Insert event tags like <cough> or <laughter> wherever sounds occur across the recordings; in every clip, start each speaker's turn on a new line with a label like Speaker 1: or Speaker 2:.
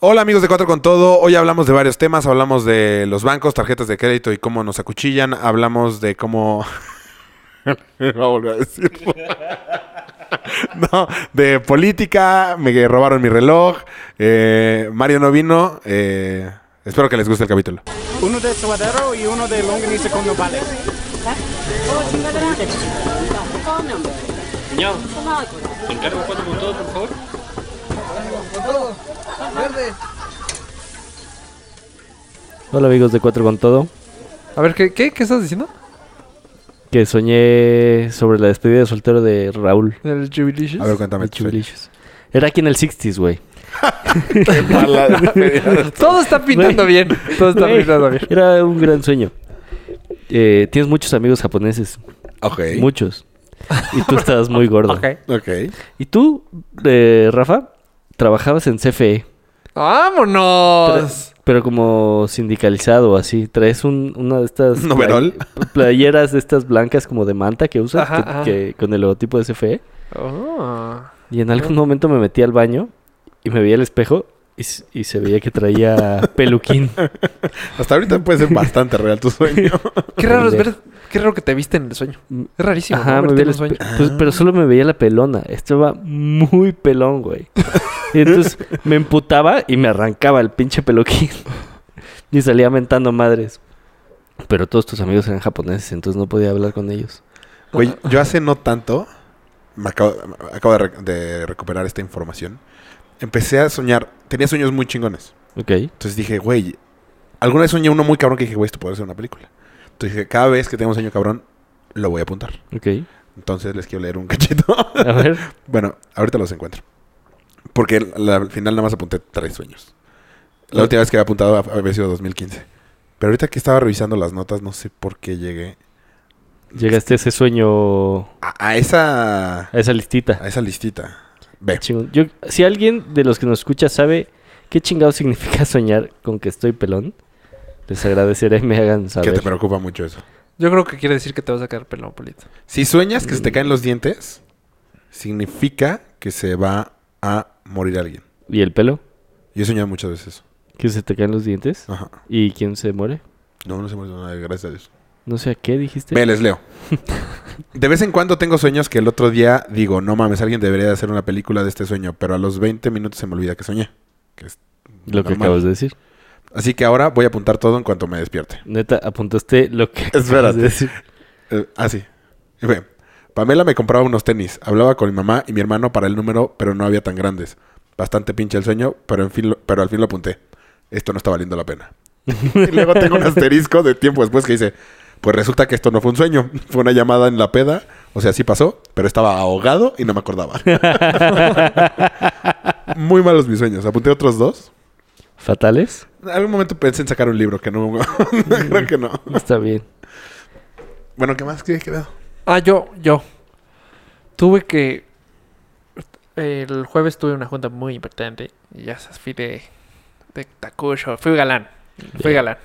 Speaker 1: Hola amigos de Cuatro con Todo, hoy hablamos de varios temas, hablamos de los bancos, tarjetas de crédito y cómo nos acuchillan, hablamos de cómo... <laughs> no a volver a decirlo. <laughs> no, de política, me robaron mi reloj, eh, Mario no vino, eh, espero que les guste el capítulo.
Speaker 2: Uno de suadero y uno de longaniza con nopales.
Speaker 3: Señor, ¿te encargo cuatro con todo, por favor?
Speaker 4: Hola amigos de Cuatro con Todo,
Speaker 5: A ver, ¿qué, qué, qué estás diciendo?
Speaker 4: que soñé sobre la despedida de soltero de Raúl.
Speaker 5: ¿El Jubilicious?
Speaker 1: A ver, cuéntame.
Speaker 4: de
Speaker 1: tu <laughs> sueño.
Speaker 4: Chubilicious. Era aquí en el 60s, güey.
Speaker 5: Todo está pintando
Speaker 4: Güey.
Speaker 5: bien. Todo está
Speaker 4: Güey,
Speaker 5: pintando bien.
Speaker 4: Era un gran sueño. Eh, tienes muchos amigos japoneses,
Speaker 1: Ok.
Speaker 4: muchos. Y tú estabas muy gordo.
Speaker 5: <laughs> Ok.
Speaker 1: Ok.
Speaker 4: Y tú, eh, Rafa, trabajabas en CFE, pero,
Speaker 5: ¡Vámonos!
Speaker 4: pero como sindicalizado, así. Traes un- una de estas...
Speaker 1: ¿Un overall?
Speaker 4: play- playeras de estas blancas como de manta que usas,
Speaker 5: Ajá,
Speaker 4: que-
Speaker 5: ajá.
Speaker 4: que- con el logotipo de CFE.
Speaker 5: Oh.
Speaker 4: Y en algún momento me metí al baño y me vi al espejo y, s- y se veía que
Speaker 5: <laughs>
Speaker 4: traía peluquín.
Speaker 1: Hasta ahorita puede ser bastante real tu sueño.
Speaker 5: Qué raro es ver...
Speaker 4: Pendejo. Mm.
Speaker 5: Qué raro que te viste en el sueño. Es rarísimo,
Speaker 4: Ajá,
Speaker 5: ¿no?
Speaker 4: me vi
Speaker 5: Verte en
Speaker 4: al
Speaker 5: un sueño.
Speaker 4: espejo. pues, pero solo me veía la pelona. Estaba muy pelón, güey. Y entonces me emputaba y me arrancaba el pinche peluquín. <laughs> Y salía mentando madres. Pero todos tus amigos eran japoneses, entonces no podía hablar con ellos.
Speaker 1: Güey, yo hace no tanto, me acabo, me acabo de, re- de recuperar esta información. Empecé a soñar, tenía sueños muy chingones.
Speaker 4: Ok.
Speaker 1: Entonces dije, güey, alguna vez soñé uno muy cabrón que dije, güey, esto puede ser una película. Entonces dije, cada vez que tenga un sueño cabrón, lo voy a apuntar.
Speaker 4: Ok.
Speaker 1: Entonces les quiero leer un <laughs> cachito.
Speaker 4: A ver.
Speaker 1: bueno, ahorita los encuentro. Porque la- al final nada más apunté tres sueños. La última vez que había apuntado había sido 2015. Pero ahorita que estaba revisando las notas, no sé por qué llegué
Speaker 4: Llegaste a ese sueño, a
Speaker 1: a, a esa
Speaker 4: esa listita.
Speaker 1: a esa listita. Ve.
Speaker 4: Chingón. Yo- si alguien de los que nos escucha sabe qué chingado significa <laughs> soñar con que estoy pelón, les agradeceré me hagan
Speaker 1: Que
Speaker 4: saber.
Speaker 1: te preocupa mucho eso.
Speaker 5: Yo creo que quiere decir que te vas a quedar pelón, Polito.
Speaker 1: Si sueñas que se te caen los dientes, significa que se va a morir alguien.
Speaker 4: ¿Y el pelo?
Speaker 1: Yo he soñado muchas veces.
Speaker 4: ¿Que se te caen los dientes?
Speaker 1: Ajá.
Speaker 4: ¿Y quién se muere?
Speaker 1: No, no se murió nadie, gracias a Dios.
Speaker 4: No sé a qué dijiste.
Speaker 1: Ve, les leo. De vez en cuando tengo sueños que el otro día digo, no mames, alguien debería de hacer una película de este sueño, pero a los 20 minutos se me olvida que soñé. Que es
Speaker 4: lo que
Speaker 1: normal.
Speaker 4: acabas de decir.
Speaker 1: Así que ahora voy a apuntar todo en cuanto me despierte.
Speaker 4: Neta, apuntaste lo que acabas
Speaker 1: Espérate.
Speaker 4: de decir.
Speaker 1: Eh, ah, sí. Y ve, Pamela me compraba unos tenis. Hablaba con mi mamá y mi hermano para el número, pero no había tan grandes. Bastante pinche el sueño, pero, en fin lo- pero al fin lo apunté. Esto no está valiendo la pena. <laughs> y luego <laughs> tengo un asterisco de tiempo después que dice, pues resulta que esto no fue un sueño. <laughs> Fue una llamada en la peda. O sea, sí pasó, pero estaba ahogado y no me <laughs> acordaba. Muy malos mis sueños. Apunté otros dos.
Speaker 4: ¿Fatales?
Speaker 1: En algún momento pensé en sacar un libro, que no... <laughs> creo que no.
Speaker 4: Está bien.
Speaker 1: Bueno, ¿qué más quieres que vea?
Speaker 5: Ah, yo, yo. Tuve que... El jueves tuve una junta muy importante. Y ya sabes, fui de... De tacucho. Fui galán. Fui galán.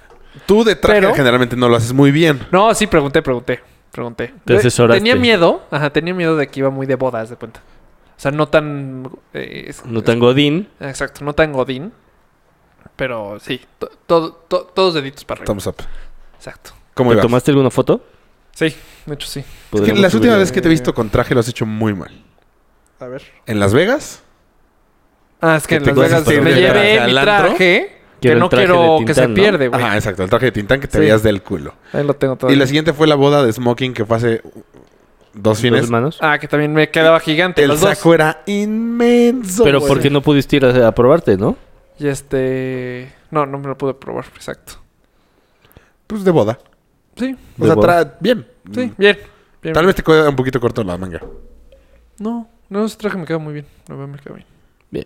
Speaker 1: Tú de traje
Speaker 5: Pero-
Speaker 1: generalmente no lo haces muy bien.
Speaker 5: No, sí, pregunté, pregunté, pregunté.
Speaker 4: Te asesoraste.
Speaker 5: Tenía miedo, ajá, tenía miedo de que iba muy de bodas de cuenta. O sea, no tan... eh, es-
Speaker 4: No tan godín.
Speaker 5: Exacto, no tan godín. Pero sí, to- todo, to- todos deditos para arriba.
Speaker 1: Thumbs up.
Speaker 5: Exacto.
Speaker 1: ¿Cómo
Speaker 4: ¿Te
Speaker 1: ibas?
Speaker 4: tomaste alguna foto?
Speaker 5: Sí, de hecho sí.
Speaker 1: Es que
Speaker 4: Podríamos
Speaker 1: las últimas
Speaker 4: subirla.
Speaker 1: veces que te he visto con traje lo has hecho muy mal.
Speaker 5: A ver.
Speaker 1: ¿En Las Vegas?
Speaker 5: Ah, es
Speaker 1: Que
Speaker 5: que en
Speaker 1: te
Speaker 5: Las Vegas
Speaker 1: cosas
Speaker 5: me
Speaker 1: para ir
Speaker 5: llevé
Speaker 1: al
Speaker 5: mi
Speaker 1: antro.
Speaker 5: traje que
Speaker 4: Quiero el
Speaker 5: no
Speaker 4: traje de
Speaker 5: quiero que se
Speaker 4: Tintán, ¿no?
Speaker 5: pierde, güey.
Speaker 1: Ajá, exacto. El traje de Tintán que te
Speaker 5: Sí.
Speaker 1: veías del culo.
Speaker 5: Ahí lo tengo todo.
Speaker 1: Y la siguiente fue la boda de Smoking que fue hace uh, dos fines.
Speaker 4: Dos manos.
Speaker 5: Ah, que también me quedaba gigante
Speaker 1: el
Speaker 5: los dos.
Speaker 1: saco era inmenso.
Speaker 4: Pero
Speaker 1: güey.
Speaker 4: porque no pudiste ir a, a probarte, ¿no?
Speaker 5: Y este... No, no me lo pude probar, exacto.
Speaker 1: Pues de boda.
Speaker 5: Sí,
Speaker 1: O
Speaker 4: De
Speaker 1: sea,
Speaker 4: boda.
Speaker 1: tra- bien.
Speaker 5: sí,
Speaker 1: Mm.
Speaker 5: bien. bien
Speaker 1: Tal
Speaker 5: bien.
Speaker 1: vez te queda un poquito corto la manga.
Speaker 5: No, no, ese traje me queda muy bien. La verdad me queda bien.
Speaker 4: Bien.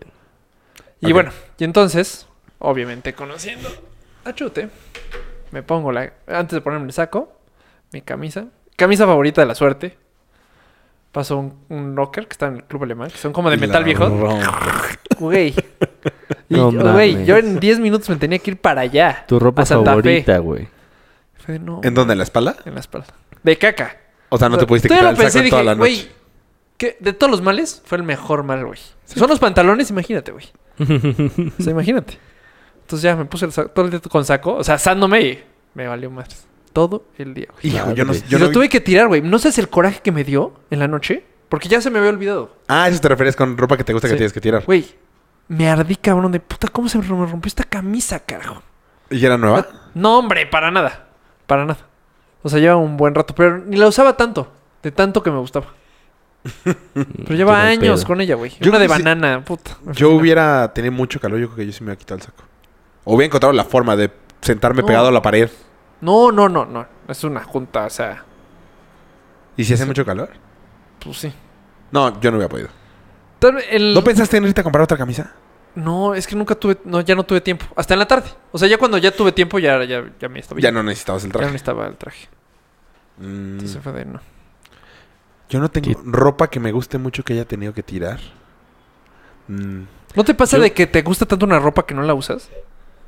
Speaker 5: Y
Speaker 1: Ok.
Speaker 5: bueno, y entonces, obviamente conociendo a Chute, me pongo la. Antes de ponerme el saco, mi camisa. Camisa favorita de la suerte. Paso un, un rocker que está en el club alemán, que son como de
Speaker 1: Y
Speaker 5: metal
Speaker 1: la
Speaker 5: viejo.
Speaker 1: rompe.
Speaker 5: Güey.
Speaker 4: <laughs>
Speaker 5: Y,
Speaker 4: No
Speaker 5: güey,
Speaker 4: mames.
Speaker 5: yo en 10 minutos me tenía que ir para allá.
Speaker 4: Tu ropa
Speaker 5: a Santa Fe.
Speaker 4: favorita, güey.
Speaker 5: Fue de, no,
Speaker 1: ¿En dónde? ¿En la espalda?
Speaker 5: En la espalda. De caca.
Speaker 1: O sea, Ah, no te pudiste
Speaker 5: Todavía
Speaker 1: quitar
Speaker 5: lo
Speaker 1: el saco
Speaker 5: pensé,
Speaker 1: en toda
Speaker 5: dije,
Speaker 1: la
Speaker 5: güey,
Speaker 1: noche. <laughs>
Speaker 5: que de todos los males fue el mejor mal, güey. Son los pantalones, imagínate, güey. O sea, imagínate. Entonces ya me puse el saco- todo el día con saco, o sea, asándome y me valió más. Todo el día, güey.
Speaker 1: Hijo, yo no,
Speaker 4: güey.
Speaker 1: yo no
Speaker 5: Y lo
Speaker 1: vi-
Speaker 5: tuve que tirar, güey. No sabes el coraje que me dio en la noche, porque ya se me había olvidado.
Speaker 1: Ah, eso te refieres con ropa que te gusta que
Speaker 5: Sí.
Speaker 1: tienes que tirar.
Speaker 5: Güey, me ardí, cabrón, de puta, ¿cómo se me rompió esta camisa, carajo?
Speaker 1: ¿Y era nueva?
Speaker 5: No, hombre, para nada. Para nada. O sea, lleva un buen rato, pero ni la usaba tanto. De tanto que me gustaba.
Speaker 4: <laughs>
Speaker 5: Pero lleva
Speaker 4: mal
Speaker 5: años
Speaker 4: pedo.
Speaker 5: con ella, güey.
Speaker 1: Yo
Speaker 5: Una de
Speaker 1: creo que sí.
Speaker 5: banana, puta. me
Speaker 1: Yo
Speaker 5: fascina.
Speaker 1: hubiera tenido mucho calor, yo creo que yo sí me hubiera quitado el saco. O hubiera encontrado la forma de sentarme
Speaker 5: No.
Speaker 1: pegado a la pared.
Speaker 5: No, no, no, no. Es una junta, o sea,
Speaker 1: ¿Y si hace mucho calor?
Speaker 5: pues sí.
Speaker 1: No, yo no hubiera podido.
Speaker 5: Tal vez
Speaker 4: Mm.
Speaker 5: el-
Speaker 1: ¿No pensaste en irte a comprar otra camisa?
Speaker 5: No, es que nunca tuve, no, ya no tuve tiempo. Hasta en la tarde. O sea, ya cuando ya tuve tiempo, ya, ya, ya me estaba.
Speaker 1: Ya no necesitabas el
Speaker 5: ya no
Speaker 1: traje.
Speaker 5: estaba el traje.
Speaker 1: Mm,
Speaker 5: Entonces fue de no.
Speaker 1: yo no tengo ropa que me guste mucho que haya tenido que tirar. Mm,
Speaker 5: ¿No te pasa
Speaker 4: Yo-
Speaker 5: de que te gusta tanto una ropa que no la usas?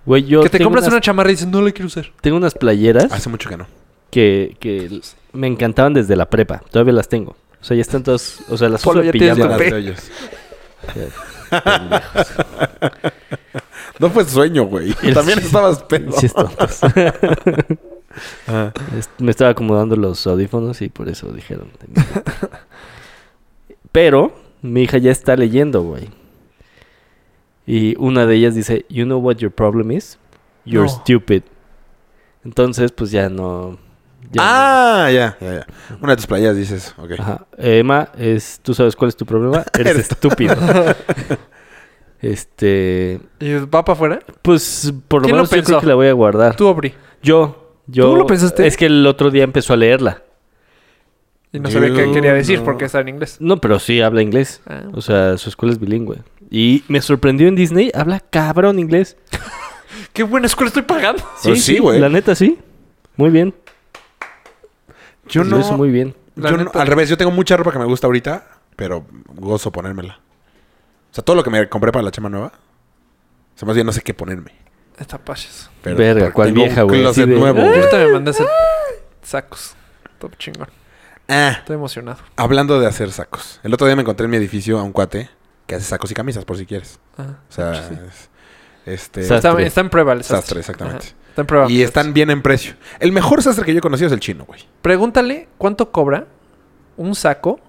Speaker 4: Güey, yo
Speaker 5: que te
Speaker 4: tengo
Speaker 5: compras
Speaker 4: unas,
Speaker 5: una chamarra y dices, no la quiero usar.
Speaker 4: tengo unas playeras
Speaker 1: hace mucho que no.
Speaker 4: que, que l- me encantaban desde la prepa. Todavía las tengo. O sea, ya están todas... O sea, las
Speaker 5: Polo,
Speaker 4: uso de
Speaker 5: ya tienes
Speaker 1: Ya
Speaker 4: pijama.
Speaker 5: tu
Speaker 1: las
Speaker 5: pe-
Speaker 1: de hoyos.
Speaker 5: <laughs>
Speaker 4: Pendejos.
Speaker 1: No fue sueño, güey.
Speaker 4: <laughs> El-
Speaker 1: También estabas pedo.
Speaker 4: Sí, es tontos.
Speaker 1: Ah.
Speaker 4: Es- Me estaba acomodando los audífonos y por eso dijeron. de
Speaker 5: <laughs>
Speaker 4: mi hija. Pero mi hija ya está leyendo, güey. Y una de ellas dice, "You know what your problem is? You're
Speaker 5: No.
Speaker 4: stupid." Entonces, pues ya no. ya Ah,
Speaker 1: ah, ya, ya, ya. Una de tus playas dices, ok.
Speaker 4: no. Ajá. Emma, es, ¿tú sabes cuál es tu
Speaker 5: <laughs>
Speaker 4: problema? Eres estúpido. este,
Speaker 5: ¿Y va para afuera?
Speaker 4: pues por lo
Speaker 5: ¿Quién lo
Speaker 4: menos yo creo
Speaker 5: pensó?
Speaker 4: que la voy a guardar.
Speaker 5: Tú, Aubrey.
Speaker 4: Yo, yo.
Speaker 5: ¿Tú lo pensaste?
Speaker 4: Es que el otro día empezó a leerla.
Speaker 5: Y no sabía qué
Speaker 1: Yo
Speaker 5: quería decir
Speaker 1: no.
Speaker 5: porque está en inglés.
Speaker 4: No, pero sí habla inglés.
Speaker 5: Ah.
Speaker 4: O sea, su escuela es bilingüe. Y me sorprendió en Disney, habla cabrón inglés. Oh,
Speaker 5: ¡Qué buena escuela estoy pagando! <laughs>
Speaker 1: Pues sí, güey.
Speaker 4: La neta, sí. Muy bien.
Speaker 1: Yo
Speaker 4: pues Lo hizo muy bien.
Speaker 5: La
Speaker 1: Yo no-
Speaker 5: neta.
Speaker 1: al revés, yo tengo mucha ropa que me gusta ahorita, pero gozo ponérmela. O sea, todo lo que me compré para la chama nueva, o sea, más bien no sé qué ponerme.
Speaker 5: Está paches.
Speaker 1: Pero
Speaker 4: Verga,
Speaker 1: porque
Speaker 4: ¿cuál
Speaker 1: tengo un
Speaker 4: vieja, güey?
Speaker 1: closet
Speaker 4: Así de-
Speaker 1: nuevo.
Speaker 5: Yo
Speaker 1: güey.
Speaker 5: ahorita me mandé a hacer sacos. Top chingón.
Speaker 1: Ah,
Speaker 5: Estoy emocionado.
Speaker 1: hablando de hacer sacos. El otro día me encontré en mi edificio a un cuate que hace sacos y camisas, por si quieres.
Speaker 5: Ajá.
Speaker 1: O sea,
Speaker 5: Sí.
Speaker 1: es- este...
Speaker 4: Sastre.
Speaker 5: Está, está en prueba el
Speaker 1: Sastre,
Speaker 5: sastre.
Speaker 1: exactamente.
Speaker 5: Ajá. Está en prueba.
Speaker 1: Y están bien en precio. El mejor sastre que yo he conocido es el chino, güey.
Speaker 5: Pregúntale cuánto cobra un saco.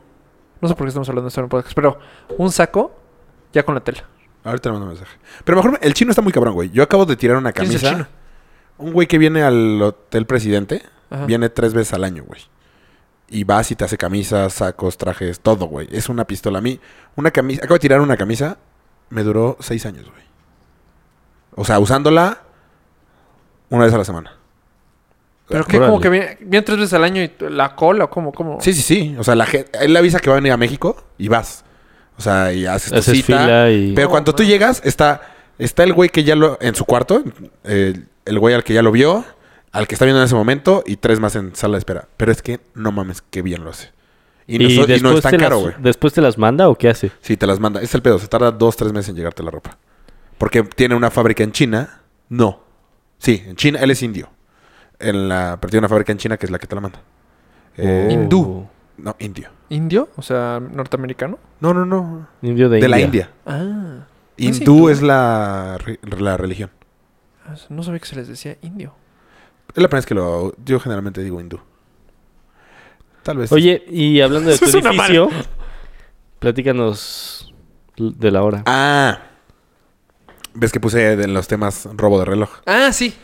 Speaker 5: No sé por qué estamos hablando de esto en el podcast, pero un saco ya con la tela.
Speaker 1: Ahorita le mando un mensaje. Pero mejor, el chino está muy cabrón, güey. Yo acabo de tirar una
Speaker 5: ¿Quién es el
Speaker 1: camisa.
Speaker 5: chino?
Speaker 1: Un güey que viene al Hotel Presidente.
Speaker 5: Ajá.
Speaker 1: Viene tres veces al año, güey. Y vas y te hace camisas, sacos, trajes, todo, güey. Es una pistola. A mí, una camisa... Acabo de tirar una camisa. Me duró seis años, güey. O sea, usándola una vez a la semana.
Speaker 5: Pero que
Speaker 4: Órale.
Speaker 5: como que viene, viene tres veces al año y la cola o cómo, cómo.
Speaker 1: Sí, sí, sí. O sea, la gente... Él avisa que va a venir a México y vas. O sea, y haces tu
Speaker 4: Haces
Speaker 1: cita.
Speaker 4: fila y-
Speaker 1: Pero cuando tú llegas, está... Está el güey que ya lo... En su cuarto. El, el güey al que ya lo vio. Al que está viendo en ese momento. Y tres más en sala de espera. Pero es que... No mames, qué bien lo hace. Y no, so- y no es tan
Speaker 4: te las-
Speaker 1: caro, güey.
Speaker 4: ¿Después te las manda o qué hace?
Speaker 1: Sí, te las manda. Es el pedo. Se tarda dos, tres meses en llegarte la ropa. Porque tiene una fábrica en China. No. Sí, en China. Él es indio. En la, pero tiene una fábrica en China que es la que te la manda.
Speaker 4: Oh.
Speaker 1: Eh,
Speaker 5: Hindú.
Speaker 1: No, indio.
Speaker 5: ¿Indio? O sea, norteamericano.
Speaker 1: No, no, no.
Speaker 4: Indio de,
Speaker 1: De
Speaker 4: India.
Speaker 1: la India.
Speaker 5: Ah. ¿No es
Speaker 1: Hindú
Speaker 5: hindú?
Speaker 1: es la, re- la religión.
Speaker 5: Ah, No sabía que se les decía indio.
Speaker 1: Es la primera vez que lo... Yo generalmente digo hindú. Tal vez...
Speaker 4: Oye, y hablando de
Speaker 5: Eso
Speaker 4: tu
Speaker 5: es una mala-
Speaker 4: edificio, platícanos l- de la hora.
Speaker 1: Ah. ¿Ves que puse en los temas robo de reloj? <laughs>
Speaker 5: Ah, sí.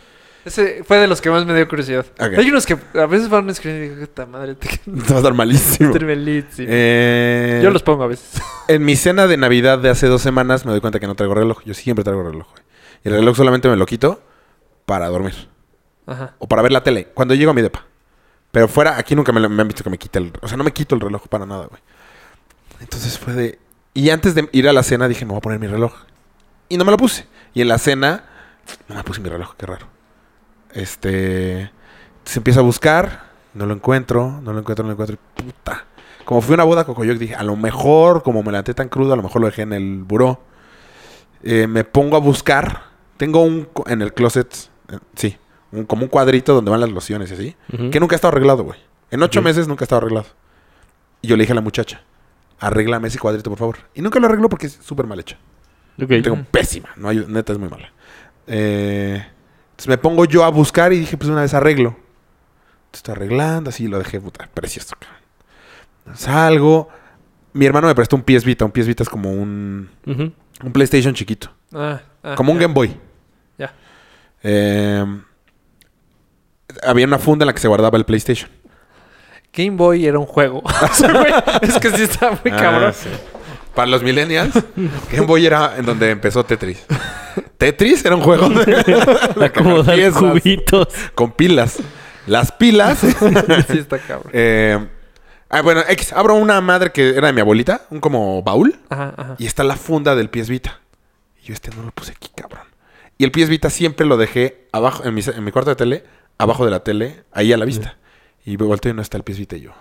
Speaker 5: Ese fue de los que más me dio curiosidad.
Speaker 1: Ok.
Speaker 5: Hay unos que a veces van a escribir y digo, esta madre, te <laughs>
Speaker 1: Te va a estar malísimo.
Speaker 5: Está malísimo".
Speaker 1: Eh,
Speaker 5: Yo los pongo a veces. <laughs>
Speaker 1: En mi cena de Navidad de hace dos semanas me doy cuenta que no traigo reloj. Yo siempre traigo reloj, güey. Y el reloj solamente me lo quito para dormir.
Speaker 5: Ajá.
Speaker 1: O para ver la tele. Cuando llego a mi depa. Pero fuera, aquí nunca me, lo- me han visto que me quite el... O sea, no me quito el reloj para nada, güey. Entonces fue de... Y antes de ir a la cena dije, me voy a poner mi reloj. Y no me lo puse. Y en la cena... No me puse mi reloj, qué raro. Este... Se empieza a buscar. No lo encuentro. No lo encuentro, no lo encuentro. Y puta. Como fui a una boda a Cocoyoc, dije, a lo mejor, como me levanté tan crudo, a lo mejor lo dejé en el buró. Eh, me pongo a buscar. Tengo un... co- En el closet... eh, sí. un- como un cuadrito donde van las lociones y así.
Speaker 4: Ujú.
Speaker 1: Que nunca ha estado arreglado, güey. En ocho
Speaker 4: Ujú.
Speaker 1: meses nunca ha estado arreglado. Y yo le dije a la muchacha, arréglame ese cuadrito, por favor. Y nunca lo arregló porque es súper mal hecho.
Speaker 4: Ok.
Speaker 1: Tengo
Speaker 5: Ujú.
Speaker 1: pésima. No hay, neta, es muy mala. Eh, entonces me pongo yo a buscar y dije, pues una vez arreglo. Entonces, estoy arreglando, así lo dejé, puta, precioso. cabrón. Salgo. Mi hermano me prestó un PS Vita. Un PS Vita es como un,
Speaker 4: Ujú.
Speaker 1: un PlayStation chiquito.
Speaker 5: Ah, ah,
Speaker 1: como un
Speaker 5: ya,
Speaker 1: Game Boy.
Speaker 5: Ya.
Speaker 1: Eh, había una funda en la que se guardaba el PlayStation.
Speaker 5: Game Boy era un juego. <laughs> O sea, güey, es que sí está muy
Speaker 1: Ah,
Speaker 5: cabrón.
Speaker 1: sí. Para los millennials, Game Boy era en donde empezó Tetris. Tetris era un juego de,
Speaker 5: <laughs>
Speaker 1: de
Speaker 4: <laughs> Acomodar
Speaker 1: piezas
Speaker 4: cubitos.
Speaker 1: con pilas. Las
Speaker 5: <laughs>
Speaker 1: pilas.
Speaker 5: <laughs> Sí está cabrón.
Speaker 1: eh, ah, bueno, X, abro una madre que era de mi abuelita, un como baúl,
Speaker 5: Ajá, ajá.
Speaker 1: y está la funda del pies Vita. Y yo este no lo puse aquí, cabrón. Y el pies Vita siempre lo dejé abajo, en mi, en mi cuarto de tele, abajo de la tele, ahí a la vista. Y me volteo y no está el pies Vita y yo.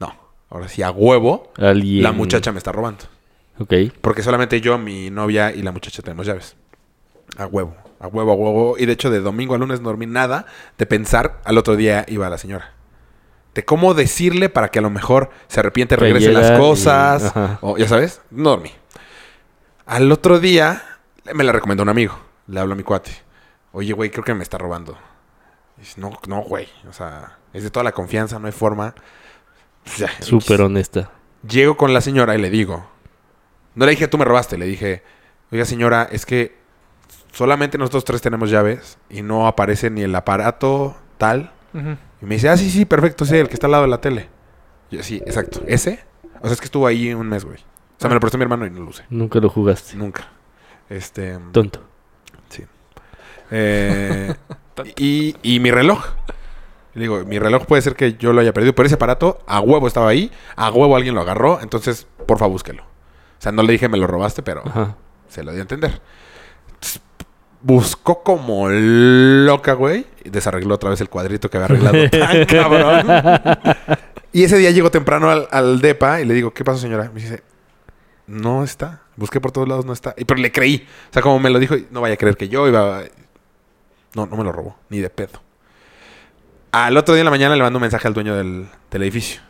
Speaker 1: No, ahora sí, a huevo,
Speaker 4: Alguien.
Speaker 1: la muchacha me está robando.
Speaker 4: Ok.
Speaker 1: Porque solamente yo, mi novia y la muchacha tenemos llaves. A huevo, a huevo, a huevo. Y de hecho, de domingo a lunes no dormí nada de pensar. Al otro día iba la señora. De cómo decirle para que a lo mejor se arrepiente, regrese
Speaker 4: Cayera
Speaker 1: las
Speaker 4: y-
Speaker 1: cosas.
Speaker 4: ajá.
Speaker 1: o ya sabes, no dormí. Al otro día me la recomendó un amigo. Le hablo a mi cuate. Oye, güey, creo que me está robando. Dice, no, no, güey. O sea, es de toda la confianza, no hay forma. Pues ya,
Speaker 4: Súper honesta.
Speaker 1: Llego con la señora y le digo. No le dije, tú me robaste. Le dije, oiga, señora, es que solamente nosotros tres tenemos llaves y no aparece ni el aparato tal.
Speaker 5: Ujú.
Speaker 1: Y me dice, ah, sí, sí, perfecto, sí, el que está al lado de la tele. Yo, sí, exacto. ¿Ese? O sea, es que estuvo ahí un mes, güey. O sea, me lo prestó mi hermano y no lo usé.
Speaker 4: Nunca lo jugaste.
Speaker 1: Nunca. Este.
Speaker 4: Tonto.
Speaker 1: eh, y, y mi reloj. Le digo, mi reloj puede ser que yo lo haya perdido, pero ese aparato a huevo estaba ahí, a huevo alguien lo agarró, entonces porfa búsquelo. O sea, no le dije me lo robaste, pero
Speaker 4: Ajá.
Speaker 1: se lo di a entender. Entonces, Buscó como loca, güey. Y desarregló otra vez el cuadrito que había arreglado tan cabrón. Y ese día llego temprano al, al DEPA y le digo, ¿qué pasó, señora? Me dice, no está. Busqué por todos lados, no está. Y- Pero le creí. O sea, como me lo dijo, no vaya a creer que yo iba... a- No, no me lo robó. Ni de pedo. Al otro día en la mañana le mando un mensaje al dueño del, del edificio.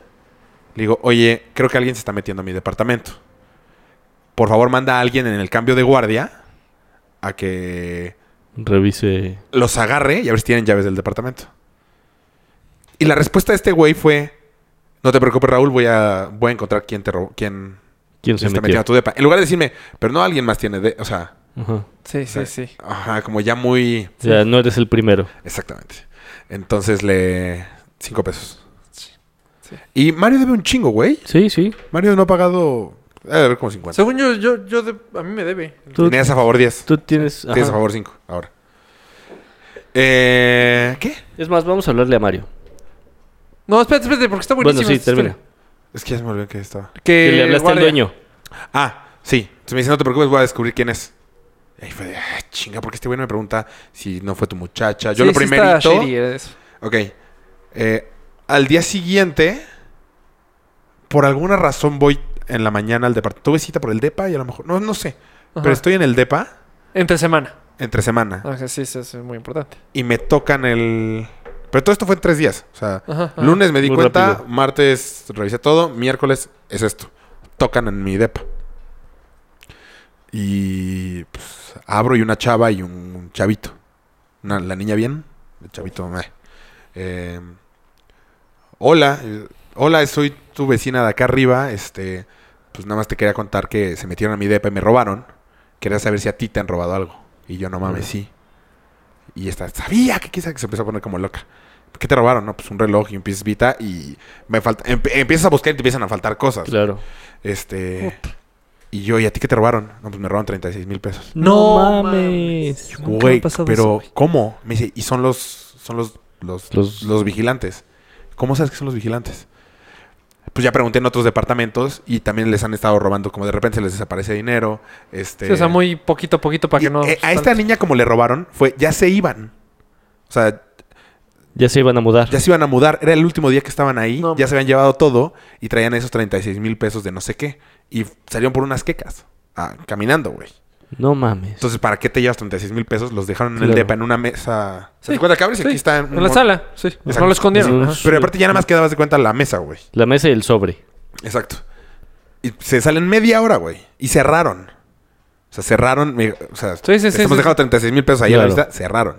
Speaker 1: Le digo, oye, creo que alguien se está metiendo a mi departamento por favor manda a alguien en el cambio de guardia a que
Speaker 4: Revise.
Speaker 1: los agarre y a ver si tienen llaves del departamento. Y la respuesta de este güey fue, no te preocupes Raúl, voy a, voy a encontrar quién te robó, quién
Speaker 4: ¿Quién
Speaker 1: se
Speaker 4: se
Speaker 1: está
Speaker 4: metió?
Speaker 1: metiendo a tu depa. En lugar de decirme, pero no alguien más tiene, de-", o sea,
Speaker 4: Ajá.
Speaker 5: Sí, sí,
Speaker 1: o sea,
Speaker 5: sí.
Speaker 1: Ajá, como ya muy...
Speaker 4: O sea, no eres el primero.
Speaker 1: Exactamente. Entonces le... Cinco pesos.
Speaker 5: sí.
Speaker 1: Y Mario debe un chingo, güey.
Speaker 4: Sí, sí.
Speaker 1: Mario no ha pagado... Debe haber como 50.
Speaker 5: Según yo, yo, yo de- a mí me debe.
Speaker 4: Tú,
Speaker 1: Tenías a favor 10.
Speaker 4: tú tienes...
Speaker 1: Tienes a
Speaker 4: ajá.
Speaker 1: favor 5 ahora. Eh, ¿Qué?
Speaker 4: Es más, vamos a hablarle a Mario.
Speaker 5: No, espérate, espérate, porque está
Speaker 4: Bueno,
Speaker 5: buenísimo.
Speaker 4: sí,
Speaker 5: espera.
Speaker 4: termina.
Speaker 1: Es que ya se me olvidó que estaba.
Speaker 5: Que,
Speaker 4: Que le hablaste
Speaker 5: guardia.
Speaker 4: al dueño.
Speaker 1: Ah, sí. Entonces me dice, no te preocupes, voy a descubrir quién es. Y ahí fue de, ah, chinga, porque este güey no me pregunta si no fue tu muchacha. Yo
Speaker 5: Sí,
Speaker 1: lo
Speaker 5: sí está
Speaker 1: primerito.
Speaker 5: shady eh. eso.
Speaker 1: ok. Eh, al día siguiente, por alguna razón voy en la mañana al departamento. Tuve cita por el DEPA y a lo mejor. No, no sé.
Speaker 5: Ajá.
Speaker 1: Pero estoy en el DEPA
Speaker 5: Entre semana.
Speaker 1: entre semana.
Speaker 5: Ah, sí, sí, eso es muy importante.
Speaker 1: y me tocan el. Pero todo esto fue en tres días. O sea,
Speaker 5: Ajá, ajá.
Speaker 1: lunes me di
Speaker 4: Muy
Speaker 1: cuenta,
Speaker 4: rápido.
Speaker 1: martes revisé todo, miércoles es esto. Tocan en mi depa. Y pues, abro y una chava y un chavito. Una- la niña bien, el chavito. meh. Eh, hola, eh, hola, soy tu vecina de acá arriba. Este, pues nada más te quería contar que se metieron a mi depa y me robaron. Quería saber si a ti te han robado algo. Y yo no mames, sí. Y esta sabía que quizá que se empezó a poner como loca. ¿Qué te robaron? No, pues un reloj y un pies Vita y me falta emp- empiezas a buscar y te empiezan a faltar cosas.
Speaker 4: Claro.
Speaker 1: Este y yo, ¿y a ti qué te robaron? No, pues me robaron 36 mil pesos.
Speaker 5: No
Speaker 4: mames.
Speaker 5: Nunca me ha
Speaker 1: Güey,
Speaker 5: pasado eso,
Speaker 1: pero
Speaker 5: güey.
Speaker 1: ¿cómo? Me dice, y son los son los los, los
Speaker 4: Los-
Speaker 1: vigilantes. ¿Cómo sabes que son los vigilantes? Pues ya pregunté en otros departamentos y también les han estado robando, como de repente se les desaparece dinero. Este,
Speaker 5: Sí, o sea, muy poquito a poquito para
Speaker 1: Y,
Speaker 5: que no.
Speaker 1: eh, a esta niña como le robaron, fue, ya se iban. O sea,
Speaker 4: Ya se iban a mudar.
Speaker 1: Ya se iban a mudar. Era el último día que estaban ahí.
Speaker 5: No,
Speaker 1: ya se habían llevado todo. Y traían esos 36 mil pesos de no sé qué. Y salieron por unas quecas. ah, caminando, güey.
Speaker 4: No mames.
Speaker 1: Entonces, ¿para qué te llevas 36 mil pesos? Los dejaron en el
Speaker 4: Claro.
Speaker 1: depa en una mesa. ¿Se
Speaker 5: Sí,
Speaker 1: cuenta que abres? y
Speaker 5: sí,
Speaker 1: Aquí está un
Speaker 5: En la
Speaker 1: mon-
Speaker 5: sala, sí. No lo escondieron.
Speaker 4: Ujú.
Speaker 5: ajá.
Speaker 1: Pero aparte ya nada más quedabas de cuenta la mesa, güey.
Speaker 4: La mesa y el sobre.
Speaker 1: Exacto. Y se salen media hora, güey. Y cerraron. O sea, cerraron. mi- o sea,
Speaker 5: Sí, sí, sí,
Speaker 1: les
Speaker 5: sí,
Speaker 1: hemos
Speaker 5: sí.
Speaker 1: dejado 36 mil pesos ahí a la
Speaker 4: Claro.
Speaker 1: vista. Cerraron.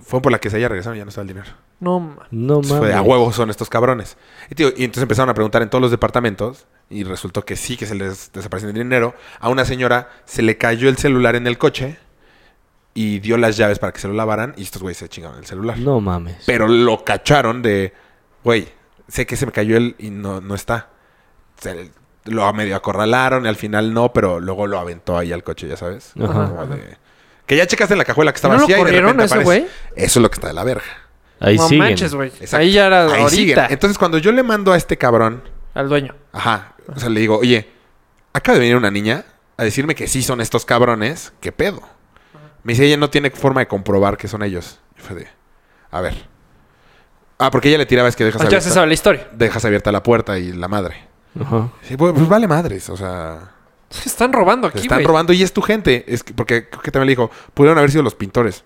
Speaker 1: Fue por la que se haya regresado y ya no estaba el dinero.
Speaker 5: No, ma-
Speaker 4: No mames.
Speaker 1: Entonces fue de a huevos son estos cabrones. Y, tío, y entonces empezaron a preguntar en todos los departamentos y resultó que sí, que se les desapareció el dinero. A una señora se le cayó el celular en el coche y dio las llaves para que se lo lavaran y estos güeyes se chingaron el celular.
Speaker 4: No mames.
Speaker 1: Pero lo cacharon de, güey, sé que se me cayó él y no, no está. Se- lo medio acorralaron y al final no, pero luego lo aventó ahí al coche, ya sabes.
Speaker 4: Ajá.
Speaker 1: Como de- que ya checaste en la cajuela que estaba
Speaker 5: ¿No lo
Speaker 1: vacía y de
Speaker 5: corrieron
Speaker 1: repente
Speaker 5: a ese
Speaker 1: aparece.
Speaker 5: güey?
Speaker 1: Eso es lo que está de la verga.
Speaker 4: Ahí
Speaker 5: no
Speaker 4: siguen.
Speaker 5: manches, güey.
Speaker 1: Exacto.
Speaker 5: Ahí ya era
Speaker 1: Ahí
Speaker 5: ahorita.
Speaker 1: siguen. Entonces, cuando yo le mando a este cabrón,
Speaker 5: Al dueño.
Speaker 1: ajá, o sea, le digo, oye, acaba de venir una niña a decirme que sí son estos cabrones, ¿qué pedo? Me dice, ella no tiene forma de comprobar que son ellos. Y fue de, a ver. Ah, porque ella le tiraba es que dejas
Speaker 5: Ah, ya se sabe
Speaker 1: abierta,
Speaker 5: la historia.
Speaker 1: dejas abierta la puerta y la madre.
Speaker 4: Ajá.
Speaker 1: Sí, pues, pues vale madres, o sea,
Speaker 5: Se están robando
Speaker 1: se
Speaker 5: aquí,
Speaker 1: están
Speaker 5: güey.
Speaker 1: robando y es tu gente. Es que- porque creo que también le dijo, pudieron haber sido los pintores.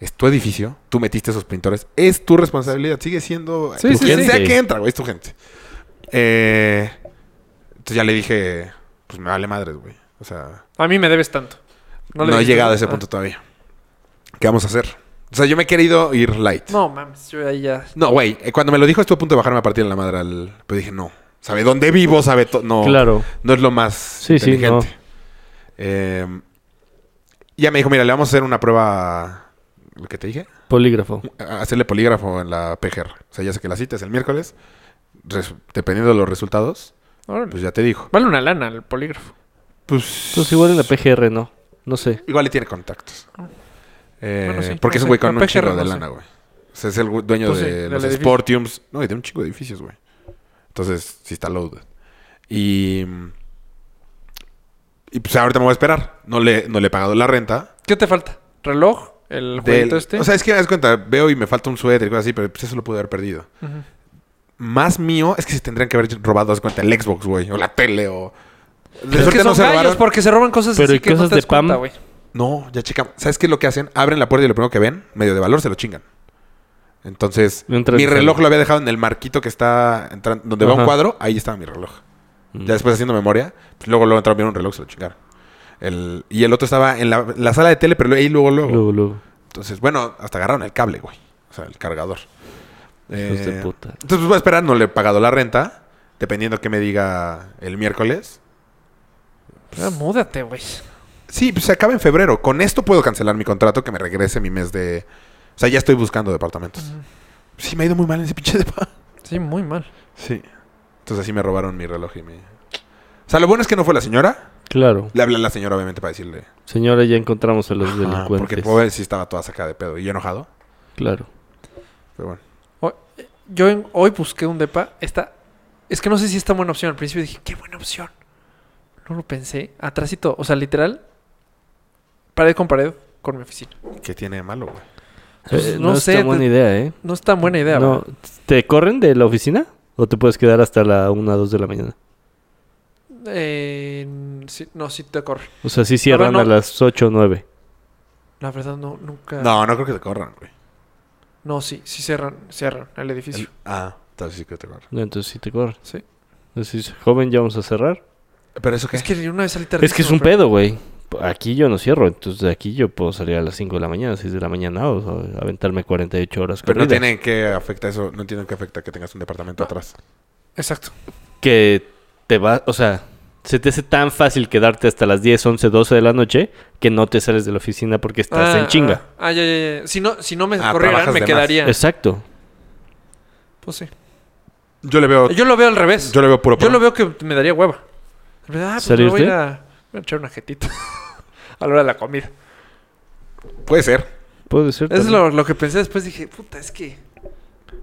Speaker 1: Es tu edificio, tú metiste esos pintores, es tu responsabilidad, sigue siendo
Speaker 5: Sí,
Speaker 1: tu
Speaker 5: sí,
Speaker 1: quien
Speaker 5: sí.
Speaker 1: sea que entra, güey, es tu gente. Eh, entonces ya le dije, pues me vale madres, güey. O sea,
Speaker 5: A mí me debes tanto.
Speaker 1: no,
Speaker 5: le
Speaker 1: he
Speaker 5: dijiste
Speaker 1: llegado a
Speaker 5: nada.
Speaker 1: ese
Speaker 5: Ah.
Speaker 1: punto todavía. ¿Qué vamos a hacer? O sea, yo me he querido ir light.
Speaker 5: No, mames. Yo ahí ya...
Speaker 1: No, güey, eh, cuando me lo dijo estuve a punto de bajarme a partir de la madre al... Pero dije, no, sabe dónde vivo, sabe todo. No,
Speaker 4: Claro.
Speaker 1: no es lo más
Speaker 4: Sí, sí,
Speaker 1: inteligente. Eh, ya me dijo, mira, le vamos a hacer una prueba, lo que te dije,
Speaker 4: Polígrafo.
Speaker 1: a- hacerle polígrafo en la PGR. O sea, ya sé que la cita es el miércoles. Res- dependiendo de los resultados,
Speaker 5: Órale.
Speaker 1: pues ya te dijo.
Speaker 5: Vale una lana el polígrafo.
Speaker 1: Pues,
Speaker 4: Entonces igual en la PGR no. No sé.
Speaker 1: igual le tiene contactos. Eh,
Speaker 5: Bueno, Ah. sí,
Speaker 1: porque es
Speaker 5: no
Speaker 1: un
Speaker 5: sé,
Speaker 1: güey con
Speaker 5: la
Speaker 1: un
Speaker 5: PGR
Speaker 1: chingo de
Speaker 5: no sé.
Speaker 1: lana, güey. O sea, es el gu- dueño
Speaker 5: Pues sí,
Speaker 1: de
Speaker 5: del
Speaker 1: los
Speaker 5: edificio.
Speaker 1: Sportiums. No, y de un chingo de edificios, güey. Entonces, sí está loaded. Y... Y pues ahorita me voy a esperar. No le, no le he pagado la renta.
Speaker 5: ¿Qué te falta? ¿Reloj? ¿El
Speaker 1: del-
Speaker 5: jueguito este?
Speaker 1: O sea, es que me das cuenta, veo y me falta un suéter y cosas así, pero pues eso lo pude haber perdido.
Speaker 5: Ujú.
Speaker 1: Más mío es que se tendrían que haber robado, haz cuenta, el Xbox, güey, o la tele, o. De
Speaker 5: es
Speaker 1: suerte
Speaker 5: que
Speaker 1: no
Speaker 5: son
Speaker 1: se
Speaker 5: gallos
Speaker 1: robaron.
Speaker 5: porque se roban cosas
Speaker 4: Pero
Speaker 5: así
Speaker 4: ¿y
Speaker 5: que no
Speaker 4: cosas
Speaker 5: te
Speaker 4: de
Speaker 5: das cuenta,
Speaker 4: Pam?
Speaker 5: güey.
Speaker 1: No, ya checamos. ¿Sabes qué es lo que hacen? Abren la puerta y lo primero que ven, medio de valor, se lo chingan. Entonces,
Speaker 4: Entra
Speaker 1: mi
Speaker 4: el-
Speaker 1: reloj lo había dejado en el marquito que está entran- donde va un
Speaker 4: Ajá.
Speaker 1: cuadro, ahí estaba mi reloj.
Speaker 4: Mm.
Speaker 1: Ya después haciendo memoria, pues, luego luego entraron, vieron un reloj, se lo chingaron. El, y el otro estaba en la, la sala de tele, pero ahí luego, luego.
Speaker 4: Luego, luego.
Speaker 1: Entonces, bueno, hasta agarraron el cable, güey. O sea, el cargador.
Speaker 4: Hijos de
Speaker 1: Eh,
Speaker 4: puta.
Speaker 1: Entonces, pues, voy a esperar, no le he pagado la renta. Dependiendo que me diga el miércoles.
Speaker 5: Ah, múdate, güey.
Speaker 1: Sí, pues se acaba en febrero. Con esto puedo cancelar mi contrato que me regrese mi mes de. O sea, ya estoy buscando departamentos. Sí, me ha ido muy mal en ese pinche depa.
Speaker 5: Sí, muy mal.
Speaker 1: Sí. Entonces así me robaron mi reloj y mi. O sea, lo bueno es que no fue la señora.
Speaker 4: Claro.
Speaker 1: Le hablé a la señora, obviamente, para decirle.
Speaker 4: Señora, ya encontramos a los
Speaker 1: Ah,
Speaker 4: delincuentes.
Speaker 1: porque pobre sí estaba toda sacada de pedo y yo enojado.
Speaker 4: Claro.
Speaker 1: Pero bueno.
Speaker 5: Yo en- hoy busqué un depa. Esta... Es que no sé si es tan buena opción. Al principio dije, qué buena opción. No lo pensé. Atrásito. O sea, literal. Pared con pared con mi oficina.
Speaker 1: ¿Qué tiene de malo, güey?
Speaker 5: Pues,
Speaker 4: Eh,
Speaker 5: no
Speaker 4: no,
Speaker 5: sé,
Speaker 4: es
Speaker 5: te-
Speaker 4: tan buena idea, ¿eh?
Speaker 5: No es tan buena idea,
Speaker 4: No,
Speaker 5: güey.
Speaker 4: ¿Te corren de la oficina? ¿O te puedes quedar hasta la 1 o 2 de la mañana?
Speaker 5: Eh, n- sí- no, sí te corre.
Speaker 4: O sea, sí cierran
Speaker 5: no.
Speaker 4: a las 8 o 9.
Speaker 5: La verdad, no, nunca.
Speaker 1: No, no creo que te corran, güey.
Speaker 5: No, sí, sí cierran, cierran el edificio.
Speaker 1: El- Ah, entonces sí que te corran.
Speaker 4: No, entonces sí te corren.
Speaker 5: Sí.
Speaker 4: Entonces, joven, ya vamos a cerrar.
Speaker 1: Pero eso qué?
Speaker 5: Es que una vez salí
Speaker 4: Es que es
Speaker 5: tardísimo,
Speaker 4: un
Speaker 5: pero-
Speaker 4: pedo, güey. Aquí yo no cierro, entonces de aquí yo puedo salir a las 5 de la mañana, 6 de la mañana, o sea, aventarme 48 horas
Speaker 1: Pero no
Speaker 4: corridas.
Speaker 1: tienen que afecta eso, no tienen que afecta que tengas un departamento atrás.
Speaker 5: Exacto.
Speaker 4: que te va, o sea, se te hace tan fácil quedarte hasta las 10, 11, 12 de la noche que no te sales de la oficina porque estás
Speaker 5: Ah,
Speaker 4: en chinga.
Speaker 5: Ah, ah, ya, ya, ya. Si no, si no me
Speaker 1: Ah,
Speaker 5: corrieran,
Speaker 1: trabajas de
Speaker 5: me
Speaker 1: más.
Speaker 5: quedaría.
Speaker 4: Exacto.
Speaker 5: Pues sí.
Speaker 1: Yo le veo, yo,
Speaker 5: Yo lo veo al revés. Yo,
Speaker 1: le veo puro pro.
Speaker 5: lo veo que me daría hueva. Ah, pues me voy a,
Speaker 4: ¿Salirte?
Speaker 5: ir a- voy a echar una jetita. <laughs> a la hora de la comida.
Speaker 1: Puede ser.
Speaker 4: Puede ser.
Speaker 5: Eso es
Speaker 4: también.
Speaker 5: lo, lo que pensé después. Dije, puta, es que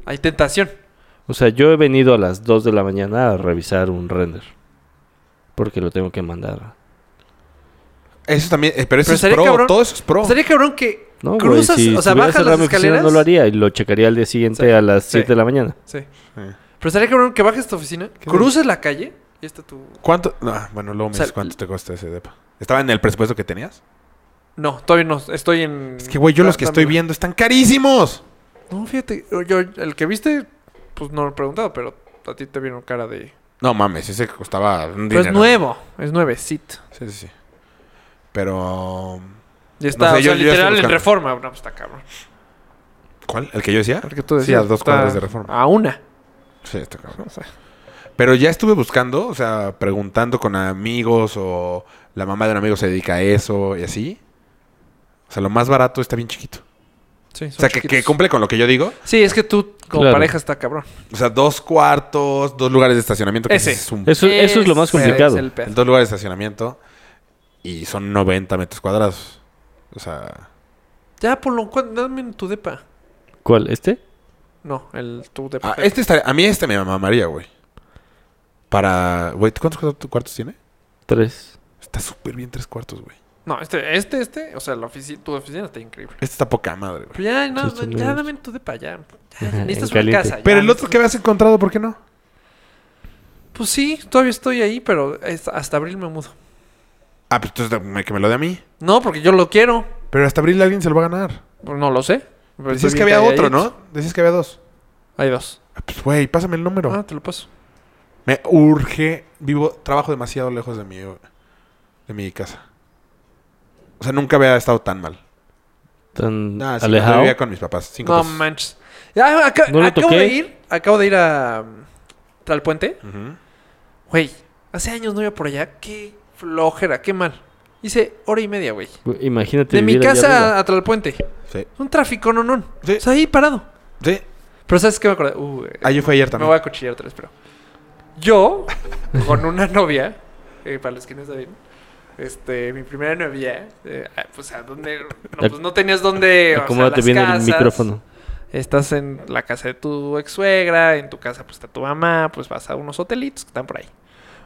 Speaker 5: hay tentación.
Speaker 4: O sea, yo he venido a las 2 de la mañana a revisar un render. Porque lo tengo que mandar.
Speaker 1: Eso también, eh, pero eso
Speaker 5: Pero
Speaker 1: es
Speaker 5: estaría
Speaker 1: pro,
Speaker 5: cabrón.
Speaker 1: todo eso es pro.
Speaker 5: Sería cabrón que
Speaker 4: No, güey,
Speaker 5: cruzas,
Speaker 4: si
Speaker 5: o sea,
Speaker 4: estuviera
Speaker 5: bajas
Speaker 4: cerrada
Speaker 5: las
Speaker 4: mi oficina,
Speaker 5: escaleras.
Speaker 4: no lo haría y lo checaría al día siguiente
Speaker 5: Sí,
Speaker 4: a las
Speaker 5: sí.
Speaker 4: 7 de la mañana.
Speaker 5: Sí.
Speaker 1: Sí.
Speaker 5: Pero estaría cabrón que bajes tu oficina, cruces la calle y está tu.
Speaker 1: ¿Cuánto? Ah, bueno, luego me
Speaker 5: O sea,
Speaker 1: dices cuánto te cuesta ese depa. ¿Estaba en el presupuesto que tenías?
Speaker 5: No, todavía no. Estoy en.
Speaker 1: Es que, güey, yo los que estoy
Speaker 5: viendo
Speaker 1: viendo están carísimos.
Speaker 5: No, fíjate, yo, el que viste, pues no lo he preguntado, pero a ti te vieron cara de.
Speaker 1: No mames, ese costaba un
Speaker 5: Pero es
Speaker 1: dinero.
Speaker 5: nuevo, es nuevecito.
Speaker 1: Sí, sí, sí. Pero.
Speaker 5: Y está,
Speaker 1: No sé,
Speaker 5: o
Speaker 1: yo- yo
Speaker 5: sea,
Speaker 1: estoy
Speaker 5: literal en
Speaker 1: buscando.
Speaker 5: reforma. No, pues está cabrón.
Speaker 1: ¿Cuál? ¿El que yo decía?
Speaker 5: Porque tú
Speaker 1: Sí,
Speaker 5: decías,
Speaker 1: a dos
Speaker 5: está
Speaker 1: cuadras de reforma.
Speaker 5: A una.
Speaker 1: Sí, está cabrón.
Speaker 5: O sea,
Speaker 1: Pero ya estuve buscando, o sea, preguntando con amigos o la mamá de un amigo se dedica a eso y así. O sea, lo más barato está bien chiquito.
Speaker 5: sí,
Speaker 1: O sea, que, que cumple con lo que yo digo.
Speaker 5: Sí, es que tú como
Speaker 4: Claro.
Speaker 5: pareja está cabrón.
Speaker 1: O sea, dos cuartos, dos lugares de estacionamiento. Que
Speaker 5: Ese.
Speaker 1: ese es un-
Speaker 4: Eso, eso es lo más
Speaker 5: Ese
Speaker 4: complicado.
Speaker 5: es el pedo.
Speaker 1: Dos lugares de estacionamiento y son 90 metros cuadrados. O sea,
Speaker 5: Ya, ponlo. cu- Dame tu depa.
Speaker 4: ¿Cuál? ¿Este?
Speaker 5: No, el tu depa.
Speaker 1: ah, este estaría- a mí este me mamaría, güey. Para, güey, ¿cuántos cuartos- cuartos tiene?
Speaker 4: Tres.
Speaker 1: Está súper bien tres cuartos, güey.
Speaker 5: No, este, este, este. O sea, la ofici- tu oficina está increíble.
Speaker 1: Este está poca madre, güey.
Speaker 5: Pero ya, no,
Speaker 4: Sí, sí,
Speaker 5: ya
Speaker 4: no.
Speaker 5: dame tu depa. Ya, ya,
Speaker 4: Ajá,
Speaker 5: ya necesitas
Speaker 4: en
Speaker 5: una
Speaker 4: caliente.
Speaker 5: casa. ya
Speaker 1: Pero el otro
Speaker 5: necesitas-
Speaker 1: que habías encontrado, ¿por qué no?
Speaker 5: Pues sí, todavía estoy ahí, pero es- hasta abril me mudo.
Speaker 1: Ah, pues entonces me- que me lo dé a mí.
Speaker 5: No, porque yo lo quiero.
Speaker 1: Pero hasta abril alguien se lo va a ganar.
Speaker 5: Pues No lo sé. Pero estoy
Speaker 1: Decías que
Speaker 5: bien
Speaker 1: había otro,
Speaker 5: calladito.
Speaker 1: ¿no? Decías que había dos.
Speaker 5: Hay dos.
Speaker 1: Ah, pues, güey, pásame el número.
Speaker 5: Ah, te lo paso.
Speaker 1: Me urge. Vivo, trabajo demasiado lejos de mi, de mi casa. O sea, nunca había estado tan mal.
Speaker 4: Tan
Speaker 1: Ah, sí, cuando
Speaker 4: alejado.
Speaker 1: vivía con mis papás. Cinco
Speaker 5: No
Speaker 1: pesos.
Speaker 5: manches. Ya, aca-
Speaker 4: No lo
Speaker 5: acabo
Speaker 4: toqué.
Speaker 5: de ir. Acabo de ir a. um, Tlalpuente.
Speaker 1: Ujú.
Speaker 5: Güey, hace años no iba por allá. Qué flojera, qué mal. Hice hora y media, güey.
Speaker 4: Güey, Imagínate.
Speaker 5: De mi
Speaker 4: vivir allá
Speaker 5: casa
Speaker 4: arriba.
Speaker 5: a, Tlalpuente.
Speaker 1: Sí.
Speaker 5: Un tráfico, no, no.
Speaker 1: Sí.
Speaker 5: O sea, ahí parado.
Speaker 1: Sí.
Speaker 5: Pero ¿sabes qué me acordé? Uh, eh,
Speaker 1: Ayer fue ayer
Speaker 5: me
Speaker 1: también.
Speaker 5: voy a cuchillar otra vez, pero. Yo, con una <laughs> novia, eh, para los que no saben, este, mi primera novia, eh, ah, pues a dónde. No, pues no tenías dónde. o sea,
Speaker 4: Acomódate
Speaker 5: las
Speaker 4: bien
Speaker 5: casas.
Speaker 4: el micrófono.
Speaker 5: Estás en la casa de tu ex suegra, en tu casa pues está tu mamá, pues vas a unos hotelitos que están por ahí.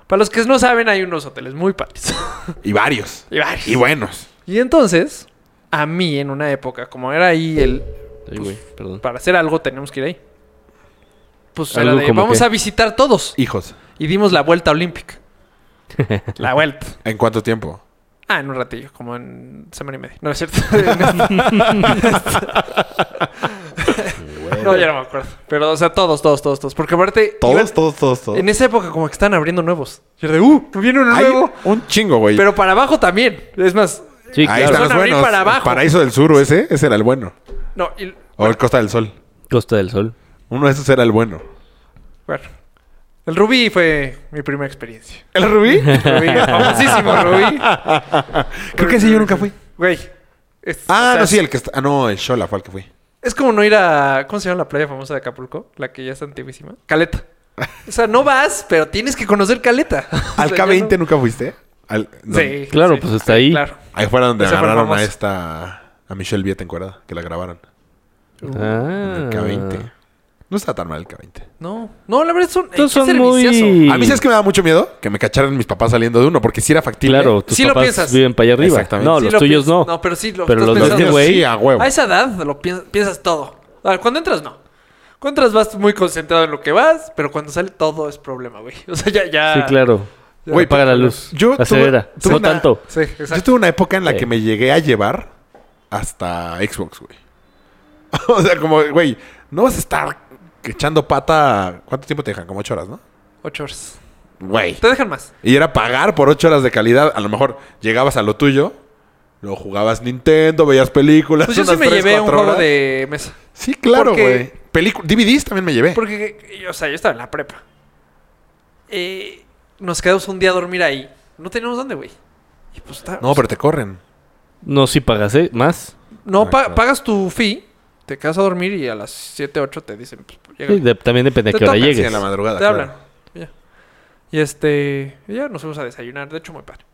Speaker 5: Para los que no saben, hay unos hoteles muy padres. <laughs>
Speaker 1: Y varios.
Speaker 5: y varios.
Speaker 1: Y buenos.
Speaker 5: Y entonces, a mí en una época, como era ahí el...
Speaker 4: Ay, güey, perdón.
Speaker 5: Para hacer algo tenemos que ir ahí. Pues era
Speaker 4: ¿Algo
Speaker 5: de,
Speaker 4: como
Speaker 5: vamos
Speaker 4: qué?
Speaker 5: a visitar todos. Y,
Speaker 1: Hijos.
Speaker 5: dimos la vuelta olímpica.
Speaker 4: <laughs>
Speaker 5: la vuelta.
Speaker 1: ¿En cuánto tiempo?
Speaker 5: Ah, en un ratillo, como en semana y media. No, es cierto. <laughs> este- no, ya no me acuerdo. Pero, o sea, todos, todos, todos, todos. Porque aparte... iban-
Speaker 1: todos, todos, todos.
Speaker 5: En esa época como que están abriendo nuevos. Y era de, uh, viene uno
Speaker 1: Hay
Speaker 5: nuevo.
Speaker 1: un chingo, güey.
Speaker 5: Pero para abajo también. Es más,
Speaker 4: Sí,
Speaker 1: Ahí
Speaker 4: claro.
Speaker 1: están los
Speaker 5: Son abrir
Speaker 1: buenos.
Speaker 5: para abajo.
Speaker 1: Paraíso del Sur, o ese, ese era el bueno.
Speaker 5: no, y-
Speaker 1: O el Costa del Sol.
Speaker 4: Costa del Sol.
Speaker 1: Uno de esos era el bueno.
Speaker 5: bueno. El Rubí fue mi primera experiencia.
Speaker 1: ¿El <laughs> Rubí?
Speaker 5: Rubí, famosísimo Rubí.
Speaker 1: Creo que ese yo nunca fui.
Speaker 5: Güey. es-
Speaker 1: Ah,
Speaker 5: o sea,
Speaker 1: no, sí, el que está. Ah, no, el Shola fue el que fui.
Speaker 5: Es como no ir a... ¿Cómo se llama la playa famosa de Acapulco? La que ya está antiguísima. Caleta. O sea, no vas, pero tienes que conocer Caleta. <laughs> O
Speaker 1: ¿Al
Speaker 5: sea, Pues, ya
Speaker 1: K20
Speaker 5: no-
Speaker 1: nunca fuiste? Al- no.
Speaker 5: Sí.
Speaker 4: Claro,
Speaker 5: sí,
Speaker 4: pues, está ahí.
Speaker 5: Claro.
Speaker 1: Ahí fuera donde
Speaker 5: Ese fue el
Speaker 1: agarraron a
Speaker 5: famoso.
Speaker 1: esta. A Michelle Viet encuerada, que la grabaron.
Speaker 5: Uh,
Speaker 1: En
Speaker 4: ah.
Speaker 1: el K20. No está tan mal el K20.
Speaker 5: No. No, la verdad son... eh,
Speaker 4: Estos
Speaker 5: qué
Speaker 4: son muy-
Speaker 5: servicioso.
Speaker 1: A mí, ¿sabes que me da mucho miedo? Que me cacharan mis papás saliendo de uno, porque si era factible.
Speaker 4: Claro, tus
Speaker 5: Sí lo
Speaker 4: papás
Speaker 5: piensas.
Speaker 4: viven para allá arriba.
Speaker 1: Exactamente.
Speaker 4: No,
Speaker 5: Sí
Speaker 4: los
Speaker 5: lo
Speaker 4: tuyos
Speaker 5: piensas.
Speaker 4: no.
Speaker 5: No, pero sí lo
Speaker 4: Pero
Speaker 5: estás
Speaker 4: los
Speaker 1: Los
Speaker 4: de
Speaker 5: pensando.
Speaker 1: míos
Speaker 4: este güey.
Speaker 1: sí, a huevo.
Speaker 5: A esa edad lo piensas, piensas todo. A ver, cuando entras, no. Cuando entras vas muy concentrado en lo que vas, pero cuando sale todo es problema, güey. <laughs> O sea, ya, ya.
Speaker 4: Sí, claro.
Speaker 1: Güey,
Speaker 4: Apaga la luz.
Speaker 1: yo tuve-
Speaker 4: Acelera.
Speaker 1: tuve
Speaker 4: no
Speaker 1: una-
Speaker 4: tanto.
Speaker 5: Sí,
Speaker 1: Yo
Speaker 5: exacto.
Speaker 1: tuve una época en la
Speaker 4: Sí.
Speaker 1: que me llegué a llevar hasta Xbox, güey. <laughs> o sea, como, güey, no vas a estar echando pata. ¿Cuánto tiempo te dejan? Como ocho horas, ¿no?
Speaker 5: Ocho horas.
Speaker 1: Güey.
Speaker 5: Te
Speaker 1: <laughs>
Speaker 5: dejan más.
Speaker 1: Y era pagar por ocho horas de calidad. A lo mejor llegabas a lo tuyo, luego jugabas Nintendo, veías películas.
Speaker 5: Pues yo sí
Speaker 1: unas
Speaker 5: me
Speaker 1: tres,
Speaker 5: llevé un
Speaker 1: cuatro
Speaker 5: juego
Speaker 1: horas.
Speaker 5: de mesa.
Speaker 1: Sí, claro,
Speaker 5: porque-
Speaker 1: güey. Pelicu- DVDs también me llevé.
Speaker 5: Porque, o sea, yo estaba en la prepa. Eh, nos quedamos un día a dormir ahí. No teníamos dónde, güey. Y pues está.
Speaker 1: No, pero te corren.
Speaker 4: No, si pagas, ¿eh? Más.
Speaker 5: No, pa-
Speaker 1: ah, claro.
Speaker 5: pagas tu fee, te quedas a dormir y a las 7, 8 te dicen, pues, llega.
Speaker 4: Sí, de- también depende a
Speaker 5: Te
Speaker 4: qué hora
Speaker 5: tocan, sí,
Speaker 1: Sí, en
Speaker 4: llegues.
Speaker 1: la madrugada.
Speaker 5: Te hablan.
Speaker 1: claro.
Speaker 5: Ya. Y este. y Ya nos fuimos a desayunar. De hecho, muy padre.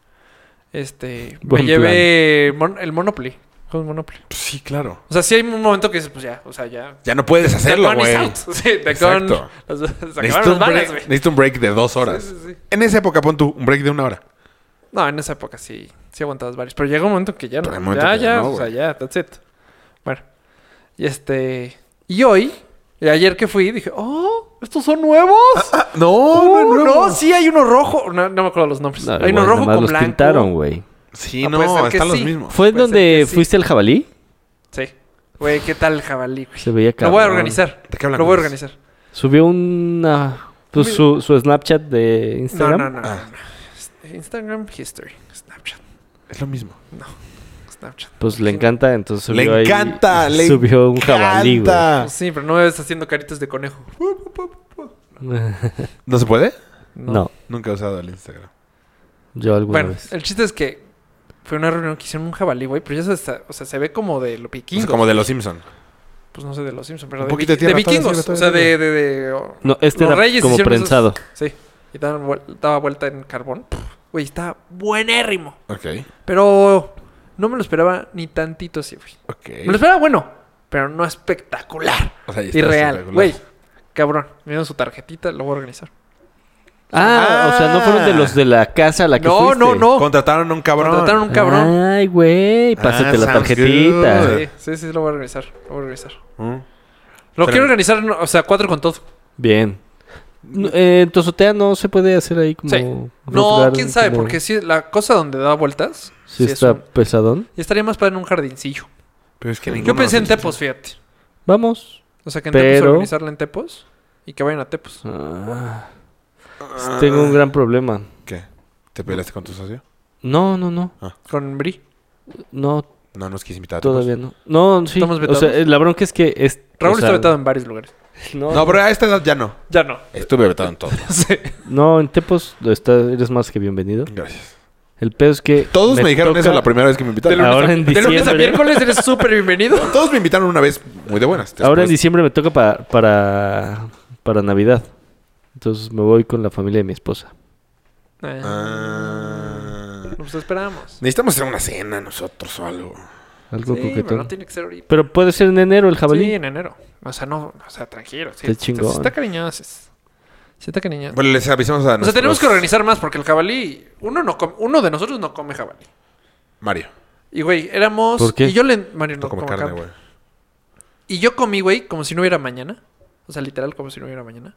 Speaker 5: Este.
Speaker 4: Buen
Speaker 5: me llevé mon- el Monopoly. Juegos Monopoly.
Speaker 1: Pues sí, claro.
Speaker 5: O sea, sí hay un momento que dices, pues ya, o sea, ya.
Speaker 1: Ya no puedes hacerlo,
Speaker 5: The gun is
Speaker 1: güey.
Speaker 5: out. <laughs> Sí, the gun-
Speaker 1: Exacto.
Speaker 5: las- <laughs> se acabaron
Speaker 1: Necesito
Speaker 5: las
Speaker 1: un,
Speaker 5: balas,
Speaker 1: break,
Speaker 5: güey.
Speaker 1: necesito un break de dos horas.
Speaker 5: Sí, sí, sí.
Speaker 1: En esa época pon tú un break de una hora.
Speaker 5: No, en esa época sí, sí aguantabas varios. Pero llega un momento que ya no.
Speaker 1: Pero hay un momento
Speaker 5: ya,
Speaker 1: que
Speaker 5: ya,
Speaker 1: no,
Speaker 5: o sea,
Speaker 1: güey.
Speaker 5: ya, that's it. Bueno. Y este. Y hoy, y ayer que fui, dije, oh, ¿estos son nuevos?
Speaker 4: <laughs>
Speaker 1: Ah, No,
Speaker 5: Uh, no, sí, hay uno rojo. No, no me acuerdo los nombres.
Speaker 4: No,
Speaker 5: hay
Speaker 4: igual,
Speaker 5: uno rojo
Speaker 4: nomás
Speaker 5: con
Speaker 4: los
Speaker 5: blanco.
Speaker 4: pintaron, güey.
Speaker 1: Sí,
Speaker 5: Ah,
Speaker 1: no,
Speaker 5: puede ser que
Speaker 1: están los
Speaker 5: sí.
Speaker 1: mismos.
Speaker 4: ¿Fue
Speaker 5: Puede ser
Speaker 4: donde
Speaker 5: que sí.
Speaker 4: fuiste al jabalí?
Speaker 5: Sí. Güey, ¿qué tal el jabalí, güey?
Speaker 4: Se veía
Speaker 5: Lo voy a
Speaker 4: cabrón.
Speaker 5: organizar.
Speaker 1: ¿De qué hablamos?
Speaker 5: Lo voy a organizar.
Speaker 4: Subió una... Pues su, su Snapchat de
Speaker 5: No,
Speaker 4: Instagram.
Speaker 5: no, no. no.
Speaker 1: Ah.
Speaker 5: Este, Instagram History. Snapchat.
Speaker 1: Es lo mismo.
Speaker 5: Snapchat.
Speaker 4: Pues le encanta, entonces
Speaker 1: Le
Speaker 4: subió ahí-
Speaker 1: encanta, le
Speaker 4: Subió un jabalí, güey.
Speaker 1: encanta.
Speaker 5: Pues sí, pero no ves haciendo caritas de conejo.
Speaker 1: ¿No se puede?
Speaker 4: No.
Speaker 1: Nunca he usado el Instagram.
Speaker 4: yo alguna
Speaker 5: Bueno,
Speaker 4: vez.
Speaker 5: el chiste es que fue una reunión que hicieron un jabalí, güey, pero ya se, está- o sea, se ve como de lo
Speaker 1: Es
Speaker 5: vikingos.
Speaker 1: como de los Simpsons.
Speaker 5: Pues no sé, de los Simpsons, pero
Speaker 1: Un
Speaker 5: de,
Speaker 1: poquito de
Speaker 5: vi-
Speaker 1: tierra,
Speaker 5: de
Speaker 1: todavía
Speaker 5: vikingos.
Speaker 1: sirve,
Speaker 5: o sea,
Speaker 1: todavía
Speaker 5: de... de, de- o-
Speaker 4: No, este
Speaker 5: los
Speaker 4: era
Speaker 5: reyes
Speaker 4: como
Speaker 5: hicieron esos-
Speaker 4: prensado.
Speaker 5: Sí, y daban vuel- daba vuelta en carbón. Güey, está buenérrimo.
Speaker 1: Ok.
Speaker 5: Pero no me lo esperaba ni tantito así, güey.
Speaker 1: Ok.
Speaker 5: Me lo esperaba bueno, pero no espectacular.
Speaker 1: O sea, y está
Speaker 5: Irreal,
Speaker 1: espectacular.
Speaker 5: güey. Cabrón, me dieron su tarjetita, lo voy a organizar.
Speaker 4: Ah, o sea, no fueron de los de la casa a la que
Speaker 5: No,
Speaker 4: fuiste.
Speaker 5: no, no.
Speaker 1: Contrataron a un cabrón.
Speaker 5: oh. Contrataron un cabrón.
Speaker 4: Ay, güey, pásate
Speaker 1: Ah,
Speaker 4: la
Speaker 1: sounds
Speaker 4: tarjetita.
Speaker 1: good.
Speaker 5: Sí, sí, sí, lo voy a organizar. Lo voy a organizar.
Speaker 1: Mm.
Speaker 5: Lo
Speaker 1: Pero-
Speaker 5: quiero organizar, no, o sea, cuatro con todo.
Speaker 4: Bien. No, eh, en Tozotea no se puede hacer ahí como...
Speaker 5: Sí. No,
Speaker 4: rogar,
Speaker 5: quién sabe,
Speaker 4: como-
Speaker 5: porque sí, la cosa donde da vueltas.
Speaker 4: Sí
Speaker 5: sí es
Speaker 4: está
Speaker 5: un-
Speaker 4: pesadón.
Speaker 5: y estaría más para en un jardincillo.
Speaker 1: Pero es que ninguno
Speaker 5: Yo pensé en
Speaker 1: nos hizo.
Speaker 5: Tepos, fíjate.
Speaker 4: Vamos.
Speaker 5: O sea, que en Tepos
Speaker 4: Pero-
Speaker 5: organizarla en Tepos y que vayan a Tepos.
Speaker 4: Ah. Tengo un gran problema.
Speaker 1: ¿Qué? ¿Te peleaste con tu socio?
Speaker 4: No, no, no.
Speaker 5: Con Bri.
Speaker 4: No,
Speaker 1: No nos quise invitar a Tepos.
Speaker 4: todavía no. No, sí.
Speaker 5: ¿Estamos
Speaker 4: O sea,
Speaker 5: vetados?
Speaker 4: la bronca es que... Es,
Speaker 5: Raúl
Speaker 4: o sea,
Speaker 5: está vetado en varios lugares.
Speaker 4: No,
Speaker 1: No,
Speaker 4: no,
Speaker 1: pero a esta edad ya no.
Speaker 5: Ya no. <laughs>
Speaker 1: Estuve vetado en todo.
Speaker 5: Sí.
Speaker 4: en Tepos está, eres más que bienvenido.
Speaker 1: <laughs> Gracias.
Speaker 4: El pedo es que...
Speaker 1: Todos me, dijeron
Speaker 4: toca-
Speaker 1: eso la primera vez que me invitaron.
Speaker 4: Ahora en
Speaker 5: De lunes a
Speaker 4: diciembre...
Speaker 5: miércoles eres súper bienvenido.
Speaker 4: <laughs>
Speaker 1: Todos me invitaron una vez muy de buenas.
Speaker 4: Ahora en
Speaker 1: Después-
Speaker 4: diciembre me toca pa- para, para Navidad. Entonces me voy con la familia de mi esposa.
Speaker 1: Ah.
Speaker 5: Nos esperamos.
Speaker 1: Necesitamos hacer una cena nosotros o algo.
Speaker 4: Algo
Speaker 5: Sí, pero
Speaker 4: coquetón.
Speaker 5: no tiene que ser ahorita.
Speaker 4: Pero puede ser en enero el jabalí.
Speaker 5: Sí, en enero. O sea, no, o sea, tranquilo. Sí,
Speaker 4: Qué
Speaker 5: sí,
Speaker 4: chingón.
Speaker 5: sí está cariñoso. Sí está cariñoso.
Speaker 1: Bueno, les avisamos a
Speaker 5: o sea,
Speaker 4: pues,
Speaker 1: nuestros-
Speaker 5: tenemos que organizar más porque el jabalí, uno no come- uno de nosotros no come jabalí.
Speaker 1: Mario.
Speaker 5: Y güey, éramos
Speaker 4: ¿Por qué?
Speaker 5: y yo le Mario no
Speaker 1: No como
Speaker 5: come
Speaker 1: carne,
Speaker 5: carne.
Speaker 1: güey.
Speaker 5: Y yo comí, güey, como si no hubiera mañana. O sea, literal como si no hubiera mañana.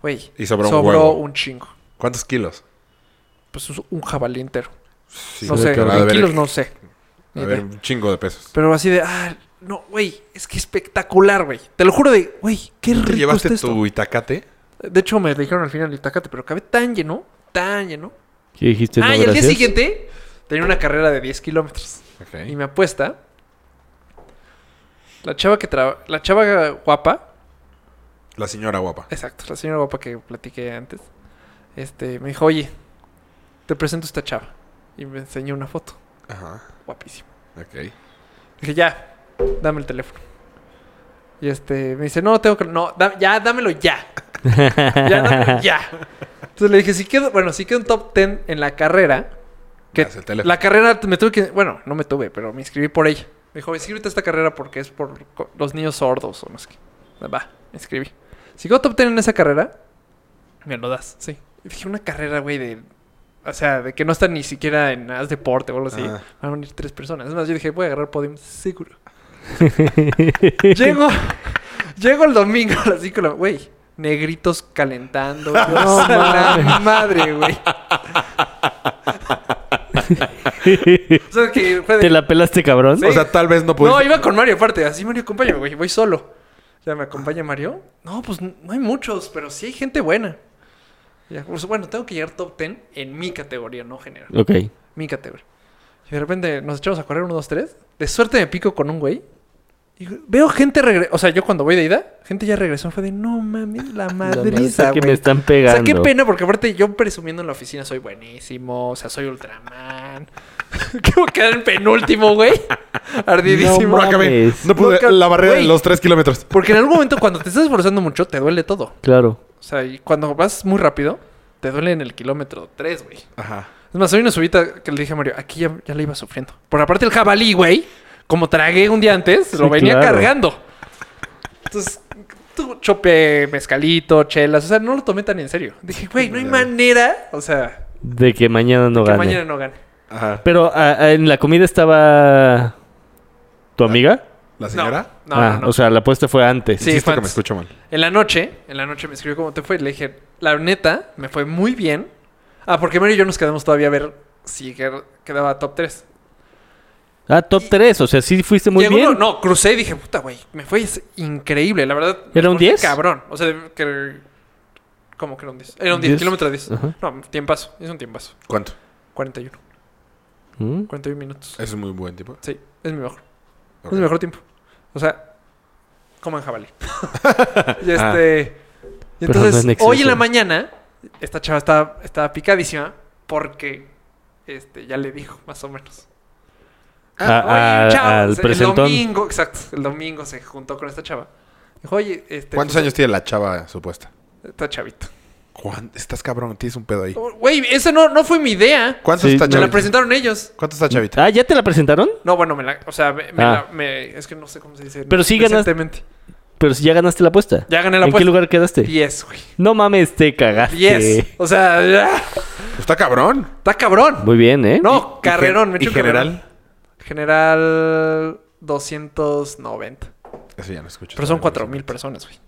Speaker 5: Güey,
Speaker 1: Y sobró un huevo.
Speaker 5: un chingo.
Speaker 1: ¿Cuántos kilos?
Speaker 5: Pues un- un jabalí entero.
Speaker 1: Sí,
Speaker 5: no
Speaker 1: creo
Speaker 5: sé,
Speaker 1: que habrá de
Speaker 5: en
Speaker 1: haber-
Speaker 5: kilos no sé.
Speaker 1: A
Speaker 5: Ni
Speaker 1: ver,
Speaker 5: idea.
Speaker 1: un chingo de pesos.
Speaker 5: Pero así de, ah, no, güey, es que espectacular, güey. Te lo juro de, güey, qué rico
Speaker 1: ¿Te
Speaker 5: está
Speaker 1: llevaste
Speaker 5: esto.
Speaker 1: tu itacate?
Speaker 5: De hecho, me dijeron al final el tacate, pero acabé tan lleno, tan lleno.
Speaker 4: ¿Qué dijiste?
Speaker 5: ah,
Speaker 4: no,
Speaker 5: y al día
Speaker 4: gracias?
Speaker 5: siguiente tenía una carrera de 10 kilómetros.
Speaker 1: Ok.
Speaker 5: Y me apuesta. La chava que traba- La chava guapa.
Speaker 1: La señora guapa.
Speaker 5: Exacto, la señora guapa que platiqué antes. Este, me dijo, oye, te presento esta chava. Y me enseñó una foto.
Speaker 1: Ajá.
Speaker 5: Guapísima.
Speaker 1: Ok.
Speaker 5: Dije, ya, dame el teléfono. Y este, me dice, no, tengo que. No, da- ya, dámelo ya. ya, dámelo ya. Entonces le dije, si quedo, bueno, si quedo en top 10 en la carrera. Que
Speaker 1: Das el teléfono.
Speaker 5: la carrera me tuve que. Bueno, no me tuve, pero me inscribí por ella. Me dijo, inscríbete a esta carrera porque es por co- los niños sordos o no sé qué. Va, me inscribí. Si quedo top 10 en esa carrera, me lo das, sí. Y dije, una carrera, güey, de. O sea, de que no está ni siquiera en haz deporte o algo así.
Speaker 1: Ah.
Speaker 5: Van a venir tres personas. Es más, yo dije, voy a agarrar podium seguro. llego, llego el domingo a las 5 de la- Güey, negritos calentando. güey. O sea, la madre, güey. o sea, que fue
Speaker 4: <laughs>
Speaker 5: de-
Speaker 4: ¿Te la pelaste, cabrón?
Speaker 1: O sea, tal vez no
Speaker 4: pues
Speaker 5: No,
Speaker 1: pudiste.
Speaker 5: iba con Mario aparte. Así, Mario, acompáñame, güey. Voy solo. Ya me
Speaker 4: Ah.
Speaker 5: acompaña Mario. No, pues n- no hay muchos, pero sí hay gente buena. Ya, pues, bueno, tengo que llegar top 10 en mi categoría, no general.
Speaker 4: Ok.
Speaker 5: Mi categoría. Y de repente nos echamos a correr uno, dos, tres. De suerte me pico con un güey. Y veo gente regresar. O sea, yo cuando voy de ida, gente ya regresó. Fue de no mames, la
Speaker 4: <laughs>
Speaker 5: madriza,
Speaker 4: La que
Speaker 5: güey.
Speaker 4: me están
Speaker 5: O
Speaker 4: pegando.
Speaker 5: sea, qué pena, porque aparte yo presumiendo en la oficina soy buenísimo, o sea, soy Ultraman. <laughs> que voy a quedar en
Speaker 4: <laughs>
Speaker 5: penúltimo, güey. Ardidísimo.
Speaker 1: No acabé.
Speaker 4: Mames.
Speaker 1: No pude.
Speaker 5: Nunca-
Speaker 1: La barrera de
Speaker 5: Güey.
Speaker 1: los tres kilómetros.
Speaker 5: Porque en algún momento cuando te estás esforzando mucho, te duele todo.
Speaker 4: Claro.
Speaker 5: O sea, y cuando vas muy rápido, te duele en el kilómetro 3, güey.
Speaker 1: Ajá.
Speaker 5: Es más, hay una subida que le dije a Mario, aquí ya, ya la iba sufriendo. Por aparte el jabalí, güey, como tragué un día antes, lo
Speaker 4: Sí,
Speaker 5: venía
Speaker 4: claro.
Speaker 5: cargando. Entonces, tú chope, mezcalito, chelas, o sea, no lo tomé tan en serio. Dije, güey, no hay manera, o sea,
Speaker 4: De que mañana no
Speaker 5: que
Speaker 4: gane.
Speaker 5: mañana no gane.
Speaker 1: Ajá.
Speaker 4: Pero ah, ah, en la comida estaba... ¿Tu amiga?
Speaker 1: ¿La señora?
Speaker 5: Ah, No, no,
Speaker 4: ah,
Speaker 5: no. no.
Speaker 4: o sea, la apuesta fue antes.
Speaker 5: Sí,
Speaker 1: Insisto que
Speaker 5: fans.
Speaker 1: me escucho mal.
Speaker 5: En la noche, en la noche me escribió cómo te fue. y Le dije, la neta, me fue muy bien. Ah, porque Mario y yo nos quedamos todavía a ver si quer- quedaba top 3.
Speaker 4: Ah, top 3. O sea, sí fuiste muy bien.
Speaker 5: no, crucé y dije, puta, güey, me fue es increíble. La verdad. me
Speaker 4: ¿Era un
Speaker 5: esforcé
Speaker 4: 10?
Speaker 5: Cabrón. O sea, de- que... er, ¿Cómo que era un 10? Era un 10,
Speaker 4: 10.
Speaker 5: kilómetro 10.
Speaker 4: Ajá.
Speaker 5: No, tiempazo. Es un tiempazo.
Speaker 1: ¿Cuánto?
Speaker 5: 41.
Speaker 4: ¿Mm?
Speaker 5: 41 minutos.
Speaker 1: Es un muy buen tipo.
Speaker 5: Sí, es mi mejor.
Speaker 1: Ok.
Speaker 5: Es mi mejor tiempo. O sea, coman jabalí.
Speaker 4: <laughs>
Speaker 5: y este. y
Speaker 4: Ah. Pero no
Speaker 5: entonces,
Speaker 4: en exceso.
Speaker 5: hoy en la mañana, esta chava estaba, estaba picadísima porque este, ya le dijo, más o menos. Ah,
Speaker 4: A- a-
Speaker 5: Oye, chao.
Speaker 4: Ah, al
Speaker 5: Se-
Speaker 4: presentón.
Speaker 5: El domingo, exacto. El domingo se juntó con esta chava. Dijo, oye, este.
Speaker 1: ¿Cuántos años tiene la chava supuesta?
Speaker 5: Está chavito.
Speaker 1: ¿Cuán- Estás cabrón, tienes un pedo ahí.
Speaker 5: Oh, Güey, esa no, no fue mi idea.
Speaker 1: ¿Cuánto
Speaker 4: Sí,
Speaker 1: está
Speaker 4: me
Speaker 5: Me la
Speaker 1: chavita?
Speaker 5: presentaron ellos.
Speaker 1: ¿Cuánto está chavita?
Speaker 4: Ah, ¿ya te la presentaron?
Speaker 5: No, bueno, me la. O sea, me, me
Speaker 4: Ah.
Speaker 5: la- me- es que no sé cómo se dice.
Speaker 4: Pero sí ganaste.
Speaker 5: Recientemente.
Speaker 4: Pero si ya ganaste la apuesta.
Speaker 5: Ya gané la
Speaker 4: ¿En
Speaker 5: apuesta.
Speaker 4: qué lugar quedaste?
Speaker 5: 10, güey.
Speaker 4: No mames, te cagaste.
Speaker 5: 10. O sea, ya, Mm.
Speaker 1: Está cabrón.
Speaker 5: está cabrón.
Speaker 4: Muy bien, ¿eh?
Speaker 5: No, carrerón, me
Speaker 1: ¿Y
Speaker 5: echó un
Speaker 1: general?
Speaker 5: carrerón. General 290.
Speaker 1: Eso ya no escucho.
Speaker 5: Pero son 4000 personas, güey.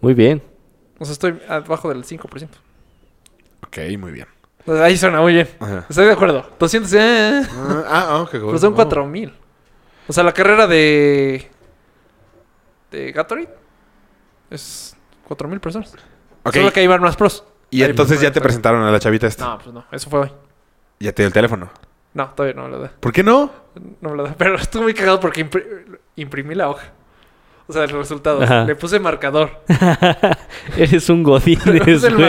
Speaker 4: Muy bien. <laughs>
Speaker 5: O sea, estoy abajo del 5%.
Speaker 1: Ok, muy bien.
Speaker 5: O sea, Ahí suena muy bien.
Speaker 1: Ajá.
Speaker 5: Estoy de acuerdo. 200. eh,
Speaker 1: Ah, ah, ok.
Speaker 5: pero son 4000. O sea, la carrera de. de Gatorade es 4000 personas.
Speaker 1: Ok.
Speaker 5: Solo que ahí van más pros.
Speaker 1: Y
Speaker 5: Ahí
Speaker 1: entonces
Speaker 5: van
Speaker 1: ya te
Speaker 5: más pros.
Speaker 1: presentaron a la chavita esta.
Speaker 5: No, pues no. Eso fue hoy.
Speaker 1: Ya te dio el teléfono.
Speaker 5: No, todavía no me lo da.
Speaker 1: ¿Por qué no?
Speaker 5: <laughs> No me lo da. Pero estuve muy cagado porque impri- imprimí la hoja. O sea, el resultado.
Speaker 4: Ajá.
Speaker 5: Le
Speaker 4: <laughs>
Speaker 5: puse marcador.
Speaker 4: Eres un godín.
Speaker 5: <laughs> Es el
Speaker 4: güey.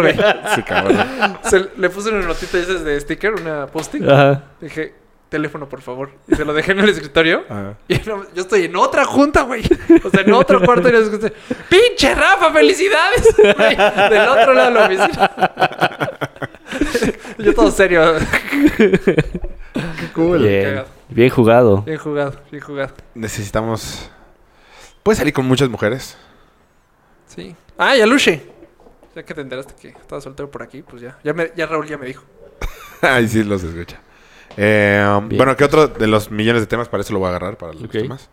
Speaker 4: <laughs>
Speaker 5: güey.
Speaker 1: Sí, cabrón.
Speaker 5: Se- le puse una notita de esas de sticker, una post-it.
Speaker 4: Ajá.
Speaker 5: Dije, teléfono, por favor. Y se lo dejé en el escritorio. <laughs>
Speaker 1: Ajá.
Speaker 5: Y no- yo estoy en otra junta, güey. O sea, en otro cuarto. Y les escuché, ¡Pinche Rafa, felicidades! <laughs> güey", del otro lado de la oficina. <laughs> yo todo serio.
Speaker 1: Qué cool.
Speaker 4: Bien.
Speaker 5: Cagado.
Speaker 4: Bien jugado.
Speaker 5: Bien jugado, bien jugado.
Speaker 1: Necesitamos. Puedes salir con muchas mujeres. <laughs>
Speaker 5: Sí. Ah, y Aluche. Ya que te enteraste que estaba soltero por aquí, pues ya. Ya, me- ya Raúl ya me dijo.
Speaker 1: Ay, sí, los escucha. Eh, um,
Speaker 4: Bien.
Speaker 1: bueno, ¿qué otro de los millones de temas? Para eso lo voy a agarrar, para los
Speaker 4: Ok.
Speaker 1: temas.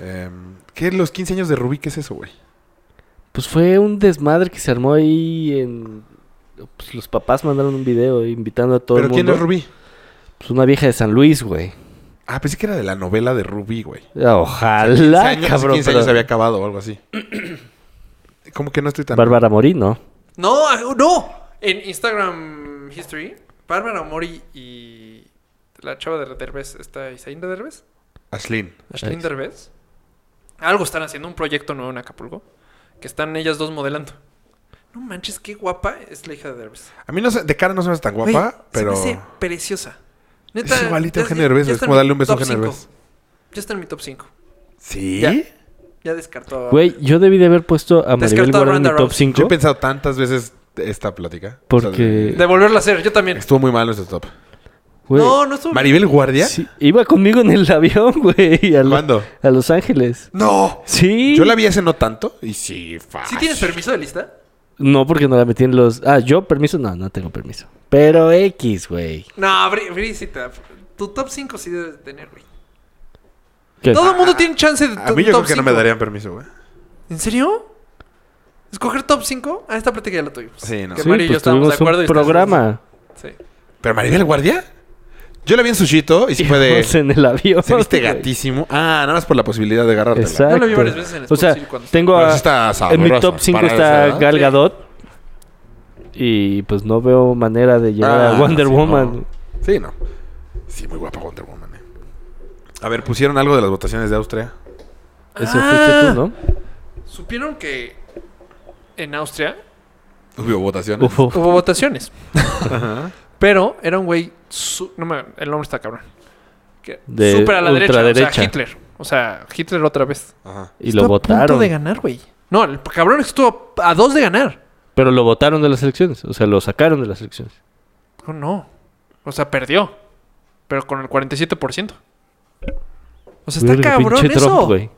Speaker 1: Eh, ¿Qué los 15 años de Rubí? ¿Qué es eso, güey?
Speaker 4: Pues fue un desmadre que se armó ahí en... Pues los papás mandaron un video invitando a todo
Speaker 1: ¿Pero
Speaker 4: el mundo.
Speaker 1: quién es Rubí?
Speaker 4: Pues una vieja de San Luis, güey.
Speaker 1: Ah, pensé que era de la novela de Rubí, güey.
Speaker 4: Ojalá,
Speaker 1: 15 años,
Speaker 4: cabrón.
Speaker 1: 15
Speaker 4: pero-
Speaker 1: años había acabado o algo así. <clears throat> Como que no estoy tan...
Speaker 4: Bárbara Morino.
Speaker 5: No, ah, no. En Instagram History, Bárbara Mori y la chava de Derbez, está Isaína Derbez,
Speaker 1: Aslin.
Speaker 5: Ashlyn
Speaker 4: Nice.
Speaker 5: Derbez, algo están haciendo, un proyecto nuevo en Acapulco, que están ellas dos modelando. No manches, qué guapa es la hija de Derbez.
Speaker 1: A mí no sé, de cara no se me hace tan
Speaker 5: Güey,
Speaker 1: guapa, pero...
Speaker 5: Se me hace preciosa.
Speaker 1: Es igualito a
Speaker 5: ya-
Speaker 1: Eugenio Derbez,
Speaker 5: ya
Speaker 1: es
Speaker 5: está en
Speaker 1: como
Speaker 5: mi
Speaker 1: darle un beso a
Speaker 5: top
Speaker 1: Eugenio
Speaker 5: cinco.
Speaker 1: Derbez.
Speaker 5: Ya está en mi top 5.
Speaker 1: ¿Sí?
Speaker 5: Ya. Ya descartó. a-
Speaker 4: Güey, yo debí de haber puesto a Maribel
Speaker 5: Descartó a
Speaker 4: Guardia en mi
Speaker 5: Ronda
Speaker 4: top
Speaker 5: Rousey.
Speaker 4: 5.
Speaker 1: Yo he pensado tantas veces esta plática. O sea,
Speaker 4: Porque-
Speaker 1: de-
Speaker 5: De volverla a hacer, yo también.
Speaker 1: estuvo muy mal nuestro top.
Speaker 4: Güey,
Speaker 5: No, no estuvo.
Speaker 1: ¿Maribel Guardia?
Speaker 4: sí, iba conmigo en el <laughs> avión, güey. A lo-
Speaker 1: ¿Cuándo?
Speaker 4: A Los Ángeles.
Speaker 1: ¡No!
Speaker 4: Sí.
Speaker 1: Yo la vi hace no tanto y sí, fácil.
Speaker 5: ¿Sí tienes permiso de lista?
Speaker 4: No, porque no la metí en los... Ah, ¿yo permiso? No, no tengo permiso. Pero X, güey.
Speaker 5: No, Bri, Bri sí te da- Tu top 5 sí debes de tener, güey.
Speaker 4: ¿Qué?
Speaker 5: Todo el mundo tiene chance de
Speaker 1: A
Speaker 5: to-
Speaker 1: mí yo creo
Speaker 5: top
Speaker 1: que no me
Speaker 5: cinco.
Speaker 1: darían permiso, güey.
Speaker 5: ¿En serio? ¿Escoger top 5? Ah, esta plática ya la tuvimos.
Speaker 1: Sí, no.
Speaker 5: Que
Speaker 4: Sí,
Speaker 5: Mario y yo
Speaker 4: pues
Speaker 5: estábamos de
Speaker 4: tuvimos
Speaker 5: acuerdo.
Speaker 4: un
Speaker 5: y ustedes-
Speaker 4: programa.
Speaker 5: Sí.
Speaker 1: ¿Pero Maribel Guardia? Yo la vi en Sushito y sí fue de...
Speaker 4: Íbamos en el avión.
Speaker 1: Se viste
Speaker 4: güey.
Speaker 1: gatísimo. Ah, nada más por la posibilidad de agarrártela.
Speaker 4: Exacto.
Speaker 5: Yo la vi varias veces en
Speaker 4: O sea,
Speaker 5: Spotify cuando-
Speaker 4: tengo
Speaker 1: Pero
Speaker 4: a...
Speaker 1: sí está
Speaker 4: En mi
Speaker 1: sabrosa
Speaker 4: top 5
Speaker 1: para
Speaker 4: está
Speaker 1: esa edad.
Speaker 4: Gal Gadot. Y pues no veo manera de llegar
Speaker 1: Ah,
Speaker 4: a Wonder
Speaker 1: sí,
Speaker 4: Woman.
Speaker 1: no. Sí, no. Sí, muy guapa Wonder Woman. eh. A ver, pusieron algo de las votaciones de Austria.
Speaker 4: Eso
Speaker 5: Ah.
Speaker 4: fuiste tú, ¿no?
Speaker 5: ¿Supieron que en Austria
Speaker 1: Hubo votaciones.
Speaker 4: Ujú.
Speaker 1: <laughs>
Speaker 5: hubo votaciones? Pero era un güey. su- No me... El nombre está cabrón. Que...
Speaker 4: De
Speaker 5: Súper a la derecha. O
Speaker 4: ultraderecha.
Speaker 5: sea, Hitler. O sea, Hitler otra vez.
Speaker 1: Ajá.
Speaker 4: Y lo
Speaker 5: Estuvo A punto
Speaker 4: votaron.
Speaker 5: de ganar, güey. No, el cabrón estuvo a dos de ganar.
Speaker 4: Pero lo votaron de las elecciones. O sea, lo sacaron de las elecciones.
Speaker 5: No, no. O sea, perdió. Pero con el 47%. O sea, Pues está
Speaker 4: Verga,
Speaker 5: cabrón
Speaker 4: pinche
Speaker 5: eso.
Speaker 4: Trump, güey.
Speaker 5: o sea,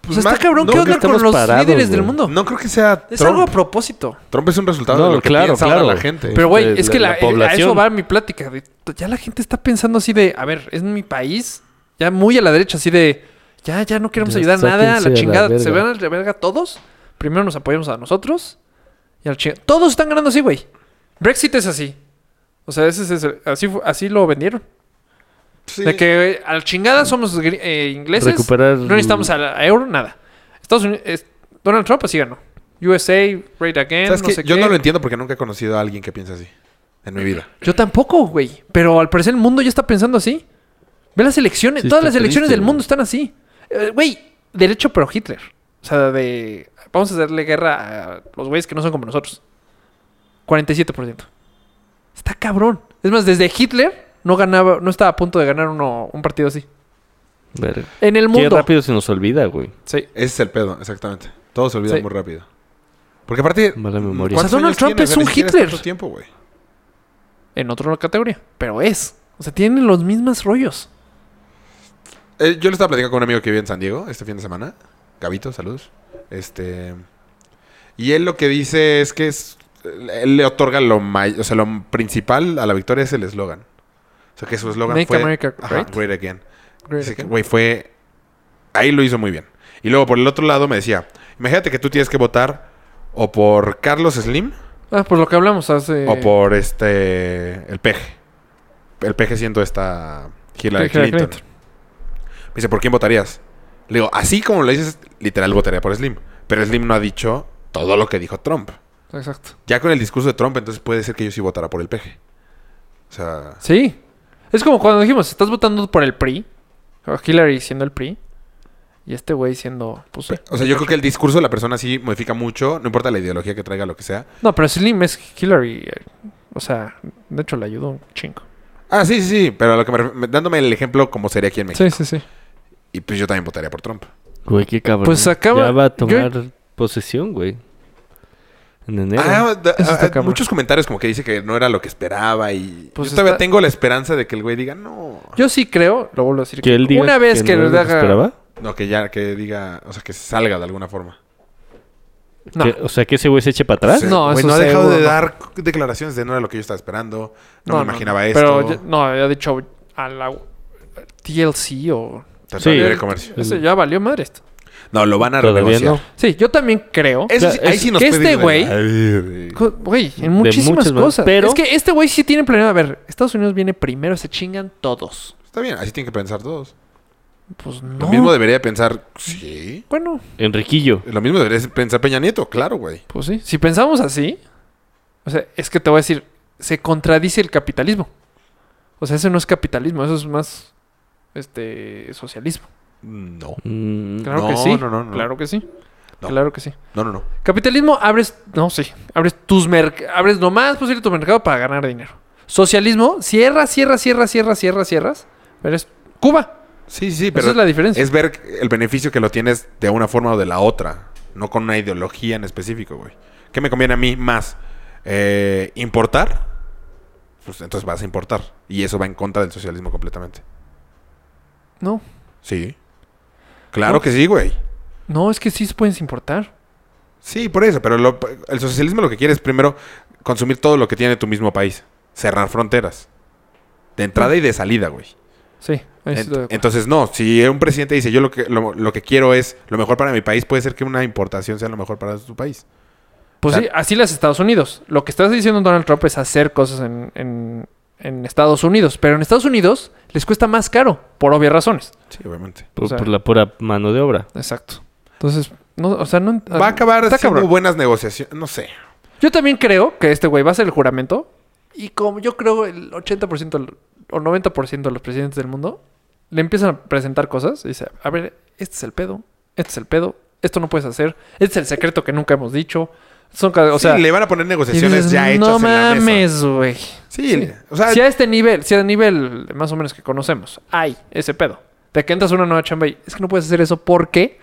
Speaker 5: Pues está
Speaker 1: Más-
Speaker 5: cabrón.
Speaker 1: Pues no,
Speaker 5: ¿Qué
Speaker 4: que
Speaker 5: onda con
Speaker 4: estamos
Speaker 5: los
Speaker 4: parados,
Speaker 5: líderes del
Speaker 4: güey.
Speaker 5: mundo?
Speaker 1: No creo que sea
Speaker 5: Es
Speaker 1: Trump.
Speaker 5: algo a propósito.
Speaker 1: Trump es un resultado
Speaker 4: No,
Speaker 1: de lo que
Speaker 4: claro,
Speaker 1: piensa ahora
Speaker 4: claro.
Speaker 1: la gente.
Speaker 5: Pero, güey,
Speaker 4: de-
Speaker 5: es que
Speaker 4: de
Speaker 5: la,
Speaker 4: la
Speaker 5: eh, a
Speaker 4: población.
Speaker 5: eso va mi plática. de- ya la gente está pensando así de, a ver, es mi país. Ya muy a la derecha, así de, ya, ya no queremos
Speaker 4: Ya,
Speaker 5: ayudar
Speaker 4: sáquense
Speaker 5: nada. A
Speaker 4: a
Speaker 5: la
Speaker 4: la
Speaker 5: chingada. Se
Speaker 4: verga.
Speaker 5: van a la verga todos. Primero nos apoyamos a nosotros. Y al chingada. Todos están ganando así, güey. Brexit es así. O sea, ese es el- así, fu- así lo vendieron.
Speaker 1: Sí.
Speaker 5: De que eh, al chingada somos gri- eh, ingleses.
Speaker 4: Recuperar-
Speaker 5: No necesitamos a, la- a euro, nada. Estados Unidos, es- Donald Trump así ganó. USA, Great Again,
Speaker 1: ¿Sabes
Speaker 5: no
Speaker 1: qué?
Speaker 5: sé
Speaker 1: Yo
Speaker 5: qué.
Speaker 1: no lo entiendo porque nunca he conocido a alguien que piensa así. en mi vida.
Speaker 5: Yo tampoco, güey. Pero al parecer el mundo ya está pensando así. Ve las elecciones.
Speaker 6: Sí,
Speaker 5: Todas
Speaker 6: está
Speaker 5: las elecciones
Speaker 6: triste,
Speaker 5: del
Speaker 6: güey.
Speaker 5: mundo están así. Eh, Güey, derecho pero Hitler. O sea, de... Vamos a hacerle guerra a los güeyes que no son como nosotros. 47%. Está cabrón. Es más, desde Hitler no ganaba... No estaba a punto de ganar uno, un partido así.
Speaker 4: Verga.
Speaker 5: En el
Speaker 4: Qué
Speaker 5: mundo.
Speaker 4: rápido se nos olvida, güey.
Speaker 5: Sí.
Speaker 1: Ese es el pedo, exactamente. Todo se olvida
Speaker 5: Sí.
Speaker 1: muy rápido. Porque aparte.
Speaker 4: Mala memoria.
Speaker 1: ¿cuántos
Speaker 5: O sea, Donald
Speaker 1: años
Speaker 5: Trump
Speaker 1: tienes?
Speaker 5: es un
Speaker 1: Ni siquiera
Speaker 5: Hitler.
Speaker 1: tanto tiempo, güey.
Speaker 5: En otra categoría. Pero es. O sea, tienen los mismos rollos.
Speaker 1: Eh, yo lo estaba platicando con un amigo que vive en San Diego este fin de semana. Gabito, saludos. Este. Y él lo que dice es que es. Él le otorga lo may- o sea, lo principal a la victoria es el eslogan. O sea, que su eslogan
Speaker 5: Make
Speaker 1: fue.
Speaker 5: America
Speaker 1: Ajá,
Speaker 5: Great.
Speaker 1: great again.
Speaker 5: Great
Speaker 1: Dice que,
Speaker 5: again.
Speaker 1: güey, fue. Ahí lo hizo muy bien. Y luego por el otro lado me decía: Imagínate que tú tienes que votar o por Carlos Slim
Speaker 5: Ah, por lo que hablamos hace...
Speaker 1: o por este. El peje. El peje siendo esta. Hillary,
Speaker 5: Hillary Clinton.
Speaker 1: Clinton. Me dice, ¿por quién votarías? Le digo, así como lo dices, literal votaría por Slim. Pero Slim no ha dicho todo lo que dijo Trump.
Speaker 5: Exacto.
Speaker 1: Ya con el discurso de Trump, entonces puede ser que yo sí votara por el PG. O sea,
Speaker 5: Sí. Es como cuando dijimos, estás votando por el PRI. o Hillary siendo el PRI. Y este güey siendo... Pues, sí.
Speaker 1: o sea, yo creo que el discurso de la persona sí modifica mucho, no importa la ideología que traiga, lo que sea.
Speaker 5: No, pero Slim es Hillary. eh, O sea, de hecho le ayudó un chingo.
Speaker 1: Ah, sí, sí, sí, pero a lo que me ref- me- dándome el ejemplo como sería aquí en México.
Speaker 5: Sí, sí, sí.
Speaker 1: Y pues yo también votaría por Trump.
Speaker 4: Güey, qué cabrón.
Speaker 5: Pues acaba-
Speaker 4: Ya va a
Speaker 5: yo-
Speaker 4: tomar posesión, güey. En enero.
Speaker 1: Ah, da-
Speaker 5: Eso está
Speaker 1: ah,
Speaker 5: cabrón.
Speaker 1: muchos comentarios como que dice que no era lo que esperaba y
Speaker 5: Pues
Speaker 1: yo todavía
Speaker 5: está-
Speaker 1: tengo la esperanza de que el güey diga no.
Speaker 5: Yo sí creo, lo vuelvo a decir.
Speaker 4: que él diga
Speaker 5: una vez que,
Speaker 4: no
Speaker 5: le
Speaker 4: era lo
Speaker 5: haga-
Speaker 4: esperaba.
Speaker 1: No, que ya, que diga, o sea, que salga de alguna forma.
Speaker 5: No.
Speaker 4: Que- o sea, que ese güey se eche para atrás.
Speaker 1: Sí.
Speaker 5: No,
Speaker 1: Güey,
Speaker 5: eso
Speaker 1: no ha dejado
Speaker 5: seguro
Speaker 1: de
Speaker 5: no.
Speaker 1: dar declaraciones de no era lo que yo estaba esperando. No, me imaginaba esto.
Speaker 5: Pero ya- no, había dicho a la TLC o...
Speaker 1: Tratado de
Speaker 4: Sí.
Speaker 1: libre comercio.
Speaker 5: Eso ya valió madre esto.
Speaker 1: No, lo van a
Speaker 4: Todavía
Speaker 1: renegociar.
Speaker 4: no.
Speaker 5: Sí, yo también creo.
Speaker 1: Eso sí-
Speaker 4: Ya,
Speaker 1: ahí
Speaker 4: es
Speaker 1: sí nos
Speaker 5: que
Speaker 1: puede
Speaker 5: este
Speaker 1: ir de
Speaker 5: güey-
Speaker 1: la-
Speaker 5: Co- Güey, en muchísimas
Speaker 4: muchas maneras,
Speaker 5: cosas.
Speaker 4: pero-
Speaker 5: Es que este güey sí tiene planeado. A ver, Estados Unidos viene primero, se chingan todos.
Speaker 1: Está bien, así tienen que pensar todos.
Speaker 5: Pues no.
Speaker 1: Lo mismo debería pensar... Sí.
Speaker 5: Bueno,
Speaker 4: Enriquillo.
Speaker 1: Lo mismo debería pensar Peña Nieto, claro, güey.
Speaker 5: pues sí. Si pensamos así, o sea, es que te voy a decir, se contradice el capitalismo. O sea, eso no es capitalismo, eso es más este socialismo.
Speaker 1: No.
Speaker 4: Mm,
Speaker 5: Claro
Speaker 1: No,
Speaker 5: que sí.
Speaker 1: no, no, no.
Speaker 5: Claro que sí.
Speaker 1: No.
Speaker 5: Claro que sí.
Speaker 1: No, no, no.
Speaker 5: Capitalismo abres, no sí, abres tus merc abres lo más posible tu mercado para ganar dinero. Socialismo, cierras, cierras, cierras, cierras, cierras, cierras. Pero es Cuba.
Speaker 1: Sí, sí,
Speaker 5: Esa es la diferencia.
Speaker 1: Es ver el beneficio que lo tienes de una forma o de la otra, no con una ideología en específico, güey. ¿Qué me conviene a mí más? Eh, ¿Importar? Pues entonces vas a importar. Y eso va en contra del socialismo completamente.
Speaker 5: No,
Speaker 1: Sí. Claro
Speaker 5: No.
Speaker 1: que sí, güey.
Speaker 5: no, es que sí se pueden importar.
Speaker 1: Sí, por eso. Pero lo- el socialismo lo que quiere es primero consumir todo lo que tiene tu mismo país. Cerrar fronteras. De
Speaker 5: Mm.
Speaker 1: entrada y de salida, güey.
Speaker 5: Sí, ahí sí estoy de
Speaker 1: Ent-
Speaker 5: acuerdo.
Speaker 1: Entonces, no, si un presidente dice yo lo que, lo, lo que quiero es lo mejor para mi país, puede ser que una importación sea lo mejor para su país.
Speaker 5: Pues
Speaker 1: O
Speaker 5: sí,
Speaker 1: sea-
Speaker 5: así las Estados Unidos. Lo que estás diciendo Donald Trump es hacer cosas en, en- en Estados Unidos. Pero en Estados Unidos les cuesta más caro, por obvias razones.
Speaker 1: Sí, obviamente.
Speaker 4: por,
Speaker 5: o sea-
Speaker 4: por la pura mano de obra.
Speaker 5: Exacto. Entonces, no, o sea, no...
Speaker 1: Va a acabar
Speaker 5: está
Speaker 1: siendo
Speaker 5: cabrón.
Speaker 1: buenas negociaciones, no sé.
Speaker 5: Yo también creo que este güey va a hacer el juramento. Y como yo creo el 80% l- o 90% de los presidentes del mundo le empiezan a presentar cosas y dice, a ver, este es el pedo, este es el pedo, esto no puedes hacer, este es el secreto que nunca hemos dicho. Son, ca- o
Speaker 1: O
Speaker 5: sea,
Speaker 1: sea, le van a poner
Speaker 5: Y
Speaker 1: negociaciones
Speaker 5: dices,
Speaker 1: ya hechas
Speaker 5: No
Speaker 1: en la mesa".
Speaker 5: mames, güey.
Speaker 1: Sí, o sea-
Speaker 5: si a este nivel, si a nivel más o menos que conocemos, hay ese pedo. De que entras a una nueva chamba y es que no puedes hacer eso porque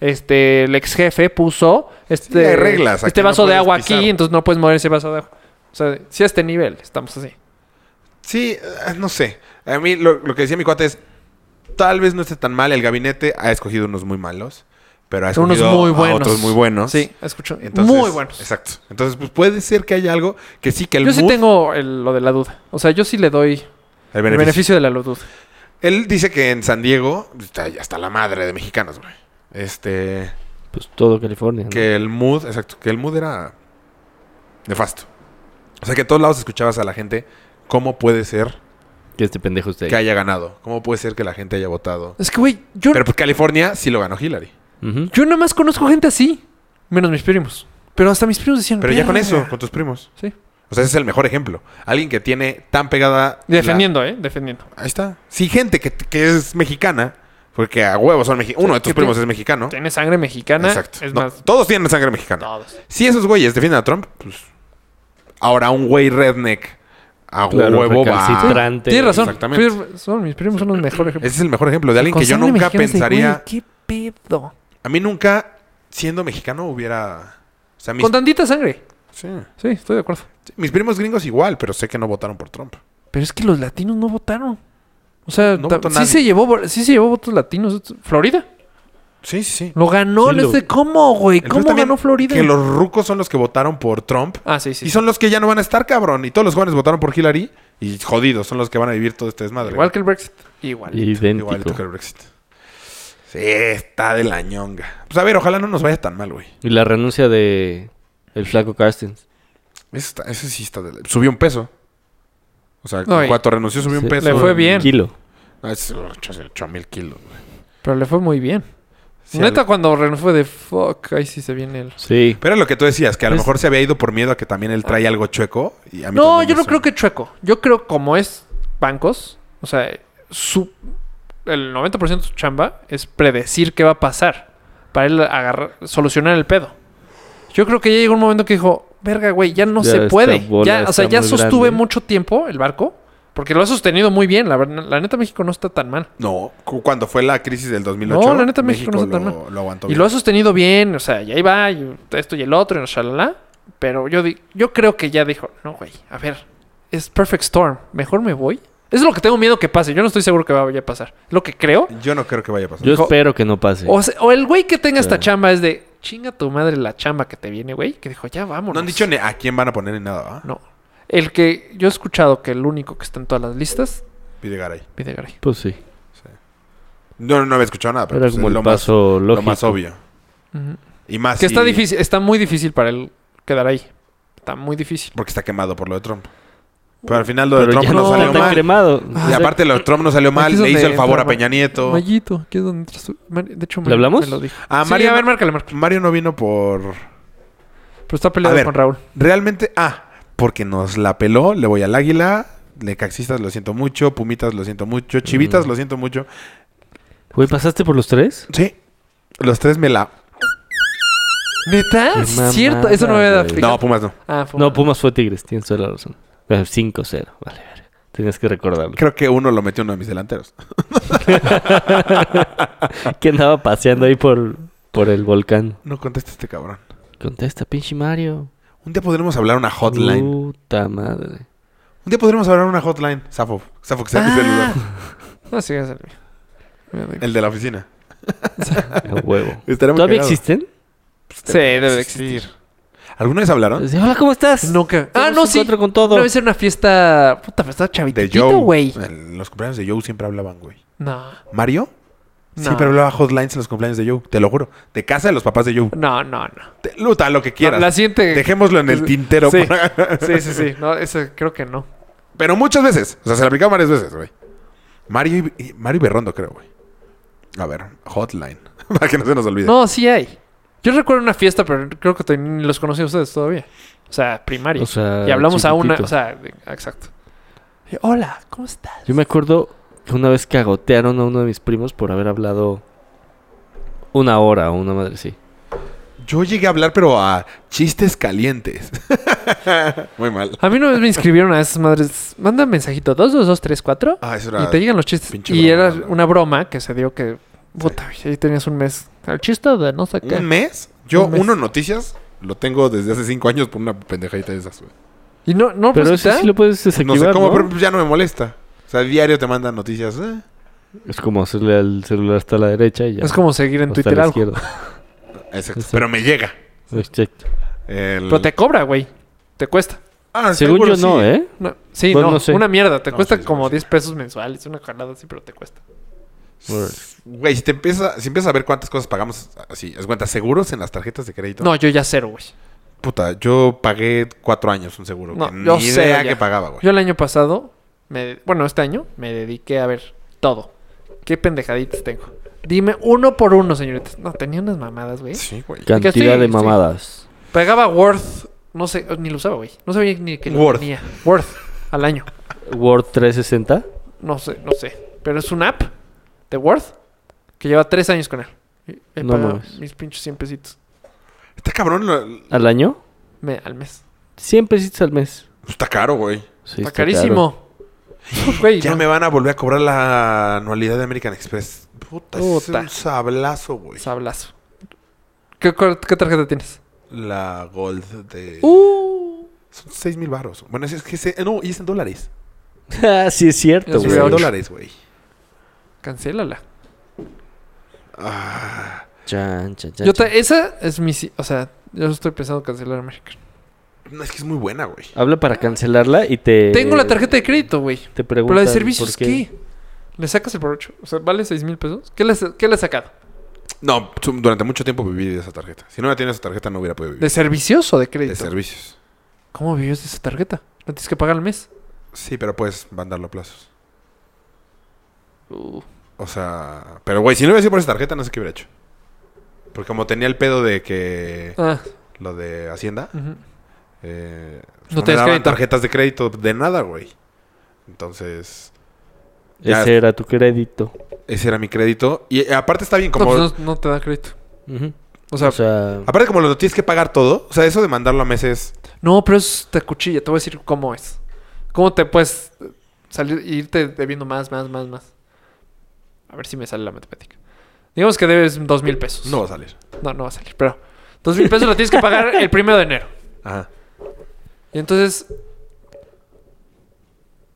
Speaker 5: este el ex jefe puso este,
Speaker 1: hay reglas, aquí
Speaker 5: este
Speaker 1: no
Speaker 5: vaso de
Speaker 1: puedes
Speaker 5: agua
Speaker 1: pisar".
Speaker 5: aquí, entonces no puedes mover ese vaso de agua. O sea, si a este nivel estamos así.
Speaker 1: Sí, eh, no sé. A mí lo, lo que decía mi cuate es, tal vez no esté tan mal, el gabinete ha escogido unos muy malos, pero ha
Speaker 5: Unos
Speaker 1: escogido
Speaker 5: muy
Speaker 1: a
Speaker 5: buenos.
Speaker 1: otros muy buenos.
Speaker 5: Sí, escucho.
Speaker 1: Entonces,
Speaker 5: muy buenos.
Speaker 1: Exacto. Entonces, pues puede ser que haya algo que sí, que el,
Speaker 5: Yo sí
Speaker 1: mood-
Speaker 5: tengo el- lo de la duda. O sea, yo sí le doy
Speaker 1: el
Speaker 5: el
Speaker 1: beneficio.
Speaker 5: beneficio de la duda.
Speaker 1: Él dice que en San Diego está ya está la madre de mexicanos, güey. Este,
Speaker 4: Pues todo California. ¿no?
Speaker 1: que el mood, exacto, que el mood era nefasto. O sea, que en todos lados escuchabas a la gente cómo puede ser
Speaker 4: Que este pendejo usted.
Speaker 1: que haya ganado, cómo puede ser que la gente haya votado.
Speaker 5: Es que, güey, yo,
Speaker 1: Pero pues California sí lo ganó Hillary.
Speaker 5: yo nada más conozco gente así. Menos mis primos. Pero hasta mis primos decían...
Speaker 1: Pero ya con
Speaker 5: "Verga".
Speaker 1: eso, con tus primos.
Speaker 5: Sí.
Speaker 1: O sea, ese es el mejor ejemplo. Alguien que tiene tan pegada. la-
Speaker 5: Defendiendo, ¿eh? Defendiendo.
Speaker 1: Ahí está. Sí, gente que, que es mexicana, porque a huevos son mexicanos. Uno de tus
Speaker 5: que
Speaker 1: primos
Speaker 5: tiene-
Speaker 1: es mexicano.
Speaker 5: Tiene sangre mexicana.
Speaker 1: Exacto.
Speaker 5: Es
Speaker 1: No,
Speaker 5: más,
Speaker 1: todos tienen sangre mexicana.
Speaker 5: todos.
Speaker 1: Si esos güeyes defienden a Trump, pues. Ahora un güey redneck a
Speaker 4: Claro,
Speaker 1: huevo va.
Speaker 4: recalcitrante.
Speaker 5: Ah, Tienes razón.
Speaker 1: Exactamente.
Speaker 5: Prim- son- mis primos son los mejores
Speaker 1: Ese
Speaker 5: ejemplos.
Speaker 1: es el mejor ejemplo de alguien
Speaker 5: Con
Speaker 1: que yo
Speaker 5: sangre
Speaker 1: nunca
Speaker 5: mexicana, es de,
Speaker 1: pensaría.
Speaker 5: güey, ¿Qué pedo?
Speaker 1: A mí nunca, siendo mexicano, hubiera. O sea, mis,
Speaker 5: Con tantita sangre.
Speaker 1: sí.
Speaker 5: Sí, estoy de acuerdo.
Speaker 1: Sí, mis primos gringos igual, pero sé que no votaron por Trump.
Speaker 5: Pero es que los latinos no votaron. O sea,
Speaker 1: No
Speaker 5: ta-
Speaker 1: votó
Speaker 5: sí,
Speaker 1: nadie.
Speaker 5: se llevó, sí se llevó votos latinos. Florida.
Speaker 1: Sí, sí, sí.
Speaker 5: Lo ganó.
Speaker 4: Sí,
Speaker 5: no
Speaker 4: lo-
Speaker 5: sé ¿Cómo, güey?
Speaker 1: El
Speaker 5: ¿Cómo
Speaker 1: pedo también
Speaker 5: ganó Florida?
Speaker 1: Que los rucos son los que votaron por Trump.
Speaker 5: Ah, sí, sí.
Speaker 1: y
Speaker 5: sí.
Speaker 1: son los que ya no van a estar, cabrón. Y todos los jóvenes votaron por Hillary. Y jodidos, son los que van a vivir todo este desmadre.
Speaker 5: Igual que el Brexit. Igual.
Speaker 4: Idéntico.
Speaker 1: Igual que el Brexit. Sí, está de la ñonga. Pues a ver, ojalá no nos vaya tan mal, güey.
Speaker 4: Y la renuncia de el flaco Carstens.
Speaker 1: Eso, está- eso sí está de la... Subió un peso. O sea,
Speaker 5: No, y-
Speaker 1: en cuanto renunció subió un
Speaker 4: Sí.
Speaker 1: peso.
Speaker 5: Le fue bien.
Speaker 4: Kilo.
Speaker 1: Ah, Es 8 mil kilos, güey.
Speaker 5: Pero le fue muy bien.
Speaker 1: Sí,
Speaker 5: Neta,
Speaker 1: al-
Speaker 5: cuando Ren fue de fuck, ahí sí se viene el.
Speaker 4: Sí.
Speaker 1: Pero lo que tú decías, que a lo
Speaker 4: Es-
Speaker 1: mejor se había ido por miedo a que también él trae algo chueco. y a mí
Speaker 5: No,
Speaker 1: también
Speaker 5: yo no
Speaker 1: eso-
Speaker 5: creo que chueco. Yo creo como es bancos, o sea, su, el 90% de su chamba es predecir qué va a pasar para él agarrar, solucionar el pedo. Yo creo que ya llegó un momento que dijo, verga, güey, ya no
Speaker 4: Ya
Speaker 5: se
Speaker 4: esta
Speaker 5: puede.
Speaker 4: bola
Speaker 5: Ya, o sea,
Speaker 4: está
Speaker 5: ya
Speaker 4: muy
Speaker 5: sostuve
Speaker 4: grande".
Speaker 5: mucho tiempo el barco, porque lo ha sostenido muy bien. La, verdad- la neta, México no está tan mal.
Speaker 1: No, cu- cuando fue la crisis del 2008.
Speaker 5: No, la neta, México no está tan
Speaker 1: lo, lo aguantó
Speaker 5: Y
Speaker 1: bien.
Speaker 5: lo ha sostenido bien, o sea, ya iba, y esto y el otro, y shalala. Pero yo, di- yo creo que ya dijo, no, güey, a ver, es Perfect Storm, mejor me voy. Eso es lo que tengo miedo que pase, yo no estoy seguro que vaya a pasar. Lo que creo,
Speaker 1: Yo no creo que vaya a pasar.
Speaker 4: Yo espero que no pase.
Speaker 5: o, se- o el güey que tenga esta
Speaker 4: Sí.
Speaker 5: chamba es de, chinga tu madre la chamba que te viene, güey, que dijo, ya vámonos.
Speaker 1: no han dicho ni a quién van a poner ni nada, ¿va?
Speaker 5: No. El que yo he escuchado que el único que está en todas las listas,
Speaker 1: Videgaray.
Speaker 5: Videgaray.
Speaker 4: Pues sí.
Speaker 1: No, no, no había escuchado nada, pero
Speaker 4: Era
Speaker 1: pues,
Speaker 4: como
Speaker 1: es
Speaker 4: el
Speaker 1: lo, más,
Speaker 4: paso
Speaker 1: lo
Speaker 4: lógico.
Speaker 1: más obvio.
Speaker 5: Ujú.
Speaker 1: Y más
Speaker 5: Que está
Speaker 1: si-
Speaker 5: difícil, está muy difícil para él quedar ahí. Está muy difícil.
Speaker 1: Porque está quemado por lo de Trump. Pero al final lo de
Speaker 4: Pero
Speaker 1: Trump
Speaker 4: ya
Speaker 1: no,
Speaker 4: no
Speaker 1: salió
Speaker 4: está tan
Speaker 1: mal.
Speaker 4: cremado.
Speaker 1: Y aparte lo de Trump no salió
Speaker 5: Ah, Aquí
Speaker 1: mal,
Speaker 5: es
Speaker 1: le hizo
Speaker 5: donde
Speaker 1: el favor a
Speaker 5: entra
Speaker 1: Peña Nieto.
Speaker 5: Mayito, aquí es donde entras tú. Mar- De hecho,
Speaker 4: ¿Le
Speaker 5: Mario
Speaker 4: hablamos?
Speaker 5: me lo dijo.
Speaker 1: Ah,
Speaker 5: Sí,
Speaker 1: Mario-
Speaker 5: a ver, márcale, márcale.
Speaker 1: Mario no vino por...
Speaker 5: Pero está
Speaker 1: A
Speaker 5: peleado
Speaker 1: ver.
Speaker 5: con Raúl.
Speaker 1: Realmente, ah, porque nos la peló, le voy al águila, le caxistas lo siento mucho, pumitas lo siento mucho, chivitas
Speaker 4: Mm.
Speaker 1: lo siento mucho.
Speaker 4: Güey, ¿pasaste por los tres?
Speaker 1: Sí, los tres me la...
Speaker 5: ¿Neta?
Speaker 4: Qué mamada,
Speaker 5: Cierto, eso no me había dado
Speaker 4: güey.
Speaker 1: No, Pumas no.
Speaker 5: Ah,
Speaker 4: No, Pumas fue Tigres. Tienes toda la razón. Eh, 5-0. Vale, vale. Tenías que recordarlo.
Speaker 1: Creo que uno lo metió uno de mis delanteros.
Speaker 4: <laughs> que andaba paseando ahí por, por el volcán.
Speaker 1: No contesta este cabrón.
Speaker 4: Contesta, pinche Mario.
Speaker 1: Un día podremos hablar una hotline.
Speaker 4: Puta madre.
Speaker 1: Un día podremos hablar una hotline. Safo. Safo que sea
Speaker 5: Ah.
Speaker 1: mi celular.
Speaker 5: No, sí, es el mío. Mira, de-
Speaker 1: El de la oficina.
Speaker 4: A huevo.
Speaker 1: Estaría muy
Speaker 4: ¿Todavía
Speaker 1: cagado.
Speaker 4: existen?
Speaker 5: Sí, debe de existir.
Speaker 1: ¿Alguna vez hablaron?
Speaker 4: Dice, Hola, ¿cómo estás?
Speaker 5: Nunca. Ah,
Speaker 4: Tenemos
Speaker 5: no,
Speaker 4: un
Speaker 5: sí.
Speaker 4: encuentro con todo.
Speaker 5: Una vez en una fiesta. Puta, pero estaba
Speaker 1: De
Speaker 5: chavitito,
Speaker 1: Joe.
Speaker 5: güey.
Speaker 1: En Los cumpleaños de Joe siempre hablaban, güey.
Speaker 5: No.
Speaker 1: ¿Mario?
Speaker 5: No.
Speaker 1: Siempre hablaba hotlines en los cumpleaños de Joe. Te lo juro. De casa de los papás de Joe.
Speaker 5: No, no, no.
Speaker 1: Te- Luta, lo que quieras.
Speaker 5: La siguiente.
Speaker 1: Dejémoslo en el tintero.
Speaker 5: Sí.
Speaker 1: para-
Speaker 5: Sí, sí, sí. No, ese creo que no.
Speaker 1: <laughs> Pero muchas veces. O sea, se lo aplicaba varias veces, güey. Mario y, y- Mario y Berrondo, creo, güey. A ver, hotline. <laughs> Para que no se nos olvide.
Speaker 5: No, sí hay. Yo recuerdo una fiesta, pero creo que ten- ni los conocí a ustedes todavía. O sea, primaria.
Speaker 4: O sea,
Speaker 5: y hablamos a una.
Speaker 4: chiquitito.
Speaker 5: O sea, de- exacto. Y, Hola, ¿cómo estás?
Speaker 4: Yo me acuerdo que una vez cagotearon a uno de mis primos por haber hablado una hora o una madre, sí.
Speaker 1: Yo llegué a hablar, pero a chistes calientes. Muy mal.
Speaker 5: A mí una vez me inscribieron a esas madres. Manda un mensajito: 22234.
Speaker 1: Ah, eso era.
Speaker 5: Y te llegan los chistes.
Speaker 1: pinche
Speaker 5: Y
Speaker 1: broma,
Speaker 5: era
Speaker 1: ¿no?
Speaker 5: una broma que se dio que. Puta, güey, ahí tenías un mes. El chiste de no sé qué.
Speaker 1: ¿Un mes? Yo,
Speaker 5: Un mes.
Speaker 1: uno, noticias, lo tengo desde hace cinco años por una pendejadita de esas, güey.
Speaker 5: Y no, no,
Speaker 4: Pero
Speaker 5: pues,
Speaker 4: eso
Speaker 5: ¿está?
Speaker 4: sí lo puedes
Speaker 1: No
Speaker 4: desactivar,
Speaker 1: sé cómo,
Speaker 4: ¿no?
Speaker 1: pero ya no me molesta. O sea, diario te mandan noticias. eh.
Speaker 4: Es como hacerle al celular hasta la derecha y ya.
Speaker 5: Es como seguir en
Speaker 4: hasta
Speaker 5: Twitter
Speaker 4: la
Speaker 5: algo.
Speaker 4: izquierda.
Speaker 1: Exacto.
Speaker 4: Exacto.
Speaker 1: Pero me llega.
Speaker 4: Exacto.
Speaker 1: El-
Speaker 5: Pero te cobra, güey. Te cuesta.
Speaker 1: Ah,
Speaker 4: Según
Speaker 1: seguro
Speaker 4: yo no,
Speaker 1: sí.
Speaker 4: ¿eh?
Speaker 5: No, sí,
Speaker 4: Bueno,
Speaker 5: no,
Speaker 4: no sé.
Speaker 5: una mierda. Te
Speaker 1: No,
Speaker 5: cuesta
Speaker 1: sí, sí,
Speaker 5: como
Speaker 1: sí.
Speaker 5: 10 pesos mensuales, una jalada así, pero te cuesta.
Speaker 1: Güey, si te empieza, si empiezas a ver cuántas cosas pagamos así, es cuenta, seguros en las tarjetas de crédito.
Speaker 5: No, yo ya cero, güey.
Speaker 1: Puta, yo pagué cuatro años un seguro.
Speaker 5: No,
Speaker 1: que ni
Speaker 5: yo sé
Speaker 1: idea
Speaker 5: ya.
Speaker 1: que pagaba, güey.
Speaker 5: Yo el año pasado, me- bueno, este año, me dediqué a ver todo. ¿Qué pendejaditas tengo? Dime uno por uno, señoritas. No, tenía unas mamadas, güey.
Speaker 1: Sí, güey.
Speaker 4: Cantidad
Speaker 5: sí,
Speaker 4: de
Speaker 5: sí.
Speaker 4: mamadas.
Speaker 5: Pagaba Worth No sé, ni lo usaba, güey. No sabía ni que lo
Speaker 1: Word.
Speaker 5: tenía. Word. Al año.
Speaker 4: Word 360.
Speaker 5: No sé, no sé. Pero es una app de Word que lleva tres años con él. Y He
Speaker 4: No
Speaker 5: pagado
Speaker 4: mames.
Speaker 5: mis pinches 100 pesitos
Speaker 1: Está cabrón. lo-
Speaker 4: ¿Al año?
Speaker 5: me- al mes.
Speaker 4: 100 pesitos al mes.
Speaker 1: Está caro, güey.
Speaker 4: Sí,
Speaker 5: está,
Speaker 4: está
Speaker 1: <laughs>
Speaker 4: caro.
Speaker 5: carísimo. Güey,
Speaker 1: Ya
Speaker 5: no.
Speaker 1: me van a volver a cobrar la anualidad de American Express. Puta, es
Speaker 5: Puta.
Speaker 1: un sablazo, güey.
Speaker 5: Sablazo. ¿Qué, cuál- qué tarjeta tienes?
Speaker 1: La Gold de...
Speaker 5: Uh.
Speaker 1: Son 6 mil baros. Bueno, es que... Se... eh, No, y es en dólares.
Speaker 4: Ah, <laughs> sí es
Speaker 5: Ya
Speaker 4: cierto,
Speaker 1: Es
Speaker 5: se
Speaker 4: güey.
Speaker 5: ve
Speaker 1: en
Speaker 5: ocho.
Speaker 1: dólares, güey.
Speaker 5: Cancélala.
Speaker 1: Ah,
Speaker 4: Chan, chan, chan,
Speaker 5: Yo
Speaker 4: chan.
Speaker 5: ta- esa es mi. si- O sea, yo estoy pensando en cancelar American.
Speaker 1: no, es que es muy buena, güey.
Speaker 4: Habla para cancelarla y te...
Speaker 5: Tengo la tarjeta de crédito, güey.
Speaker 4: Te preguntan
Speaker 5: Pero la de
Speaker 4: por
Speaker 5: servicios, ¿qué? ¿Le sacas el provecho? O sea, ¿vale 6 mil pesos? ¿Qué le, ¿Qué le has sacado?
Speaker 1: No, su- durante mucho tiempo viví de esa tarjeta. Si no me tenía esa tarjeta, no hubiera podido
Speaker 5: ¿De
Speaker 1: vivir.
Speaker 5: servicios o de
Speaker 1: De,
Speaker 5: crédito?
Speaker 1: servicios.
Speaker 5: ¿Cómo vives de esa tarjeta? ¿No tienes que pagar al mes?
Speaker 1: Sí, pero puedes mandarlo a plazos.
Speaker 5: Uh,
Speaker 1: O sea... Pero, güey, si no hubiera sido por esa tarjeta, no sé qué hubiera hecho. Porque como tenía el pedo de que...
Speaker 5: Ah,
Speaker 1: Lo de Hacienda...
Speaker 5: ujú.
Speaker 1: Eh, pues no,
Speaker 5: No
Speaker 1: me
Speaker 5: tienes
Speaker 1: daban
Speaker 5: crédito.
Speaker 1: tarjetas de crédito de nada, güey. Entonces,
Speaker 4: qué.
Speaker 1: Ya.
Speaker 4: Ese era tu crédito.
Speaker 1: ese era mi crédito. Y eh, aparte está bien, como...
Speaker 5: no, pues no, no te da crédito.
Speaker 4: Ujú.
Speaker 5: O sea,
Speaker 4: O sea...
Speaker 1: Aparte como lo tienes que pagar todo. O sea, eso de mandarlo a meses...
Speaker 5: no, pero es te cuchilla. Te voy a decir cómo es. ¿Cómo te puedes eh, salir e irte debiendo más, más, más, más? A ver si me sale la matemática. Digamos que debes dos mil pesos.
Speaker 1: No va a salir.
Speaker 5: No, no va a salir, pero... Dos mil pesos lo tienes que pagar el primero de enero.
Speaker 1: Ajá.
Speaker 5: Y entonces...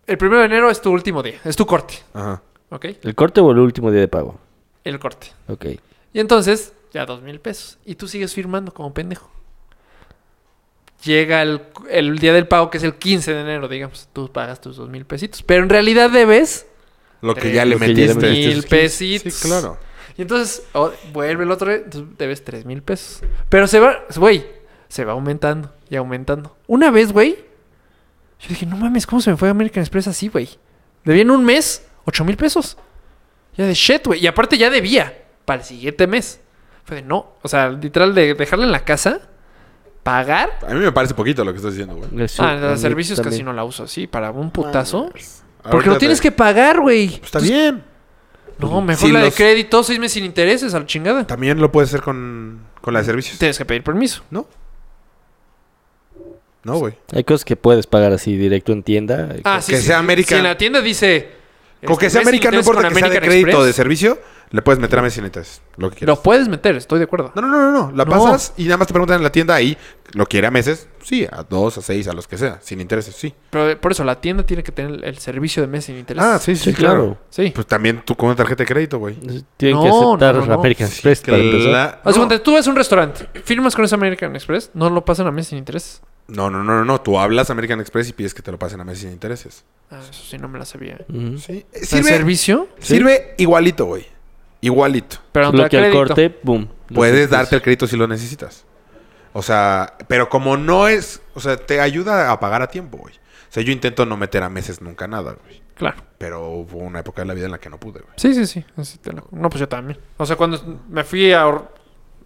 Speaker 5: El primero de enero es tu último día. Es tu corte,
Speaker 1: Ajá.
Speaker 5: ¿ok?
Speaker 4: ¿El corte o el último día de pago? Ah,
Speaker 5: El corte.
Speaker 4: Ok.
Speaker 5: Y entonces, ya dos mil pesos. Y tú sigues firmando como pendejo. Llega el, el día del pago, que es el 15 de enero, digamos. Tú pagas tus dos mil pesitos. Pero en realidad debes...
Speaker 1: Lo que
Speaker 5: Tres
Speaker 1: ya le
Speaker 4: Lo que ya le
Speaker 1: metiste.
Speaker 5: mil pesitos.
Speaker 1: Sí, claro.
Speaker 5: Y entonces o- vuelve el otro, entonces debes tres mil pesos. Pero se va, güey, se va aumentando y aumentando. Una vez, güey, yo dije, no mames, ¿cómo se me fue American Express así, güey? Debía en un mes ocho mil pesos. Ya de shit, güey. Y aparte ya debía para el siguiente mes. Fue de no, o sea, literal de dejarla en la casa, pagar.
Speaker 1: A mí me parece poquito lo que estás diciendo, güey.
Speaker 4: Eso,
Speaker 5: ah,
Speaker 4: a
Speaker 5: los
Speaker 4: mí
Speaker 5: servicios casi
Speaker 4: también.
Speaker 5: no la uso así, para un putazo. Porque
Speaker 1: Ah, pues, Ahorita
Speaker 5: lo tienes
Speaker 1: te-
Speaker 5: que pagar, güey.
Speaker 1: Pues Está bien.
Speaker 5: No, mejor
Speaker 1: Sí,
Speaker 5: la de
Speaker 1: los-
Speaker 5: crédito, seis meses sin intereses, a la chingada.
Speaker 1: También lo puedes hacer con, con la de servicios.
Speaker 5: Tienes que pedir permiso.
Speaker 1: ¿No? No, güey.
Speaker 4: Hay cosas que puedes pagar así directo en tienda. Hay
Speaker 5: Ah,
Speaker 4: cosas-
Speaker 5: sí,
Speaker 1: que
Speaker 5: sí.
Speaker 1: sea América.
Speaker 5: Si en la tienda dice.
Speaker 1: Con que
Speaker 5: este,
Speaker 1: sea
Speaker 5: mes sin
Speaker 1: América, no
Speaker 5: interés
Speaker 1: importa
Speaker 5: con
Speaker 1: que sea de
Speaker 5: American
Speaker 1: crédito o de
Speaker 5: Express,
Speaker 1: servicio, le puedes meter a meses sin interés. Lo que quieras.
Speaker 5: Lo puedes meter, estoy de acuerdo.
Speaker 1: No, no, no, no, no. La
Speaker 5: No.
Speaker 1: pasas y nada más te preguntan en la tienda ahí, ¿lo quiere a meses? Sí, a dos, a seis, a los que sea, sin intereses, sí.
Speaker 5: Pero eh, por eso la tienda tiene que tener el, el servicio de mes sin interés.
Speaker 1: Ah, sí, sí,
Speaker 4: Sí,
Speaker 1: claro.
Speaker 4: claro.
Speaker 5: Sí.
Speaker 1: Pues también tú con una tarjeta de crédito, güey.
Speaker 4: Tienen que
Speaker 5: No,
Speaker 4: aceptar
Speaker 5: no, no, no.
Speaker 4: American
Speaker 1: Sí,
Speaker 4: Express para
Speaker 1: cla-
Speaker 4: empezar.
Speaker 5: Haz de
Speaker 1: no.
Speaker 5: cuenta, tú vas a un restaurante, firmas con ese American Express, no lo pasan a mes sin interés.
Speaker 1: No, no, no, no, no. Tú hablas a American Express y pides que te lo pasen a meses sin intereses.
Speaker 5: Ah, eso sí, no me la sabía.
Speaker 4: Ujú.
Speaker 1: Sí. Eh,
Speaker 5: ¿El
Speaker 1: Sirve,
Speaker 5: servicio?
Speaker 1: sirve igualito, güey. Igualito.
Speaker 5: Pero no te da
Speaker 4: Bloquea el
Speaker 5: crédito.
Speaker 4: corte, boom. pues, Los
Speaker 1: Puedes
Speaker 4: servicios.
Speaker 1: darte el crédito si lo necesitas. O sea, pero como no es, o sea, te ayuda a pagar a tiempo, güey. O sea, yo intento no meter a meses nunca nada, güey.
Speaker 5: Claro.
Speaker 1: Pero hubo una época de la vida en la que no pude, güey.
Speaker 5: Sí, sí, sí. así te lo- No, pues yo también. O sea, cuando me fui a... ahor-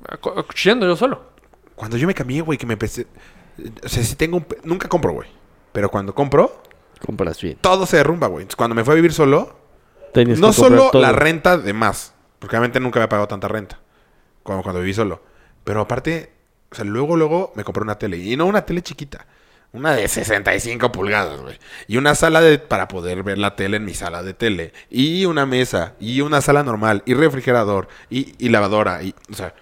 Speaker 5: a co- a cuchillando yo solo.
Speaker 1: Cuando yo me cambié, güey, que me empecé. O sea, si tengo un. pe- Nunca compro, güey. Pero cuando compro,
Speaker 4: Compras bien.
Speaker 1: todo se derrumba, güey. Entonces, cuando me fui a vivir solo,
Speaker 4: Tenías
Speaker 1: no
Speaker 4: que comprar
Speaker 1: solo
Speaker 4: todo.
Speaker 1: la renta de más. Porque obviamente nunca había pagado tanta renta. Como cuando viví solo. Pero aparte, o sea, luego, luego me compré una tele. Y no una tele chiquita. Una de 65 pulgadas, güey. Y una sala de, para poder ver la tele en mi sala de tele. Y una mesa. Y una sala normal. Y refrigerador. Y, y lavadora. Y, o sea,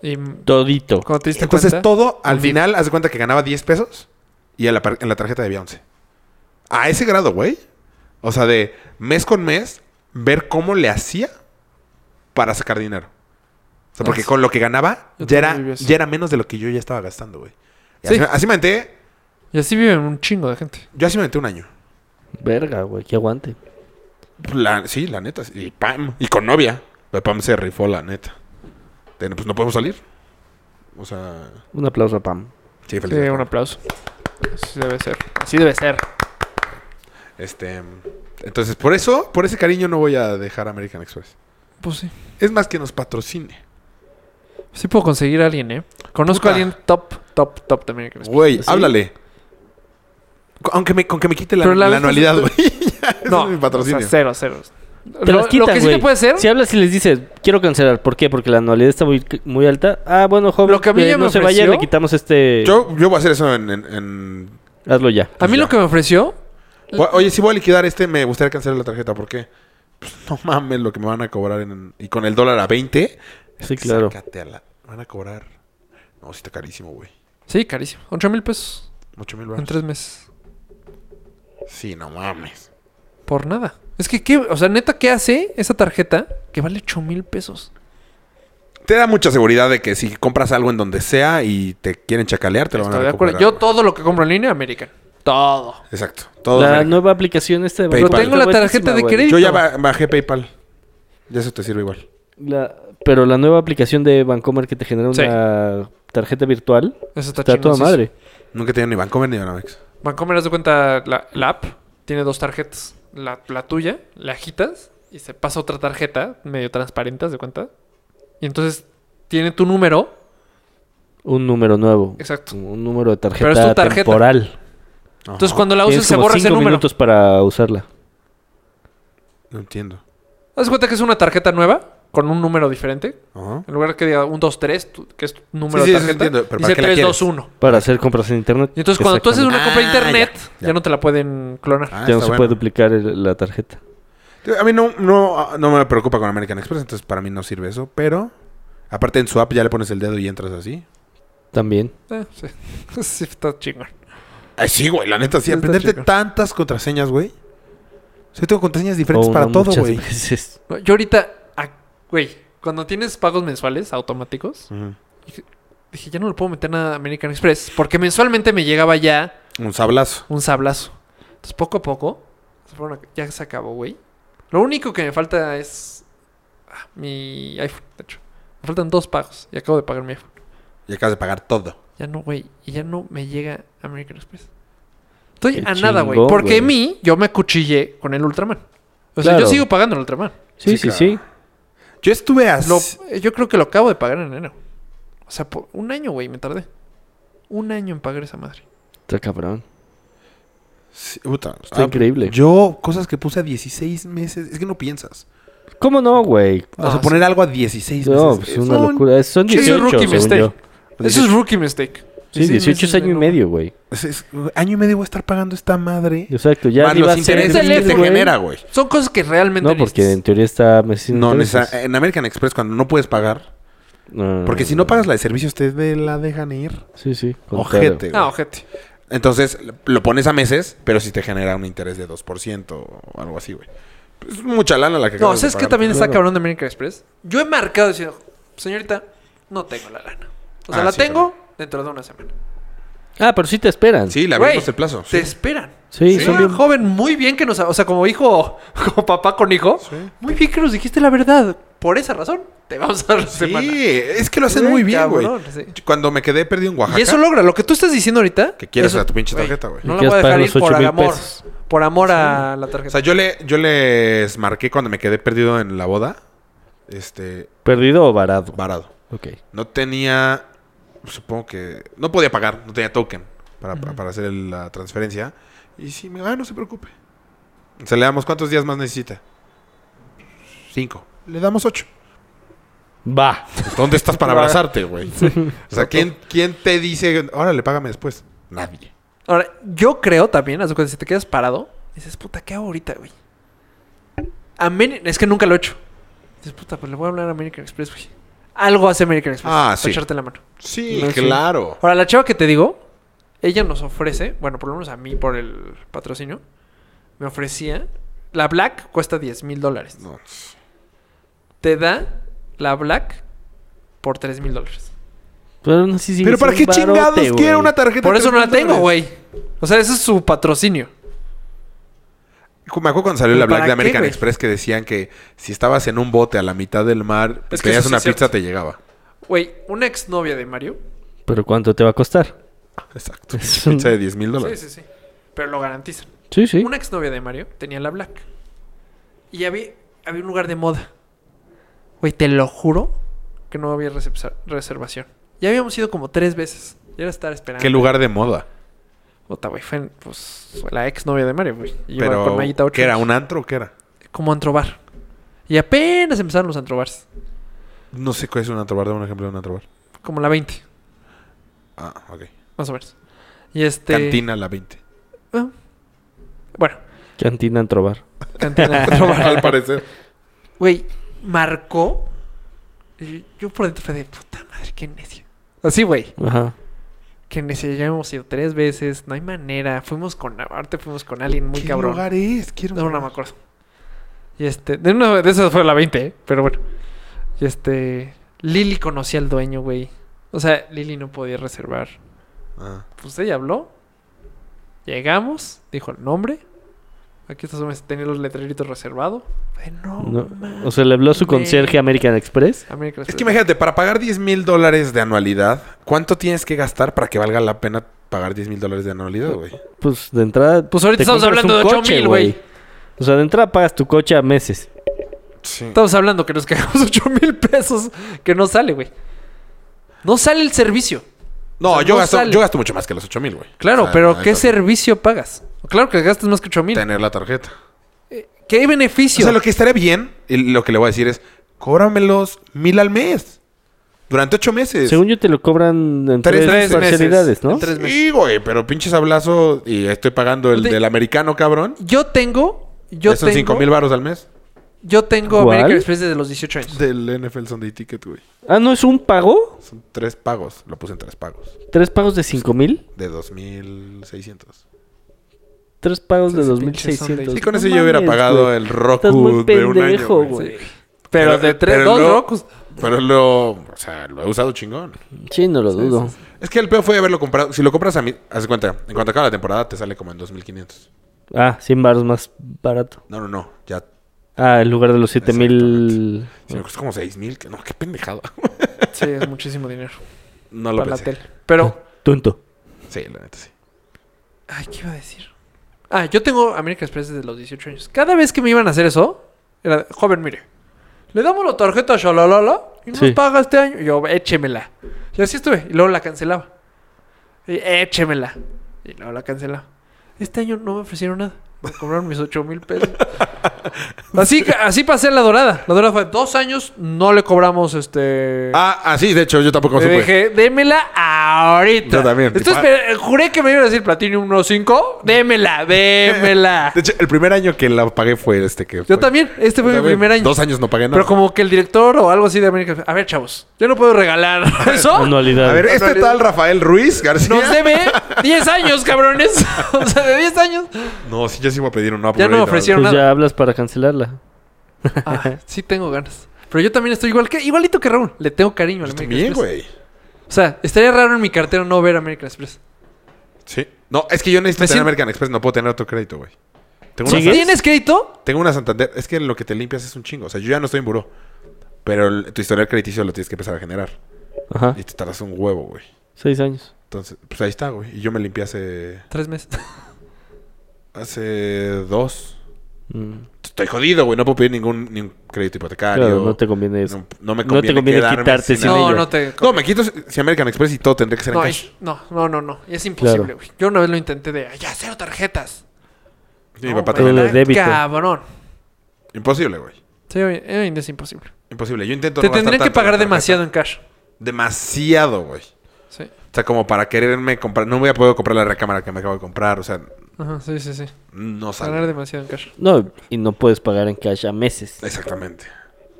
Speaker 5: Y
Speaker 4: Todito.
Speaker 5: cuando te diste
Speaker 1: entonces
Speaker 5: cuenta,
Speaker 1: todo, al
Speaker 5: hundido.
Speaker 1: final, haz de cuenta que ganaba 10 pesos y a la par- en la tarjeta debía 11. A ese grado, güey. O sea, de mes con mes, ver cómo le hacía para sacar dinero. O sea, porque
Speaker 5: Ah, sí.
Speaker 1: con lo que ganaba
Speaker 5: Yo
Speaker 1: ya
Speaker 5: también viví
Speaker 1: era,
Speaker 5: así.
Speaker 1: ya era menos de lo que yo ya estaba gastando, güey. Y
Speaker 5: Sí.
Speaker 1: Así, así me aventé,
Speaker 5: Y así viven un chingo de gente.
Speaker 1: yo así me aventé un año. Pues,
Speaker 4: Verga, güey, que aguante.
Speaker 1: La- sí, la neta. sí. Y Pam. Y con novia. Pero Pam se rifó, la neta. De, Pues no podemos salir. O sea...
Speaker 4: Un aplauso a Pam.
Speaker 1: Sí,
Speaker 5: Sí,
Speaker 1: felicidades.
Speaker 5: un aplauso. Así debe ser. Así debe ser.
Speaker 1: Este, entonces, por eso, por ese cariño no voy a dejar American Express.
Speaker 5: Pues sí.
Speaker 1: Es más que nos patrocine.
Speaker 5: Sí puedo conseguir a alguien, ¿eh? Conozco
Speaker 1: Puta.
Speaker 5: a alguien top. top, top de American Express.
Speaker 1: Güey,
Speaker 5: Pues, Sí.
Speaker 1: háblale. Co- Aunque me, con que me quite la,
Speaker 5: Pero la
Speaker 1: la
Speaker 5: neta
Speaker 1: anualidad,
Speaker 5: es-
Speaker 1: güey. <laughs> Ya, ese
Speaker 5: No,
Speaker 1: es mi patrocinio.
Speaker 5: o sea, cero, cero.
Speaker 4: Te
Speaker 5: lo,
Speaker 4: las quitan,
Speaker 5: lo que sí
Speaker 4: güey.
Speaker 5: te puede ser,
Speaker 4: Si hablas y les dices, quiero cancelar. ¿Por qué? Porque la anualidad está muy, muy alta. Ah, bueno, joven.
Speaker 5: Lo que a mí
Speaker 4: eh,
Speaker 5: ya
Speaker 4: no
Speaker 5: me
Speaker 4: se vaya,
Speaker 5: ofreció-
Speaker 4: le quitamos este...
Speaker 1: yo, yo voy a hacer eso en... en- en-
Speaker 4: Hazlo ya.
Speaker 5: a mí lo que me ofreció,
Speaker 1: Voy- Oye, si voy a liquidar este, me gustaría cancelar la tarjeta. ¿Por qué? Pues, no mames lo que me van a cobrar en... Y con el dólar a 20...
Speaker 4: Sí, claro.
Speaker 1: Sácate a la... Me van a cobrar... No, sí está carísimo, güey.
Speaker 5: sí, carísimo. 8 mil pesos
Speaker 1: 8 mil
Speaker 5: en
Speaker 1: baros.
Speaker 5: tres meses.
Speaker 1: Sí, no mames.
Speaker 5: Por nada. Es que, ¿qué? O sea, neta, ¿qué hace esa tarjeta que vale 8 mil pesos?
Speaker 1: Te da mucha seguridad de que si compras algo en donde sea y te quieren chacalear, te lo van a
Speaker 5: Estoy de acuerdo.
Speaker 1: recuperar.
Speaker 5: Yo todo lo que compro en línea, American. Todo.
Speaker 1: Exacto. Todo
Speaker 4: la
Speaker 1: América.
Speaker 4: nueva aplicación esta de
Speaker 1: Pero
Speaker 4: Banco
Speaker 1: tengo
Speaker 5: la
Speaker 4: está
Speaker 5: tarjeta
Speaker 4: buenísima,
Speaker 5: de
Speaker 4: güey.
Speaker 1: Yo
Speaker 5: crédito.
Speaker 1: ya ba- bajé PayPal. Ya eso te sirve igual.
Speaker 4: La- Pero la nueva aplicación de Bancomer que te genera
Speaker 5: Sí.
Speaker 4: una tarjeta virtual
Speaker 5: Eso
Speaker 4: está
Speaker 5: está,
Speaker 4: a toda
Speaker 5: chingosísimo.
Speaker 4: madre.
Speaker 1: Nunca he tenido ni Bancomer ni Banamex.
Speaker 5: Bancomer, haz de cuenta, la, la app tiene dos tarjetas. La, la tuya, la agitas y se pasa otra tarjeta medio transparente, haz de cuenta. Y entonces tiene tu número.
Speaker 4: Un número nuevo.
Speaker 5: Exacto.
Speaker 4: Un número de tarjeta,
Speaker 5: Pero es tu tarjeta.
Speaker 4: temporal.
Speaker 5: Entonces cuando la usas
Speaker 4: Tienes
Speaker 5: se
Speaker 4: como
Speaker 5: borra ese
Speaker 4: cinco
Speaker 5: número.
Speaker 4: minutos para usarla.
Speaker 1: No entiendo.
Speaker 5: Haz de cuenta que es una tarjeta nueva con un número diferente.
Speaker 1: Ajá.
Speaker 5: En lugar que diga un 2, 3, que es tu número
Speaker 1: Sí, sí,
Speaker 5: de
Speaker 1: sí,
Speaker 5: tarjeta,
Speaker 1: entiendo, pero ¿para
Speaker 5: dice
Speaker 1: qué la
Speaker 5: 3, 2,
Speaker 1: quieres?
Speaker 5: 1.
Speaker 4: Para hacer compras en internet.
Speaker 5: Y entonces cuando tú haces una compra de
Speaker 1: Ah,
Speaker 5: internet,
Speaker 1: ya,
Speaker 5: ya,
Speaker 1: ya.
Speaker 5: no te la pueden clonar.
Speaker 1: Ah,
Speaker 4: Exactamente. Ya no
Speaker 1: está
Speaker 4: se
Speaker 1: bueno.
Speaker 4: puede duplicar el- la tarjeta.
Speaker 1: Tío, A mí no, no, ah, no me preocupa con American Express, entonces para mí no sirve eso, pero... Aparte en su app ya le pones el dedo y entras así.
Speaker 4: También.
Speaker 5: Eh, sí. Sí, <laughs> está chingón.
Speaker 1: Ay, sí, güey, la neta, sí.
Speaker 5: Sí, está
Speaker 1: Aprenderte
Speaker 5: chido.
Speaker 1: tantas contraseñas, güey. O sea, tengo contraseñas diferentes
Speaker 4: O
Speaker 1: para
Speaker 4: no
Speaker 1: todo,
Speaker 4: muchas
Speaker 1: güey.
Speaker 4: veces.
Speaker 5: No, Yo ahorita, ah, güey, cuando tienes pagos mensuales automáticos,
Speaker 1: Ujú.
Speaker 5: dije, ya no le puedo meter a American Express, porque mensualmente me llegaba ya
Speaker 1: Un sablazo.
Speaker 5: un sablazo. Entonces, poco a poco, se fueron ac- ya se acabó, güey. Lo único que me falta es ah, mi iPhone, de hecho. Me faltan dos pagos y acabo de pagar mi iPhone.
Speaker 1: Y acabas de pagar todo.
Speaker 5: Ya no, güey, y ya no me llega American Express. Estoy
Speaker 4: Qué
Speaker 5: a nada, güey,
Speaker 4: chingón,
Speaker 5: porque
Speaker 4: güey.
Speaker 5: en mí yo me acuchillé con el Ultraman. O sea,
Speaker 4: Claro.
Speaker 5: yo sigo pagando el Ultraman.
Speaker 4: <laughs> Sí,
Speaker 1: Sí,
Speaker 4: sí, sí.
Speaker 1: Yo estuve a...
Speaker 5: Lo- yo creo que lo acabo de pagar en enero. O sea, por un año, güey, me tardé. Un año en pagar esa madre.
Speaker 4: Está cabrón.
Speaker 1: Sí, puta. Ah,
Speaker 4: Está increíble.
Speaker 1: Yo, cosas que puse a 16 meses. Es que no piensas.
Speaker 4: ¿Cómo no, güey?
Speaker 1: o
Speaker 5: No,
Speaker 1: sea,
Speaker 5: sí.
Speaker 1: poner algo a 16 meses.
Speaker 4: Ah, No, pues
Speaker 1: es
Speaker 4: una
Speaker 1: un-
Speaker 4: locura. Son
Speaker 5: Sí, es
Speaker 4: 18,
Speaker 5: un rookie
Speaker 4: según
Speaker 5: mistake.
Speaker 4: yo.
Speaker 5: Eso es rookie mistake.
Speaker 4: Sí, 18
Speaker 5: meses
Speaker 4: es
Speaker 5: de
Speaker 4: año y
Speaker 5: no-
Speaker 4: medio, güey.
Speaker 1: es- es- año y medio voy a estar pagando esta madre.
Speaker 4: Exacto, ya
Speaker 1: Más
Speaker 4: ni va a
Speaker 1: los
Speaker 4: ser
Speaker 1: intereses
Speaker 4: el
Speaker 1: que te
Speaker 4: mismo, güey.
Speaker 1: genera, güey.
Speaker 5: Son cosas que realmente
Speaker 4: No, porque en
Speaker 5: necesitas.
Speaker 4: teoría está... me- sin
Speaker 1: No,
Speaker 4: intereses.
Speaker 1: necesita- en American Express cuando no puedes pagar.
Speaker 4: No,
Speaker 1: Porque si no pagas la de servicio, ustedes de- la dejan ir.
Speaker 4: Sí, sí. con
Speaker 1: Ojete,
Speaker 4: todo.
Speaker 5: No,
Speaker 1: güey.
Speaker 5: ojete.
Speaker 1: Entonces, lo pones a meses, pero si te genera un interés de 2% o algo así, güey. Es mucha lana la que
Speaker 5: No,
Speaker 1: acabas de
Speaker 5: ¿sabes qué
Speaker 1: pagar.
Speaker 5: también está cabrón de American Express? Yo he marcado diciendo, señorita, no tengo la lana. O sea,
Speaker 1: Ah,
Speaker 5: la
Speaker 1: sí,
Speaker 5: tengo dentro de una semana.
Speaker 4: Ah, pero sí te esperan.
Speaker 1: Sí, le
Speaker 5: Güey,
Speaker 1: abrimos el plazo.
Speaker 5: Te
Speaker 1: Sí.
Speaker 5: esperan.
Speaker 4: Sí,
Speaker 5: Sí,
Speaker 4: son bien...
Speaker 5: joven, muy bien que nos... O sea, como hijo, <laughs> como papá con hijo, muy bien que nos dijiste la verdad. Por esa razón, te vamos a dar la semana.
Speaker 1: Sí, es que lo hacen
Speaker 5: Güey,
Speaker 1: muy bien, güey.
Speaker 5: cabrón, sí.
Speaker 1: Cuando me quedé perdido en Oaxaca.
Speaker 5: Y eso logra, lo que tú estás diciendo ahorita.
Speaker 1: Que quieras
Speaker 5: eso-
Speaker 1: a tu pinche tarjeta, güey.
Speaker 5: No
Speaker 4: Y
Speaker 5: la
Speaker 4: quieras
Speaker 5: voy a
Speaker 4: pagar
Speaker 5: dejar
Speaker 4: los
Speaker 5: ir por
Speaker 4: 8,000
Speaker 5: el amor.
Speaker 4: pesos.
Speaker 5: Por amor a la
Speaker 1: O
Speaker 5: tarjeta.
Speaker 1: sea, yo, le, yo les marqué cuando me quedé perdido en la boda. Este,
Speaker 4: ¿Perdido o varado?
Speaker 1: varado.
Speaker 4: Ok.
Speaker 1: No tenía, supongo que, no podía pagar, no tenía token para, para hacer el- la transferencia. Y sí, me, ah, no se preocupe. O sea, le damos, ¿cuántos días más necesita? Cinco. Le damos ocho.
Speaker 4: Va.
Speaker 1: ¿Dónde estás <laughs> para abrazarte, güey? O sea, ¿quién, ¿quién te dice, órale, págame después? Nadie.
Speaker 5: Ahora, yo creo también, haz de cuenta, si te quedas parado, dices, puta, ¿qué hago ahorita, güey? Ameri- es que nunca lo he hecho. Dices, puta, pues le voy a hablar a American Express, güey. Algo hace American Express.
Speaker 1: Ah,
Speaker 5: para
Speaker 1: sí.
Speaker 5: echarte la mano.
Speaker 1: Sí,
Speaker 4: No, sí.
Speaker 1: claro.
Speaker 5: Ahora, la chava que te digo, ella nos ofrece, bueno, por lo menos a mí por el patrocinio, me ofrecía. La Black cuesta 10 mil dólares.
Speaker 1: No.
Speaker 5: Te da la Black por 3 mil dólares.
Speaker 4: Pero aún así sigue
Speaker 1: Pero ¿para qué
Speaker 4: siendo un
Speaker 1: chingados
Speaker 4: barote,
Speaker 1: quiero
Speaker 4: güey.
Speaker 1: una tarjeta?
Speaker 5: Por
Speaker 1: de
Speaker 5: eso no la
Speaker 1: 3,000
Speaker 5: tengo,
Speaker 1: dólares?
Speaker 5: güey. O sea, ese es su patrocinio.
Speaker 1: Me acuerdo cuando salió la
Speaker 5: ¿Pero
Speaker 1: Black
Speaker 5: para
Speaker 1: de
Speaker 5: qué,
Speaker 1: American
Speaker 5: güey?
Speaker 1: Express que decían que si estabas en un bote a la mitad del mar,
Speaker 5: Es que
Speaker 1: pedías
Speaker 5: eso sí
Speaker 1: una
Speaker 5: es cierto.
Speaker 1: pizza, te llegaba.
Speaker 5: Güey, una exnovia de Mario.
Speaker 4: ¿Pero cuánto te va a costar?
Speaker 1: Exacto.
Speaker 4: Es un-
Speaker 1: Pizza de 10 mil
Speaker 5: Sí,
Speaker 1: dólares.
Speaker 5: sí, sí. Pero lo garantizan.
Speaker 4: Sí, sí.
Speaker 5: Una exnovia de Mario tenía la Black. Y había, había un lugar de moda. Güey, te lo juro que no había recepsa- reservación. Ya habíamos ido como tres veces. Yo era estar esperando.
Speaker 1: ¿Qué lugar de moda?
Speaker 5: Puta, güey, fue en- pues, la ex novia de Mario, güey. Y Iba
Speaker 1: Pero,
Speaker 5: con Mayita 8.
Speaker 1: ¿qué era? ¿Un antro o qué era?
Speaker 5: Como antrobar. Y apenas empezaron los antrobars.
Speaker 1: No sé cuál es un antrobar. Dame un ejemplo de un antrobar.
Speaker 5: Como la 20,
Speaker 1: Ah, ok.
Speaker 5: más o menos. Y este...
Speaker 1: Cantina La <laughs>
Speaker 5: <laughs>
Speaker 1: 20.
Speaker 5: ah, bueno,
Speaker 4: Cantina Antrobar.
Speaker 5: cantina
Speaker 1: <laughs>
Speaker 5: antrobar.
Speaker 1: Al parecer.
Speaker 5: Güey, marcó. Y Yo por dentro fue de puta madre, qué necio. Así, güey.
Speaker 4: Ajá.
Speaker 5: Qué necio. Ya hemos ido tres veces. No hay manera. Fuimos con. Aparte, fuimos con alguien muy cabrón.
Speaker 1: lugar es? Quiero
Speaker 5: No, no me
Speaker 1: saber.
Speaker 5: acuerdo. Y este. De, una, de esas fue la 20, ¿eh? Pero bueno. Y este. Lili conocía al dueño, güey. O sea, Lili no podía reservar.
Speaker 1: Ah.
Speaker 5: Pues ella habló. Llegamos. Dijo el nombre. Aquí estos hombres tenían los letreritos reservados. Ay, No,
Speaker 4: No,
Speaker 5: mames.
Speaker 4: O sea, le habló a su
Speaker 5: Güey.
Speaker 4: concierge American Express.
Speaker 5: América
Speaker 1: Es
Speaker 5: Express.
Speaker 1: que imagínate, para pagar 10 mil dólares de anualidad, ¿cuánto tienes que gastar para que valga la pena pagar 10 mil dólares de anualidad, güey?
Speaker 4: Pues de entrada.
Speaker 5: Pues ahorita
Speaker 4: te
Speaker 5: estamos
Speaker 4: compras
Speaker 5: hablando
Speaker 4: un
Speaker 5: de ocho
Speaker 4: coche,
Speaker 5: mil, güey.
Speaker 4: O sea, de entrada pagas tu coche a meses.
Speaker 1: Sí.
Speaker 5: Estamos hablando que nos <laughs> cagamos 8 mil pesos que no sale, güey. No sale el servicio.
Speaker 1: No,
Speaker 5: O sea,
Speaker 1: yo,
Speaker 5: no
Speaker 1: gasto,
Speaker 5: sale.
Speaker 1: yo gasto mucho más que los 8 mil, güey.
Speaker 5: Claro,
Speaker 1: O sea,
Speaker 5: pero
Speaker 1: Ah, no,
Speaker 5: ¿qué
Speaker 1: eso-
Speaker 5: servicio pagas? Claro que gastas más que 8 mil.
Speaker 1: Tener la tarjeta.
Speaker 5: ¿Qué
Speaker 1: O
Speaker 5: beneficio?
Speaker 1: sea, lo que estaría bien, y lo que le voy a decir es, cóbramelos mil al mes. Durante 8 meses.
Speaker 4: Según yo te lo cobran en
Speaker 1: Tres-
Speaker 4: tres,
Speaker 1: tres meses.
Speaker 4: parcialidades, ¿no?
Speaker 5: En tres meses.
Speaker 1: Sí, güey, pero pinches ablazo y estoy pagando el
Speaker 5: Te-
Speaker 1: del americano, cabrón.
Speaker 5: Yo tengo. Yo
Speaker 1: Ya son 5
Speaker 5: tengo.
Speaker 1: mil baros al mes.
Speaker 5: Yo tengo
Speaker 4: ¿Cuál?
Speaker 5: American Express desde los 18 años.
Speaker 1: Del NFL Sunday Ticket, güey.
Speaker 4: Ah, ¿no es un pago?
Speaker 1: Son tres pagos. Lo puse en tres pagos.
Speaker 4: ¿Tres pagos de cinco mil?
Speaker 1: De 2.600.
Speaker 4: Tres pagos de
Speaker 5: Ese
Speaker 4: dos mil
Speaker 5: pinche Sunday.
Speaker 4: seiscientos.
Speaker 1: Sí, con
Speaker 4: No
Speaker 1: eso yo hubiera
Speaker 4: mames,
Speaker 1: pagado
Speaker 4: güey.
Speaker 1: el
Speaker 4: Estás muy
Speaker 1: Roku de un año.
Speaker 4: pendejo,
Speaker 1: güey.
Speaker 4: güey.
Speaker 5: Pero de tres,
Speaker 1: pero
Speaker 5: dos
Speaker 1: lo-
Speaker 5: locos.
Speaker 1: Pero lo, o sea, lo he usado chingón.
Speaker 4: Sí, no lo dudo.
Speaker 1: Es que el peor fue haberlo comprado. Si lo compras a mí, haz de cuenta, en cuanto acaba la temporada te sale como en 2.500.
Speaker 4: Ah, 100 baros más barato.
Speaker 1: No, no, no. Ya.
Speaker 4: Ah, en lugar de los 7000.
Speaker 1: Si me costó como 6.000. que- No, qué pendejada.
Speaker 5: Sí, es muchísimo dinero.
Speaker 1: <laughs> no lo
Speaker 5: Para la
Speaker 1: pensé.
Speaker 5: tele. Pero.
Speaker 4: Tonto.
Speaker 1: Sí, la neta sí.
Speaker 5: Ay, ¿qué iba a decir? Ah, yo tengo American Express desde los 18 años. Cada vez que me iban a hacer eso, era, de, joven, mire, le damos la tarjeta a Shalalala y nos
Speaker 4: Sí.
Speaker 5: paga este año. Y yo, échemela. Y así estuve. Y luego la cancelaba. Y échemela. Y luego la cancelaba. Este año no me ofrecieron nada. Me cobraron mis 8 mil pesos. Así, así pasé la dorada. La dorada fue dos años, no le cobramos este.
Speaker 1: Ah, ah, sí, de hecho, yo tampoco
Speaker 5: Le
Speaker 1: supe.
Speaker 5: dije, démela ahorita.
Speaker 1: Yo también. Ah.
Speaker 5: Estoy esper- juré que me iban a decir Platinum 1.5.
Speaker 1: <laughs>
Speaker 5: Démela, démela.
Speaker 1: De hecho, el primer año que la pagué fue este que.
Speaker 5: Yo también. Este fue mi primer año.
Speaker 1: Dos años no pagué nada.
Speaker 5: Pero como que el director o algo así de América. A ver, chavos, yo no puedo
Speaker 1: <laughs>
Speaker 5: regalar eso.
Speaker 4: Anualidad.
Speaker 1: Ah, A ver, este
Speaker 5: Anualidad.
Speaker 1: tal Rafael Ruiz García.
Speaker 5: Nos debe 10 años, cabrones. <laughs> o sea, de 10 años.
Speaker 1: No, sí, yo sí voy a pedir un
Speaker 5: Ya no me ofrecieron
Speaker 4: pues
Speaker 5: nada.
Speaker 4: ya hablas para cancelarla.
Speaker 5: Ah, sí tengo ganas. Pero yo también estoy igual que, igualito que Raúl. Le tengo cariño al American
Speaker 1: Bien,
Speaker 5: Express.
Speaker 1: güey.
Speaker 5: O sea, estaría raro en mi cartera no ver American Express.
Speaker 1: Sí. No, es que yo necesito
Speaker 5: Me
Speaker 1: tener
Speaker 5: siento-
Speaker 1: American Express. No puedo tener otro crédito, güey. Tengo una,
Speaker 4: ¿Sigues?
Speaker 1: San-
Speaker 5: ¿Tienes crédito?
Speaker 1: tengo una Santander. Es que lo que te limpias es un chingo. O sea, yo ya no estoy en buró. Pero el- tu historial crediticio lo tienes que empezar a generar.
Speaker 4: Ajá.
Speaker 1: Y te tardas un huevo, güey.
Speaker 4: Seis años.
Speaker 1: Entonces, pues ahí está, güey. Y yo me limpié hace...
Speaker 5: Tres meses.
Speaker 1: Hace dos.
Speaker 4: Mm.
Speaker 1: Estoy jodido, güey. No puedo pedir ningún, ningún crédito hipotecario.
Speaker 4: Claro, no te conviene eso.
Speaker 1: No, no me
Speaker 4: No te
Speaker 1: conviene,
Speaker 4: conviene
Speaker 1: quedarme
Speaker 4: quitarte
Speaker 1: sin
Speaker 4: sin
Speaker 1: nada.
Speaker 5: No,
Speaker 4: ello.
Speaker 5: no te.
Speaker 1: No, me quito si- si American Express y todo tendría que ser
Speaker 5: No,
Speaker 1: en
Speaker 5: es-
Speaker 1: cash.
Speaker 5: no, no, no, no. Es imposible,
Speaker 4: Claro.
Speaker 5: güey. Yo una vez lo intenté de, "Ay, ya, cero tarjetas.
Speaker 1: Sí, mi
Speaker 5: No,
Speaker 1: papá
Speaker 5: güey,
Speaker 1: también.
Speaker 4: Todo de
Speaker 5: era
Speaker 4: débito.
Speaker 5: Cabrón.
Speaker 1: Imposible, güey.
Speaker 5: Sí, hoy- hoy en día es imposible.
Speaker 1: Imposible. Yo intento
Speaker 5: Te
Speaker 1: no gastar
Speaker 5: tendrían que
Speaker 1: tanto en la
Speaker 5: pagar
Speaker 1: tarjeta.
Speaker 5: demasiado en cash.
Speaker 1: Demasiado, güey.
Speaker 5: Sí.
Speaker 1: O sea, como para quererme comprar. No voy a poder comprar la recámara que me acabo de comprar. O sea,
Speaker 5: Ajá, sí, sí, sí.
Speaker 1: no
Speaker 5: Pagar
Speaker 1: sale.
Speaker 5: demasiado en cash.
Speaker 4: No, y no puedes pagar en cash a meses.
Speaker 1: Exactamente.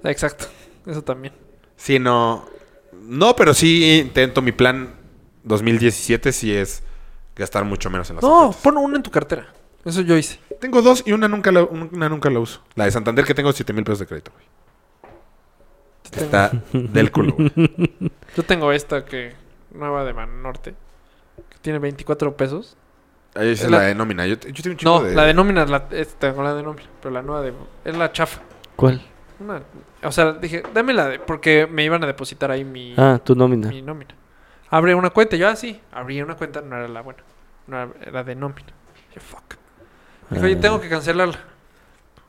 Speaker 5: Exacto. Eso también.
Speaker 1: Sí, no. No, pero sí intento. Mi plan 2017 sí es gastar mucho menos en las
Speaker 5: No,
Speaker 1: tarjetas.
Speaker 5: pon una en tu cartera. Eso yo hice.
Speaker 1: Tengo dos y una nunca la, una nunca la uso. La de Santander que tengo 7 mil pesos de crédito, güey.
Speaker 5: Yo
Speaker 1: Que
Speaker 5: tengo-
Speaker 1: Está del culo, güey.
Speaker 5: Yo tengo esta que. Nueva de Banorte. Que tiene 24 pesos.
Speaker 1: <laughs> Esa es
Speaker 5: La-
Speaker 1: la, de nómina. Yo, te- yo tengo un chico
Speaker 5: No, la de nómina. La, esta, no la de nómina. Pero la nueva de. Es la chafa.
Speaker 4: ¿Cuál?
Speaker 5: Una- o sea, dije, dámela de, porque me iban a depositar ahí mi,
Speaker 4: Ah, tu nómina.
Speaker 5: mi nómina. Abre una cuenta. Yo, ah, sí, abrí una cuenta, no era la buena. No era, era de nómina. Yo, fuck. Dijo, oye,
Speaker 4: Ah.
Speaker 5: tengo que cancelarla.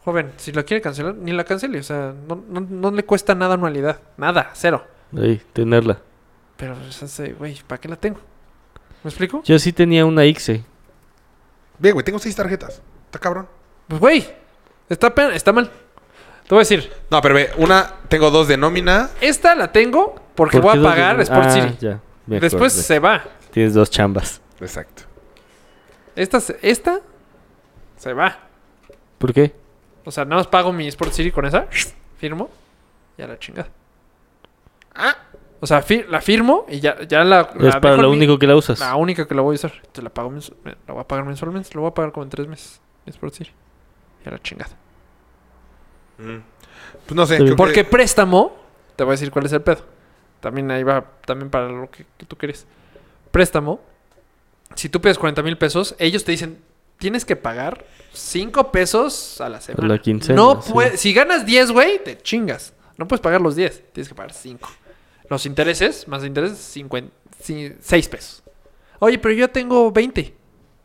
Speaker 5: Joven, si la quiere cancelar, ni la cancele. O sea, no, no, no le cuesta nada anualidad. Nada, cero.
Speaker 4: Ahí, tenerla.
Speaker 5: Pero, o sea, sí, güey, ¿para qué la tengo? ¿Me explico?
Speaker 4: Yo sí tenía una Ixe.
Speaker 1: Ve, güey, tengo seis tarjetas. Está cabrón.
Speaker 5: Pues, güey, está, pe- está mal. Te voy a decir,
Speaker 1: No, pero ve, una, tengo dos de nómina.
Speaker 5: esta la tengo porque
Speaker 4: ¿Por
Speaker 5: voy
Speaker 4: qué
Speaker 5: a
Speaker 4: dos-
Speaker 5: pagar Sport
Speaker 4: Ah,
Speaker 5: City.
Speaker 4: ya, me acordé.
Speaker 5: Después se va.
Speaker 4: Tienes dos chambas.
Speaker 1: Exacto.
Speaker 5: Esta, se- esta se va.
Speaker 4: ¿Por qué?
Speaker 5: O sea, nada más pago mi Sport City con esa. Firmo. Y a la chingada. O sea, fi- la firmo y ya, ya la. la
Speaker 4: es para
Speaker 5: dejo
Speaker 4: lo
Speaker 5: en Ah, mi- Ah,
Speaker 4: único que la usas.
Speaker 5: La única que la voy a usar. Te la pago mensu- me- la voy a pagar mensualmente. Lo voy a pagar como en tres meses. mi Sport City. Y a la chingada.
Speaker 1: Pues no sé.
Speaker 4: Sí.
Speaker 1: creo que-
Speaker 5: Porque préstamo. Te voy a decir cuál es el pedo. También ahí va. También para lo que, que tú quieres. Préstamo. Si tú pides 40 mil pesos, ellos te dicen. Tienes que pagar 5 pesos a la semana.
Speaker 4: la quincena,
Speaker 5: No
Speaker 4: sí.
Speaker 5: puedes. Si ganas 10, güey, te chingas. No puedes pagar los 10. Tienes que pagar 5. Los intereses, más intereses, 6 pesos. Oye, pero yo ya tengo 20.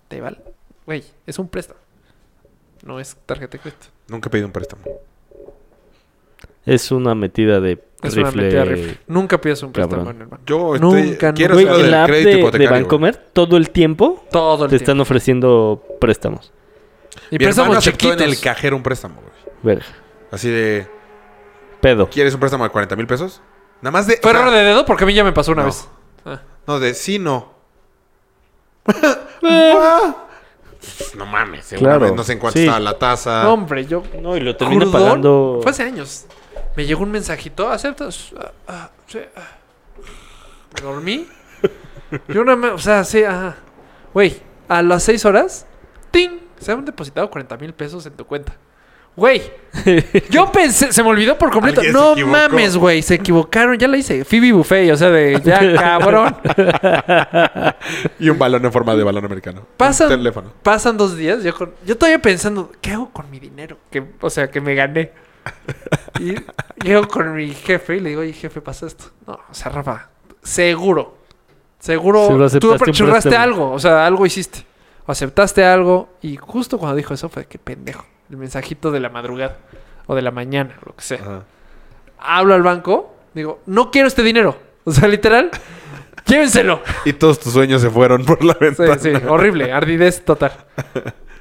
Speaker 5: Te vale. Güey, es un préstamo. No es tarjeta de crédito.
Speaker 1: Nunca he pedido un préstamo.
Speaker 4: Es una metida de
Speaker 5: Es
Speaker 4: rifle.
Speaker 5: una mentira rifle. Nunca pidas un préstamo
Speaker 4: Cabrón.
Speaker 5: en el banco.
Speaker 1: Yo
Speaker 5: Nunca,
Speaker 1: estoy,
Speaker 5: nunca.
Speaker 1: quiero
Speaker 4: Güey,
Speaker 1: hacer lo
Speaker 4: en
Speaker 1: del
Speaker 4: la app
Speaker 1: crédito
Speaker 4: de, de
Speaker 1: hipotecario. güey.
Speaker 4: Bancomer, todo el tiempo
Speaker 5: Todo el
Speaker 4: te
Speaker 5: tiempo.
Speaker 4: están ofreciendo préstamos.
Speaker 5: Y
Speaker 1: Mi hermano
Speaker 5: préstamos
Speaker 1: aceptó
Speaker 5: chiquitos.
Speaker 1: en el cajero un préstamo, güey.
Speaker 4: Verga.
Speaker 1: Así de,
Speaker 4: Pedo.
Speaker 1: ¿quieres un préstamo de 40 mil pesos? Nada más de...
Speaker 5: Fue
Speaker 1: o sea,
Speaker 5: error de dedo porque a mí ya me pasó una
Speaker 1: No.
Speaker 5: vez. Ah.
Speaker 1: No, de sí, no.
Speaker 5: Eh.
Speaker 1: Ah. <laughs> no mames, seguramente
Speaker 4: Claro.
Speaker 1: no sé en cuánto
Speaker 4: Sí.
Speaker 1: estaba la tasa.
Speaker 5: No, hombre, yo.
Speaker 4: No, y lo termina
Speaker 5: Crudón.
Speaker 4: pagando.
Speaker 5: Fue hace años. Me llegó un mensajito. ¿Aceptas? Ah, ah, sí, ah. Me dormí. Yo no me. O sea, sí, ajá. Güey, a las seis horas. ¡Ting! Se han depositado 40 mil pesos en tu cuenta. Güey, yo pensé, se me olvidó por completo.
Speaker 1: Alguien se
Speaker 5: No
Speaker 1: equivocó.
Speaker 5: mames, güey, se equivocaron. Ya la hice. Phoebe Buffet, o sea, de
Speaker 1: <laughs>
Speaker 5: ya cabrón.
Speaker 1: Y un balón en forma de balón americano.
Speaker 5: Pasan,
Speaker 1: Un teléfono.
Speaker 5: pasan dos días. Yo, con- yo todavía pensando, ¿qué hago con mi dinero? Que, o sea, que me gané. Y llego con mi jefe y le digo, oye, jefe, pasa esto. No, o sea, Rafa, seguro. Seguro
Speaker 4: Seguro aceptaste
Speaker 5: tú
Speaker 4: un
Speaker 5: apachurraste
Speaker 4: préstamo.
Speaker 5: algo. O sea, algo hiciste. O aceptaste algo. Y justo cuando dijo eso fue, qué pendejo. El mensajito de la madrugada o de la mañana, lo que sea.
Speaker 1: Ajá.
Speaker 5: Hablo al banco, digo, no quiero este dinero. O sea, literal, <laughs> llévenselo.
Speaker 1: Y todos tus sueños se fueron por la
Speaker 5: Sí,
Speaker 1: ventana. <laughs>
Speaker 5: sí, horrible, ardidez total.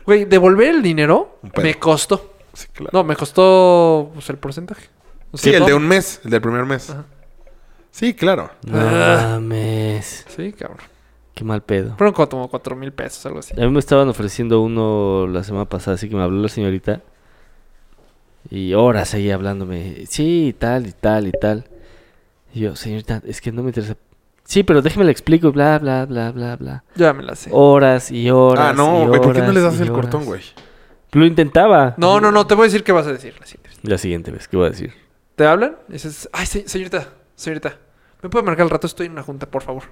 Speaker 5: Güey, devolver el dinero
Speaker 1: Un pedo.
Speaker 5: me costó.
Speaker 1: Sí, claro.
Speaker 5: No, me costó pues, el porcentaje. O
Speaker 1: Sí,
Speaker 5: sea,
Speaker 1: el de
Speaker 5: todo.
Speaker 1: un mes, el del primer mes.
Speaker 5: Ajá.
Speaker 1: Sí, claro.
Speaker 4: No
Speaker 5: Ah.
Speaker 4: mames.
Speaker 5: Sí, cabrón.
Speaker 4: Qué mal pedo.
Speaker 5: Fueron co- como cuatro mil pesos, algo así.
Speaker 4: A mí me estaban ofreciendo uno la semana pasada, así que me habló la señorita. Y horas seguía hablándome. Sí, y tal y tal y tal. Y yo, señorita, es que no me interesa. Sí, pero déjeme le explico, bla, bla, bla, bla, bla.
Speaker 5: Ya me la sé.
Speaker 4: Horas y horas.
Speaker 1: ah, no,
Speaker 4: y
Speaker 1: güey, ¿por qué no
Speaker 4: horas
Speaker 1: les das
Speaker 4: y
Speaker 1: el
Speaker 4: horas.
Speaker 1: cortón, güey?
Speaker 4: Lo intentaba.
Speaker 5: No, no, no, te voy a decir qué vas a decir. la siguiente vez.
Speaker 4: La siguiente vez, ¿qué voy a decir?
Speaker 5: Te hablan y dices, ay, se- señorita, señorita, ¿me puede marcar al rato? Estoy en una junta, por favor.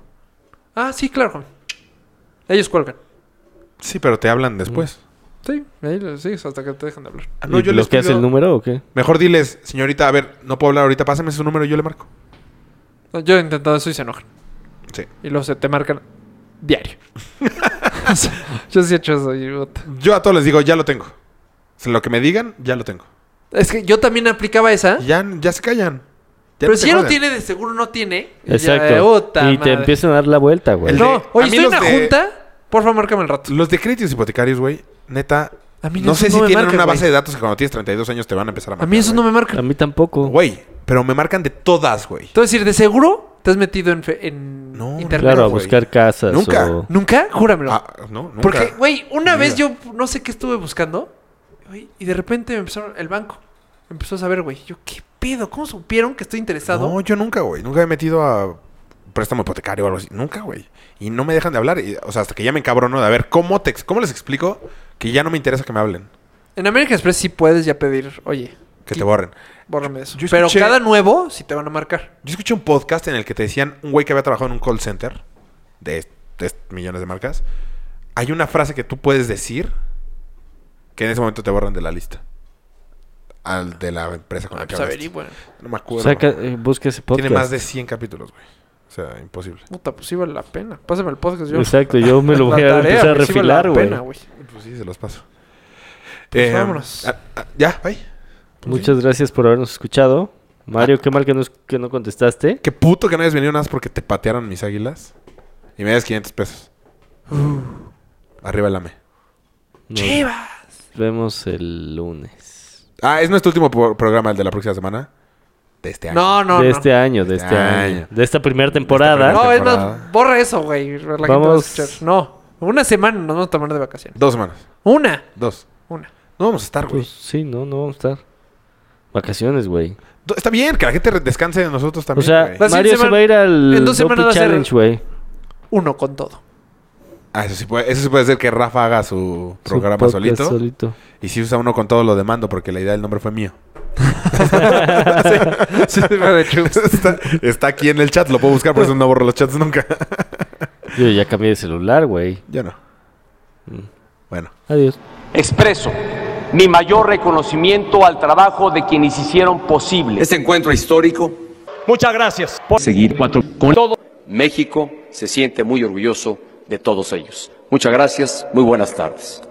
Speaker 5: Ah, sí, claro, joven. Ellos cuelgan.
Speaker 1: Sí, pero te hablan después.
Speaker 5: Sí, ahí lo sigues hasta que te dejan de hablar.
Speaker 1: Ah,
Speaker 4: ¿Y ¿Bloqueas
Speaker 1: pido-
Speaker 4: el número o qué?
Speaker 1: Mejor diles, señorita, a ver, no puedo hablar ahorita, pásame su número y yo le marco.
Speaker 5: No, Yo he intentado eso y se enojan.
Speaker 1: Sí.
Speaker 5: Y luego se te marcan
Speaker 1: <laughs>
Speaker 5: diario. <laughs> O sea, yo sí he hecho eso. y, puta.
Speaker 1: Yo a todos les digo, ya lo tengo. O sea, lo que me digan, ya lo tengo.
Speaker 5: Es que yo también aplicaba esa.
Speaker 1: Y Ya, ya se callan. Ya
Speaker 5: pero
Speaker 1: te
Speaker 5: si ya no
Speaker 1: joden.
Speaker 5: tiene, de seguro no tiene. Y ya, eh,
Speaker 4: Exacto.
Speaker 5: puta
Speaker 4: y te
Speaker 5: madre.
Speaker 4: empiezan a dar la vuelta, güey.
Speaker 1: eh, El-
Speaker 5: No,
Speaker 1: A
Speaker 5: oye,
Speaker 1: mí
Speaker 5: estoy en
Speaker 1: los
Speaker 5: una
Speaker 1: de-
Speaker 5: junta. Por favor, márcame al rato.
Speaker 1: Los de créditos hipotecarios, güey, neta.
Speaker 5: A mí
Speaker 1: no
Speaker 5: esos
Speaker 1: sé si
Speaker 5: me
Speaker 1: tienen
Speaker 5: marcan,
Speaker 1: una
Speaker 5: güey.
Speaker 1: base de datos que cuando tienes 32 años te van a empezar a
Speaker 5: A
Speaker 1: marcar.
Speaker 5: mí esos no me
Speaker 4: A
Speaker 1: Ah.
Speaker 5: marcan.
Speaker 4: mí tampoco.
Speaker 1: Güey, pero me marcan de todas, güey.
Speaker 5: Te voy a decir, de seguro te has metido en, fe- en
Speaker 1: No,
Speaker 5: internet.
Speaker 4: claro, a
Speaker 1: güey.
Speaker 4: buscar casas.
Speaker 1: Nunca.
Speaker 4: o-
Speaker 5: ¿Nunca? Júramelo.
Speaker 1: Ah, no, nunca.
Speaker 5: Porque, güey, una
Speaker 1: Nunca.
Speaker 5: vez yo no sé qué estuve buscando. güey, y de repente me empezaron. El banco me empezó a saber, güey. Yo, ¿qué pedo? ¿Cómo supieron que estoy interesado?
Speaker 1: No, yo nunca, güey. Nunca me he metido a préstamo hipotecario o algo así. Nunca, güey. Y no me dejan de hablar. Y, o sea, hasta que ya me encabrono de a ver cómo, te, ex- cómo les explico que ya no me interesa que me hablen.
Speaker 5: En American Express sí puedes ya pedir, oye,
Speaker 1: Que
Speaker 5: Qui-
Speaker 1: te borren.
Speaker 5: bórrame eso.
Speaker 1: Yo
Speaker 5: Pero
Speaker 1: escuché-
Speaker 5: cada nuevo sí te van a marcar.
Speaker 1: Yo escuché un podcast en el que te decían un güey que había trabajado en un call center de, est- de est- millones de marcas. Hay una frase que tú puedes decir que en ese momento te borran de la lista. Al de la empresa con
Speaker 5: Ah,
Speaker 1: la que
Speaker 5: pues
Speaker 1: hablaste.
Speaker 5: averigua.
Speaker 1: No me acuerdo.
Speaker 4: Saca, eh, busca ese podcast.
Speaker 1: Tiene más de 100 capítulos, güey. O sea, imposible.
Speaker 5: Puta, pues sí vale la pena. Pásame el podcast. Yo.
Speaker 4: Exacto, yo me lo
Speaker 5: <laughs> La
Speaker 4: voy a
Speaker 5: tarea,
Speaker 4: empezar a
Speaker 5: pues, sí vale la
Speaker 4: refilar, güey.
Speaker 5: pena, güey.
Speaker 1: Pues sí, se los paso.
Speaker 5: Pues vámonos.
Speaker 1: ah, ah, ya, bye. Pues
Speaker 4: Muchas gracias por habernos escuchado.
Speaker 5: Ah.
Speaker 4: Mario, qué mal que no, es- que no contestaste.
Speaker 1: Qué puto que no hayas venido nada más porque te patearon mis águilas. Y me das 500 pesos.
Speaker 5: Uh.
Speaker 1: Arriba el E. AME.
Speaker 4: Nos Vemos el lunes.
Speaker 1: Ah, ¿es nuestro último por- programa, el de la próxima semana? De este año.
Speaker 5: No, no,
Speaker 4: de
Speaker 5: no.
Speaker 4: este año, de
Speaker 1: De
Speaker 4: este
Speaker 1: este
Speaker 4: año.
Speaker 1: año.
Speaker 4: De esta primera temporada.
Speaker 1: primera
Speaker 5: No, es
Speaker 1: temporada.
Speaker 5: más, borra eso, güey. La gente va a
Speaker 4: Vamos.
Speaker 5: escuchar. No, una semana nos vamos a tomar de vacaciones.
Speaker 1: Dos semanas.
Speaker 5: Una,
Speaker 1: Dos.
Speaker 5: una.
Speaker 1: No vamos a estar, güey.
Speaker 4: Pues sí, no, no vamos a estar. Vacaciones, güey.
Speaker 1: Do- Está bien, que la gente re- descanse de nosotros
Speaker 4: O
Speaker 1: también.
Speaker 4: sea,
Speaker 1: güey.
Speaker 5: La
Speaker 4: Mario
Speaker 5: siguiente
Speaker 4: se
Speaker 5: semana-
Speaker 4: va a ir al
Speaker 5: en dos
Speaker 4: Dopi
Speaker 5: semanas va a ser-
Speaker 4: Challenge, güey.
Speaker 5: Uno con todo.
Speaker 1: Ah, eso sí, puede, eso sí puede ser que Rafa haga su
Speaker 4: Su
Speaker 1: programa
Speaker 4: podcast
Speaker 1: solito. Y si usa uno con todo lo demando, porque la idea del nombre fue mío. <laughs>
Speaker 5: Sí, sí, me ha hecho.
Speaker 1: está, está aquí en el chat, lo puedo buscar, por eso no borro los chats nunca. <laughs>
Speaker 4: Yo ya cambié de celular, güey.
Speaker 1: Yo no. Bueno.
Speaker 4: Adiós.
Speaker 6: Expreso mi mayor reconocimiento al trabajo de quienes hicieron posible
Speaker 7: Este encuentro histórico.
Speaker 8: Muchas gracias. Por
Speaker 7: Seguir con todo. México se siente muy orgulloso de todos ellos. Muchas gracias, muy buenas tardes.